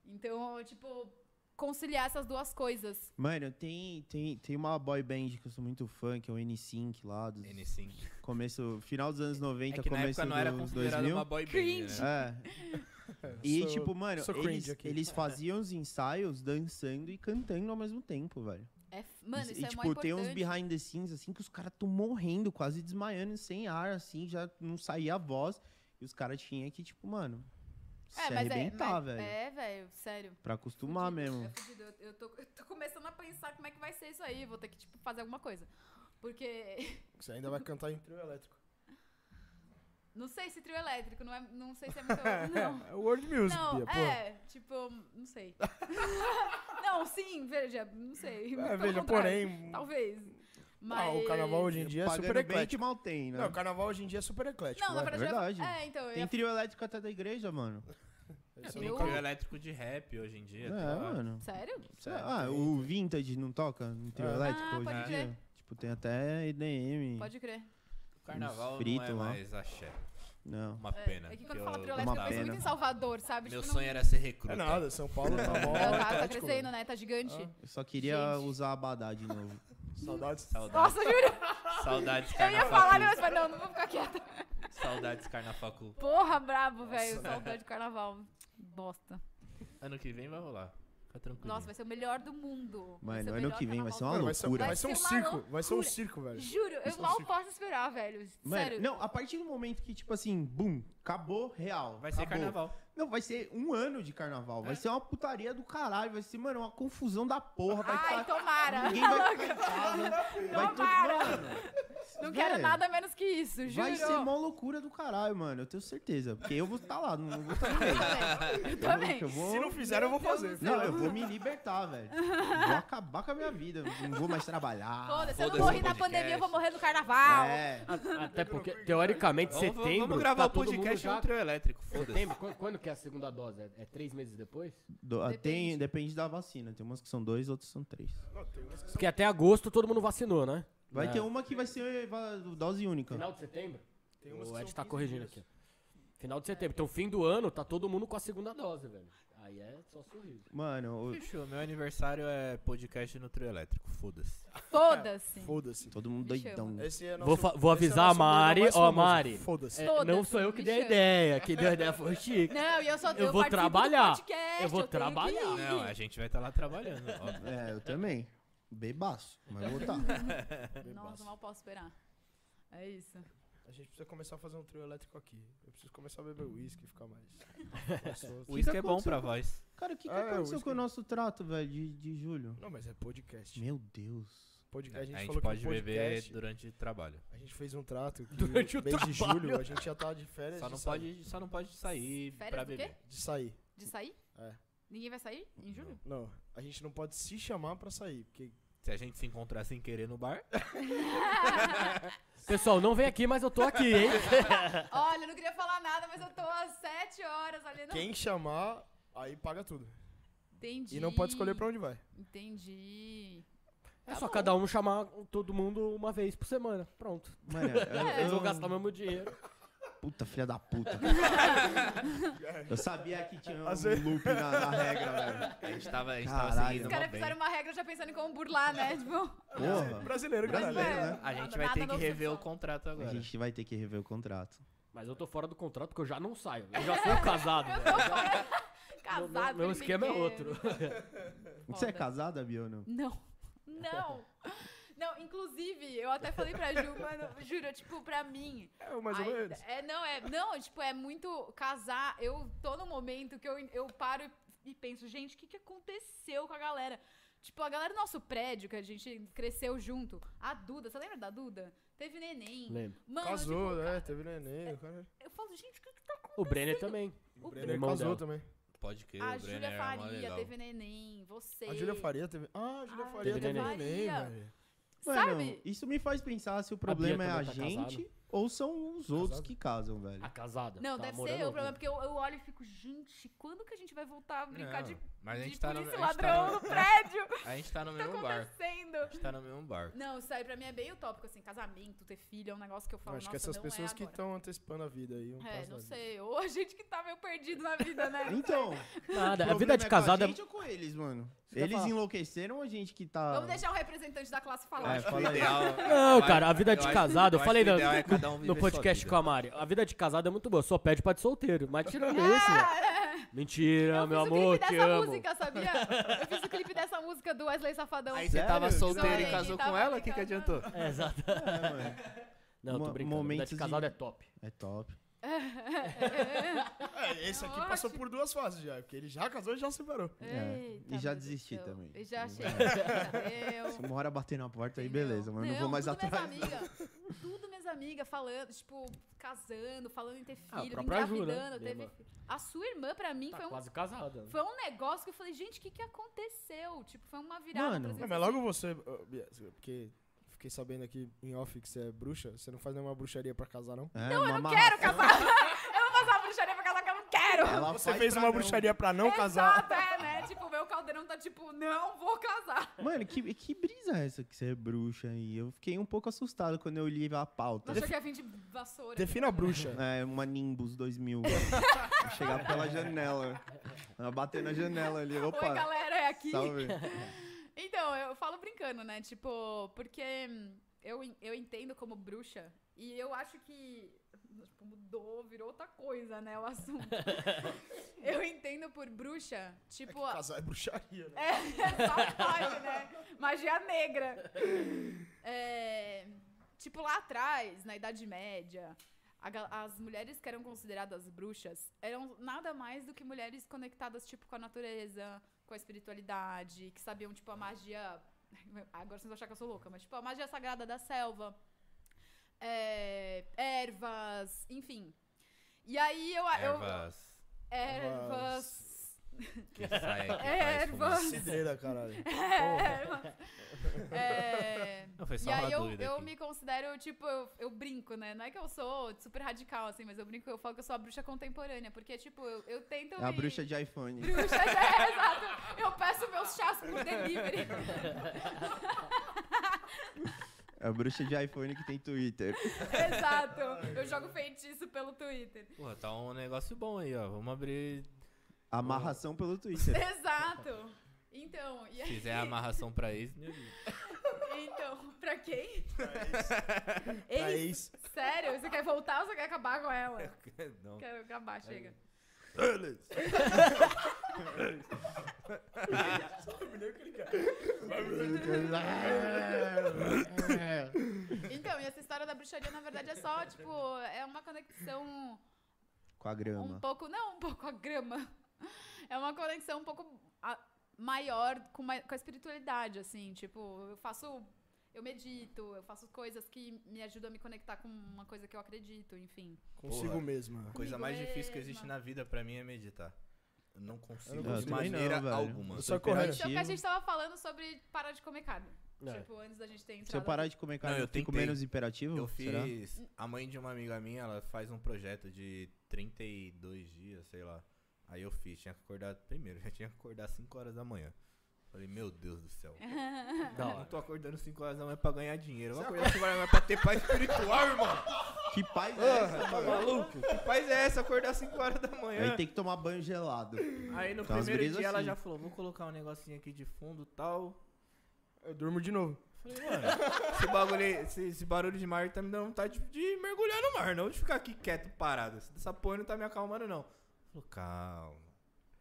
Speaker 6: Então, tipo, conciliar essas duas coisas.
Speaker 1: Mano, tem, tem, tem uma boy band que eu sou muito fã, que é o N-Sync lá, dos
Speaker 2: N5.
Speaker 1: começo, final dos anos 90,
Speaker 2: É que na
Speaker 1: começo
Speaker 2: época não era
Speaker 1: dos
Speaker 2: considerada
Speaker 1: 2000.
Speaker 2: uma boy band,
Speaker 6: Cringe.
Speaker 2: né?
Speaker 1: É. E,
Speaker 3: Sou-
Speaker 1: tipo, mano,
Speaker 3: sou
Speaker 1: eles,
Speaker 3: cringe aqui.
Speaker 1: eles faziam os ensaios dançando e cantando ao mesmo tempo, velho.
Speaker 6: É, f- mano,
Speaker 1: e,
Speaker 6: isso
Speaker 1: e,
Speaker 6: é
Speaker 1: tipo,
Speaker 6: mó importante.
Speaker 1: tem uns behind the scenes, assim, que os caras tão morrendo, quase desmaiando, sem ar, assim, já não saía a voz. E os caras tinham que, tipo, mano, se arrebentar,
Speaker 6: É, mas-
Speaker 1: velho.
Speaker 6: É, velho, sério.
Speaker 1: Pra acostumar
Speaker 6: Fudido,
Speaker 1: mesmo.
Speaker 6: é fudido. Eu, eu tô, eu tô começando a pensar como é que vai ser isso aí. Vou ter que, tipo, fazer alguma coisa. Porque.
Speaker 3: Você ainda vai cantar em trio elétrico.
Speaker 6: Não sei se trio elétrico, não, é, não sei se é muito. Não.
Speaker 3: É World Music,
Speaker 6: Não,
Speaker 3: Bia, pô.
Speaker 6: é, tipo, não sei. não, sim, veja, não sei.
Speaker 3: É,
Speaker 6: Pelo
Speaker 3: veja,
Speaker 6: contrário,
Speaker 3: porém.
Speaker 6: Talvez. Mas.
Speaker 3: Ah, o carnaval hoje em dia é super
Speaker 1: Pagando bem que
Speaker 3: eclético.
Speaker 1: mal tem, né?
Speaker 3: Não, o carnaval hoje em dia é super eclético.
Speaker 6: Não, na
Speaker 3: vai.
Speaker 6: verdade. eu ia-
Speaker 1: verdade.
Speaker 6: É, então, eu ia
Speaker 1: Tem trio elétrico até da igreja, mano.
Speaker 2: É,
Speaker 3: Você
Speaker 2: tem
Speaker 6: eu-
Speaker 3: nunca-
Speaker 2: trio elétrico de rap hoje em dia.
Speaker 1: é,
Speaker 2: tem lá.
Speaker 1: mano.
Speaker 6: Sério?
Speaker 1: Ah, o Vintage não toca no trio
Speaker 3: Ah.
Speaker 1: elétrico
Speaker 6: É. Ah,
Speaker 1: hoje
Speaker 6: pode
Speaker 1: em dia? Tipo, tem até EDM.
Speaker 6: Pode crer.
Speaker 2: O carnaval
Speaker 1: frito
Speaker 2: não é
Speaker 1: lá.
Speaker 2: mais axé.
Speaker 1: Não.
Speaker 2: Uma
Speaker 6: É,
Speaker 2: pena.
Speaker 6: É, que quando
Speaker 2: eu-
Speaker 6: fala trio
Speaker 1: Uma
Speaker 6: elétrico, eu penso
Speaker 1: pena.
Speaker 6: muito em Salvador, sabe?
Speaker 2: Meu
Speaker 6: Tipo, não-
Speaker 2: sonho era ser recruta.
Speaker 3: É nada, São Paulo tá mal.
Speaker 6: É, tá, tá
Speaker 3: eclético,
Speaker 6: crescendo,
Speaker 3: velho.
Speaker 6: né? Tá gigante.
Speaker 1: Eu só queria
Speaker 6: Gente.
Speaker 1: usar a Abadá de novo.
Speaker 3: Saudades.
Speaker 2: Saudades,
Speaker 6: Nossa, juro,
Speaker 2: saudades
Speaker 6: eu ia falar,
Speaker 2: carnafacu.
Speaker 6: né? mas falei, não, não vou ficar quieta.
Speaker 2: Saudades carnafacu.
Speaker 6: Porra, brabo, velho. Saudade de carnaval. Bosta.
Speaker 2: Ano que vem vai rolar. Fica tranquilo.
Speaker 6: Nossa, vai ser o melhor do mundo. Vai
Speaker 1: Mano,
Speaker 6: ser o
Speaker 1: ano
Speaker 6: melhor
Speaker 1: que vem vai ser uma
Speaker 3: Mano,
Speaker 6: carnaval
Speaker 3: vai
Speaker 1: loucura.
Speaker 3: ser, vai
Speaker 6: Vai
Speaker 3: ser um
Speaker 6: ser uma
Speaker 3: circo. Vai ser um
Speaker 6: loucura.
Speaker 3: circo,
Speaker 6: do
Speaker 3: velho.
Speaker 6: mundo. Juro, eu
Speaker 3: Isso é
Speaker 6: mal
Speaker 3: um circo.
Speaker 6: posso esperar, velho.
Speaker 1: Mano,
Speaker 6: Sério.
Speaker 1: não, a partir do momento que, tipo assim, bum, acabou, real.
Speaker 2: Vai ser
Speaker 1: acabou.
Speaker 2: carnaval.
Speaker 1: Não, vai ser um ano de carnaval.
Speaker 6: É?
Speaker 1: Vai ser uma putaria do caralho. Vai ser, mano, uma confusão da porra. Vai
Speaker 6: Ai,
Speaker 1: ficar...
Speaker 6: tomara.
Speaker 1: Ninguém vai ficar em casa. Vai todo...
Speaker 6: Tomara.
Speaker 1: Mano,
Speaker 6: Não quero
Speaker 1: velho,
Speaker 6: nada menos que isso, juro.
Speaker 1: Vai ser mó loucura do caralho, mano. Eu tenho certeza. Porque eu vou estar lá, não vou estar
Speaker 6: Eu
Speaker 1: ninguém.
Speaker 6: também. Eu
Speaker 1: Eu,
Speaker 6: também.
Speaker 1: eu
Speaker 3: Se não
Speaker 1: vou...
Speaker 3: fizer, eu vou fazer.
Speaker 1: Não, eu vou me libertar, velho. Vou acabar com a minha vida. Não vou mais trabalhar.
Speaker 6: Foda-se, Ah, eu não
Speaker 2: foda-se
Speaker 6: morri
Speaker 2: o
Speaker 6: na
Speaker 2: podcast.
Speaker 6: pandemia, eu vou morrer no carnaval.
Speaker 1: É.
Speaker 4: A- Até porque, teoricamente,
Speaker 2: um Vamos- vamos-
Speaker 4: setembro.
Speaker 2: Vamos gravar
Speaker 4: tá
Speaker 2: o
Speaker 4: todo mundo
Speaker 2: podcast
Speaker 4: já-
Speaker 2: no trio elétrico. Foda-se.
Speaker 4: Setembro? Quando, quando que é a segunda dose? É, é três meses depois?
Speaker 1: Do- ah, Tem,
Speaker 6: Depende.
Speaker 1: depende da vacina. Tem umas que são dois, outras são três.
Speaker 4: Porque até agosto todo mundo vacinou, né?
Speaker 1: Vai
Speaker 4: É.
Speaker 1: ter uma que vai ser va- dose
Speaker 2: Tá.
Speaker 1: única.
Speaker 4: Final de setembro?
Speaker 3: Tem umas
Speaker 4: O
Speaker 3: que
Speaker 4: Ed
Speaker 3: são
Speaker 4: tá
Speaker 3: 15
Speaker 4: corrigindo
Speaker 3: dias.
Speaker 4: aqui. Final de setembro. Então, fim do ano, tá todo mundo com a segunda dose, velho. Aí é só sorriso.
Speaker 1: Mano, o-
Speaker 2: Fechou, meu aniversário é podcast no trio elétrico, foda-se.
Speaker 6: Foda-se.
Speaker 3: Foda-se.
Speaker 1: todo mundo
Speaker 6: Me
Speaker 1: doidão.
Speaker 3: assim. Esse é
Speaker 4: Vou
Speaker 3: nosso-
Speaker 4: fa- vou
Speaker 3: esse é
Speaker 4: avisar
Speaker 3: nosso
Speaker 4: a Mari,
Speaker 3: mais
Speaker 4: ó,
Speaker 3: famoso.
Speaker 4: Mari.
Speaker 3: Foda-se.
Speaker 4: É,
Speaker 6: Foda-se,
Speaker 4: não sou eu que
Speaker 6: me
Speaker 4: dei a
Speaker 6: chama.
Speaker 4: ideia. Quem deu a ideia foi o Chico.
Speaker 6: Não, e eu só
Speaker 4: Eu
Speaker 6: eu
Speaker 4: vou
Speaker 6: participo do
Speaker 4: trabalhar.
Speaker 6: podcast,
Speaker 4: Eu vou
Speaker 6: tenho que
Speaker 4: trabalhar.
Speaker 6: ir.
Speaker 2: Não, a gente vai estar lá trabalhando, óbvio.
Speaker 1: É, eu também. Bebaço, mas vou tá.
Speaker 6: Nossa, mal posso esperar. É isso.
Speaker 3: A gente precisa começar a fazer um trio elétrico aqui. Eu preciso começar a beber uísque e ficar mais.
Speaker 2: O
Speaker 1: que
Speaker 2: uísque é bom
Speaker 1: aconteceu
Speaker 2: pra
Speaker 1: com-
Speaker 2: voz.
Speaker 1: Cara, o que, que
Speaker 3: É,
Speaker 1: aconteceu
Speaker 3: isso
Speaker 1: com o
Speaker 3: que-
Speaker 1: nosso trato, velho, de, de julho?
Speaker 3: Não, mas é podcast.
Speaker 1: Meu Deus.
Speaker 3: Podcast,
Speaker 2: A gente,
Speaker 3: falou que
Speaker 2: pode
Speaker 3: o
Speaker 2: beber
Speaker 3: podcast,
Speaker 2: durante o trabalho.
Speaker 3: A gente fez um trato que
Speaker 4: Durante o
Speaker 3: mês de
Speaker 4: trabalho.
Speaker 3: julho a gente já tá de férias
Speaker 2: Só
Speaker 3: de,
Speaker 2: não,
Speaker 3: sair-
Speaker 2: pode, só não pode sair
Speaker 6: Férias
Speaker 2: pra
Speaker 6: do quê?
Speaker 2: beber.
Speaker 3: de sair.
Speaker 6: De sair?
Speaker 3: É.
Speaker 6: Ninguém vai sair em julho?
Speaker 3: Não, a gente não pode se chamar pra sair, porque
Speaker 2: Se a gente se encontrar sem querer no bar,
Speaker 4: Pessoal, não vem aqui, mas eu tô aqui, hein?
Speaker 6: Olha, eu não queria falar nada, mas eu tô às sete horas ali. Não.
Speaker 3: quem chamar, aí paga tudo.
Speaker 6: Entendi.
Speaker 3: E não pode escolher pra onde vai.
Speaker 6: Entendi.
Speaker 4: É
Speaker 6: Tá
Speaker 4: só
Speaker 6: bom.
Speaker 4: cada um chamar todo mundo uma vez por semana. Pronto.
Speaker 1: Mano, eu,
Speaker 4: Eles
Speaker 1: eu,
Speaker 4: vão gastar o mesmo dinheiro.
Speaker 1: Puta, filha da puta. eu sabia que tinha um
Speaker 3: Às vezes-
Speaker 1: loop na, na regra, velho.
Speaker 2: a gente tava, a gente tava
Speaker 1: Caralho.
Speaker 2: seguindo
Speaker 6: Os
Speaker 2: mó
Speaker 6: caras
Speaker 2: bem.
Speaker 6: fizeram uma regra já pensando em como burlar, né? Tipo,
Speaker 1: Porra.
Speaker 3: Brasileiro,
Speaker 6: mas,
Speaker 1: Brasileiro,
Speaker 6: é,
Speaker 1: né?
Speaker 2: A gente
Speaker 6: nada-
Speaker 2: vai ter
Speaker 6: nada
Speaker 2: que
Speaker 6: novo
Speaker 2: rever o
Speaker 6: sexual.
Speaker 2: contrato
Speaker 1: A
Speaker 2: agora.
Speaker 1: gente vai ter que rever o contrato.
Speaker 4: Mas eu tô fora do contrato porque eu já não saio. Eu já sou casado. velho. Meu-
Speaker 6: né? Casado.
Speaker 4: meu, meu
Speaker 6: ele
Speaker 4: esquema é
Speaker 6: tem que-
Speaker 4: outro.
Speaker 1: Você é
Speaker 6: Foda.
Speaker 1: casada, Bia, ou não?
Speaker 6: Não. Não. Não, inclusive, eu até falei pra Ju, mano, juro, tipo, pra mim.
Speaker 3: É, mais ou
Speaker 6: ai,
Speaker 3: menos.
Speaker 6: É, não, é. Não, tipo, é muito casar. Eu tô num momento que eu, eu paro e, e penso, gente, o que, que aconteceu com a galera? Tipo, a galera do nosso prédio, que a gente cresceu junto. A Duda, você lembra da Duda? Teve neném.
Speaker 4: Lembro.
Speaker 6: Mano,
Speaker 3: Casou,
Speaker 6: tipo,
Speaker 3: né?
Speaker 6: cara,
Speaker 3: Teve neném, o cara.
Speaker 6: eu falo, gente, o que, que tá
Speaker 4: O Brenner também.
Speaker 6: o
Speaker 3: O neném
Speaker 4: irmão
Speaker 3: casou
Speaker 4: dela.
Speaker 3: também.
Speaker 2: Pode crer,
Speaker 6: A
Speaker 2: o
Speaker 6: Júlia
Speaker 2: Brenner é mó
Speaker 6: Faria
Speaker 2: legal.
Speaker 6: teve neném, você.
Speaker 3: A Júlia Faria teve. Ah, a Júlia
Speaker 6: Ah,
Speaker 3: Faria
Speaker 4: teve
Speaker 3: teve
Speaker 6: neném.
Speaker 3: neném,
Speaker 6: Faria.
Speaker 3: velho.
Speaker 1: Mano,
Speaker 6: Sabe?
Speaker 1: isso me faz pensar se o problema é
Speaker 4: Bia
Speaker 1: a
Speaker 4: também tá
Speaker 1: gente ou são os outros
Speaker 3: Casada?
Speaker 1: que casam, velho.
Speaker 4: A casada.
Speaker 6: Não,
Speaker 4: tá
Speaker 6: deve
Speaker 4: morando
Speaker 6: ser eu o
Speaker 4: junto.
Speaker 6: problema, porque eu, eu olho e fico, gente, quando que a gente vai voltar a brincar
Speaker 2: Não,
Speaker 6: de,
Speaker 2: mas a
Speaker 6: de
Speaker 2: gente tá no-
Speaker 6: polícia e
Speaker 2: a gente tá
Speaker 6: ladrão
Speaker 2: no-
Speaker 6: no prédio? O que
Speaker 2: A gente tá no
Speaker 6: tá
Speaker 2: mesmo barco.
Speaker 6: acontecendo?
Speaker 2: A gente tá no mesmo barco.
Speaker 6: Não, isso aí pra mim é bem utópico, assim, casamento, ter filho, é um negócio que eu
Speaker 3: Eu
Speaker 6: falo,
Speaker 3: Acho que
Speaker 6: nossa,
Speaker 3: essas
Speaker 6: não
Speaker 3: pessoas
Speaker 6: é
Speaker 3: que
Speaker 6: agora.
Speaker 3: estão antecipando a vida aí. Um
Speaker 6: É,
Speaker 3: passo
Speaker 6: não
Speaker 3: na vida.
Speaker 6: sei, ou a gente que tá meio perdido na vida, né?
Speaker 1: Então,
Speaker 4: Nada. A
Speaker 1: o problema
Speaker 4: vida
Speaker 1: é
Speaker 4: de
Speaker 1: com
Speaker 4: casada
Speaker 1: A gente ou com eles, mano?
Speaker 4: quer
Speaker 1: Eles
Speaker 4: falar?
Speaker 1: enlouqueceram ou a gente que
Speaker 3: Ah.
Speaker 1: tá.
Speaker 6: Vamos deixar o representante da classe
Speaker 1: É,
Speaker 6: falar.
Speaker 1: fala aí.
Speaker 4: Não, cara, a vida de casado, eu falei
Speaker 2: não.
Speaker 4: no,
Speaker 2: um
Speaker 4: no podcast com a Mari, a vida de casado é muito boa, só pede pra de solteiro, mas tirando isso, velho. mentira,
Speaker 6: Ah! eu
Speaker 4: meu
Speaker 6: fiz o
Speaker 4: amor,
Speaker 6: clipe
Speaker 4: te
Speaker 6: dessa
Speaker 4: amo.
Speaker 6: música, sabia? Eu fiz o clipe dessa música do Wesley Safadão.
Speaker 2: Aí
Speaker 1: você
Speaker 2: você
Speaker 1: Sério? tava
Speaker 2: tava
Speaker 1: solteiro
Speaker 2: solteiro
Speaker 6: e
Speaker 2: e
Speaker 6: Olha, casou
Speaker 2: casou com
Speaker 6: ele com tava ela,
Speaker 2: ela,
Speaker 6: o
Speaker 2: o
Speaker 6: que
Speaker 2: que,
Speaker 6: que
Speaker 2: adiantou?
Speaker 6: adiantou?
Speaker 4: É, exato.
Speaker 1: É, mano,
Speaker 4: Não,
Speaker 1: Mo-
Speaker 4: tô brincando, a vida
Speaker 1: momentos
Speaker 4: de
Speaker 1: de-
Speaker 4: casado é top.
Speaker 1: é top.
Speaker 3: É, esse aqui passou por duas fases já, porque ele já casou e já separou.
Speaker 1: É,
Speaker 6: Eita,
Speaker 1: e já
Speaker 6: meu Deus
Speaker 1: desisti
Speaker 6: do céu.
Speaker 1: também.
Speaker 6: E já
Speaker 1: Não
Speaker 6: achei.
Speaker 1: vai.
Speaker 6: Meu
Speaker 1: Se uma hora bater na porta aí,
Speaker 6: Entendeu?
Speaker 1: beleza, mas não, vou mais
Speaker 6: tudo
Speaker 1: atrás.
Speaker 6: Minhas amigas, tudo minhas amigas falando, tipo, casando, falando em ter
Speaker 4: Ah, a
Speaker 6: filho,
Speaker 4: própria Ju, né?
Speaker 6: engravidando.
Speaker 4: Minha
Speaker 6: teve
Speaker 4: irmã.
Speaker 6: filho. A sua irmã, pra mim,
Speaker 4: Tá
Speaker 6: foi, um,
Speaker 4: quase casada.
Speaker 6: foi um negócio que eu falei, gente, o que, que aconteceu? Tipo, foi uma virada.
Speaker 1: Mano.
Speaker 6: por
Speaker 3: É,
Speaker 6: exemplo,
Speaker 3: mas logo você, ô, Bia, porque fiquei sabendo aqui em off que você é bruxa, você não faz nenhuma bruxaria pra casar, não?
Speaker 1: É, não, eu
Speaker 6: não quero casar. eu vou passar uma bruxaria pra casar que eu não quero.
Speaker 1: Ela
Speaker 3: Você
Speaker 1: faz
Speaker 3: fez
Speaker 1: pra
Speaker 3: uma
Speaker 1: não.
Speaker 3: bruxaria pra não casar.
Speaker 6: Exato, é, né? Tipo, meu caldeirão tá tipo, não vou casar.
Speaker 1: Mano, que, que brisa é essa que você é bruxa aí? Eu fiquei um pouco assustado quando eu li a pauta.
Speaker 6: Achou que ia vir de vassoura.
Speaker 3: Defina a bruxa.
Speaker 1: É, uma Nimbus 2000. Chegar pela janela. Ela bater na janela ali.
Speaker 6: Oi,
Speaker 1: Opa,
Speaker 6: galera, é aqui.
Speaker 1: salve.
Speaker 6: Então, eu falo brincando, né? Tipo, porque hum, eu, en- eu entendo como bruxa e eu acho que tipo, mudou, virou outra coisa, né? O assunto. eu entendo por bruxa, tipo. a-
Speaker 3: Casar é bruxaria, né?
Speaker 6: É, só pode, né? Magia negra. É, tipo, lá atrás, na Idade Média, a ga- as mulheres que eram consideradas bruxas eram nada mais do que mulheres conectadas, tipo, com a natureza, com a espiritualidade, que sabiam, tipo, a magia... Agora vocês vão achar que eu sou louca, mas, tipo, a magia sagrada da selva, é, ervas, enfim. E aí eu... Ah, eu
Speaker 2: Ervas.
Speaker 6: ervas...
Speaker 2: Que sai, que faz
Speaker 6: É, Ervas.
Speaker 2: fumaça.
Speaker 3: Cidreira, caralho.
Speaker 6: ervas. É,
Speaker 2: Não, foi só
Speaker 6: E
Speaker 2: uma
Speaker 6: aí eu,
Speaker 2: dúvida
Speaker 6: eu
Speaker 2: aqui.
Speaker 6: me considero, tipo, eu, eu brinco, né? Não é que eu sou super radical, assim, mas eu brinco, eu falo que eu sou a bruxa contemporânea, porque, tipo, eu, eu tento.
Speaker 1: É a
Speaker 6: me-
Speaker 1: bruxa de iPhone.
Speaker 6: Bruxa, é, exato. Eu peço meus chás por delivery.
Speaker 1: É a bruxa de iPhone que tem Twitter.
Speaker 6: exato. Eu jogo feitiço pelo Twitter.
Speaker 2: Pô, tá um negócio bom aí, ó. Vamos abrir
Speaker 1: Amarração pelo Twitter.
Speaker 6: Exato. Então, e
Speaker 2: Se
Speaker 6: aí,
Speaker 2: fizer a amarração pra ex, meu Deus.
Speaker 6: então, pra quem?
Speaker 3: Pra
Speaker 6: Ei,
Speaker 3: ex.
Speaker 6: sério? Você quer voltar ou você quer acabar com ela?
Speaker 2: Não.
Speaker 6: Quero acabar, chega. Então, e essa história da bruxaria, na verdade, é só, tipo, é uma conexão
Speaker 1: Com a
Speaker 6: um
Speaker 1: grama.
Speaker 6: pouco, não um pouco a grama. É uma conexão um pouco a- maior com, ma- com a espiritualidade, assim, tipo, eu faço, eu medito, eu faço coisas que me ajudam a me conectar com uma coisa que eu acredito, enfim.
Speaker 3: Consigo
Speaker 2: Porra.
Speaker 3: mesma.
Speaker 2: A coisa
Speaker 6: Comigo
Speaker 2: mais difícil que
Speaker 6: mesma.
Speaker 2: existe na vida pra mim é meditar. Eu não consigo
Speaker 3: Eu não
Speaker 2: de
Speaker 3: consigo
Speaker 1: também não,
Speaker 2: maneira
Speaker 1: velho.
Speaker 2: alguma.
Speaker 3: Eu só
Speaker 1: Sou
Speaker 3: correr.
Speaker 6: Então, o que a
Speaker 1: hiperativo.
Speaker 6: gente tava falando sobre parar de comer carne.
Speaker 4: É.
Speaker 6: Tipo, antes da gente ter entrado.
Speaker 1: Se eu parar de comer carne,
Speaker 2: Não, eu
Speaker 1: eu fico
Speaker 2: tentei.
Speaker 1: menos imperativo?
Speaker 2: Eu
Speaker 1: Hum, Será?
Speaker 2: fiz. A mãe de uma amiga minha, ela faz um projeto de 32 dias, sei lá. Aí eu fiz, tinha que acordar. Primeiro, já tinha que acordar 5 horas da manhã. Falei, meu Deus do céu.
Speaker 4: Da
Speaker 2: Eu não
Speaker 4: hora.
Speaker 2: tô acordando 5 horas da manhã pra ganhar dinheiro. Eu vou acordar 5 horas da manhã pra ter paz espiritual, irmão.
Speaker 1: Que paz é essa?
Speaker 2: Porra, tá maluco? Que paz é essa acordar 5 horas da manhã?
Speaker 1: Aí tem que tomar banho gelado.
Speaker 2: Aí no
Speaker 1: Tá umas
Speaker 2: primeiro dia
Speaker 1: brisas
Speaker 2: ela
Speaker 1: assim.
Speaker 2: já falou, vou colocar um negocinho aqui de fundo e tal.
Speaker 3: Eu durmo de novo.
Speaker 2: Falei, mano, esse, bagulho, aí- esse, esse barulho de mar tá me dando vontade de, de mergulhar no mar, não de ficar aqui quieto, parado. Essa- Essa porra não tá me acalmando, não. Falou, calma,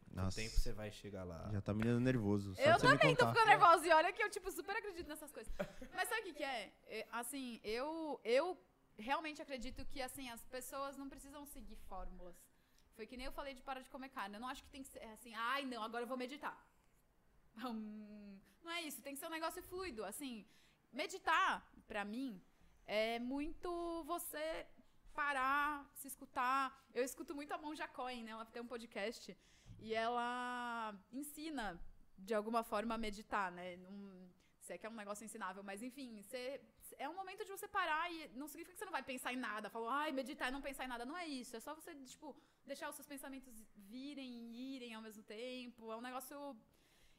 Speaker 2: com o
Speaker 1: Nossa,
Speaker 2: tempo você vai chegar lá.
Speaker 1: já tá me dando nervoso. só
Speaker 6: Eu
Speaker 1: de você me
Speaker 6: também tô
Speaker 1: contar.
Speaker 6: ficando Então nervosa e olha que eu, tipo, super acredito nessas coisas. Mas sabe o que, que é? É, Assim, eu, eu realmente acredito que, assim, as pessoas não precisam seguir fórmulas. Foi que nem eu falei de parar de comer carne. Eu não acho que tem que ser assim, ai, não, agora eu vou meditar. Hum, não é isso, tem que ser um negócio fluido. Assim, meditar, pra mim, é muito você parar, se escutar. Eu escuto muito a Monja Cohen, né? Ela tem um podcast e ela ensina, de alguma forma, a meditar, né? Num- se é que é um negócio ensinável, mas enfim, você- é um momento de você parar e não significa que você não vai pensar em nada. Falou, ai, meditar e não pensar em nada. Não é isso, é só você, tipo, deixar os seus pensamentos virem e irem ao mesmo tempo. É um negócio...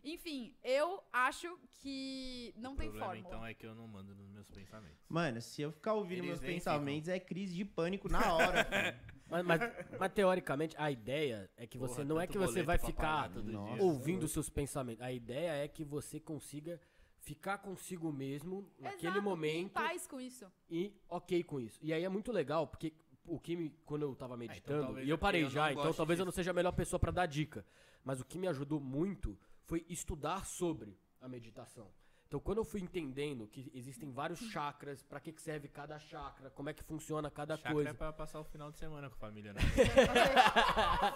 Speaker 6: Enfim, eu acho que não tem fórmula.
Speaker 2: é que eu não mando nos meus pensamentos.
Speaker 1: Mano, se eu ficar ouvindo
Speaker 2: Eles
Speaker 1: meus
Speaker 2: nem
Speaker 1: pensamentos, é crise de pânico na hora. filho.
Speaker 4: Mas, mas- mas, teoricamente, a ideia é que você
Speaker 2: Porra,
Speaker 4: não é
Speaker 2: tanto
Speaker 4: que você
Speaker 2: boleto
Speaker 4: vai
Speaker 2: pra né?
Speaker 4: ficar
Speaker 2: pagar todo
Speaker 1: Nossa.
Speaker 2: dia.
Speaker 4: ouvindo os seus pensamentos. A ideia é que você consiga ficar consigo mesmo naquele
Speaker 6: Exato,
Speaker 4: momento
Speaker 6: Em paz com isso.
Speaker 4: e ok com isso. E aí é muito legal, porque o que me, quando eu tava meditando,
Speaker 2: talvez
Speaker 4: e eu
Speaker 2: é porque
Speaker 4: parei
Speaker 2: eu não
Speaker 4: já, então
Speaker 2: goste
Speaker 4: talvez eu
Speaker 2: disso.
Speaker 4: não seja a melhor pessoa pra dar dica, mas o que me ajudou muito foi estudar sobre a meditação. Então, quando eu fui entendendo que existem vários chakras, pra que que serve cada chakra, como é que funciona cada
Speaker 2: Chakra é
Speaker 4: coisa.
Speaker 2: pra passar o final de semana com a família, né?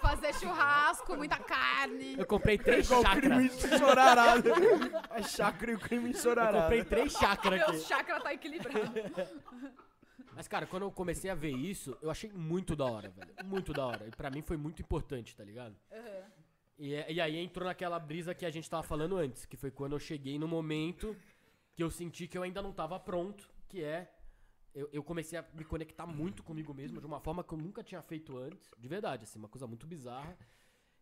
Speaker 6: Fazer- Fazer churrasco, muita carne.
Speaker 4: Eu comprei três
Speaker 2: É
Speaker 3: Igual o crime
Speaker 4: chakras.
Speaker 3: de Sorará. né? A chácara e o crime de
Speaker 4: Eu
Speaker 3: Sorará.
Speaker 4: comprei três chakras
Speaker 6: Meu
Speaker 4: aqui.
Speaker 6: chakra tá equilibrado.
Speaker 4: Mas, cara, quando eu comecei a ver isso, eu achei muito da hora, velho. Muito da hora. E pra mim foi muito importante, tá ligado? E, é- e aí entrou naquela brisa que a gente tava falando antes, que foi quando eu cheguei no momento que eu senti que eu ainda não tava pronto, que é. Eu, eu comecei a me conectar muito comigo mesmo, de uma forma que eu nunca tinha feito antes, de verdade, assim, uma coisa muito bizarra.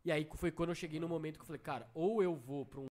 Speaker 4: E aí foi quando eu cheguei no momento que eu falei, cara, ou eu vou pra um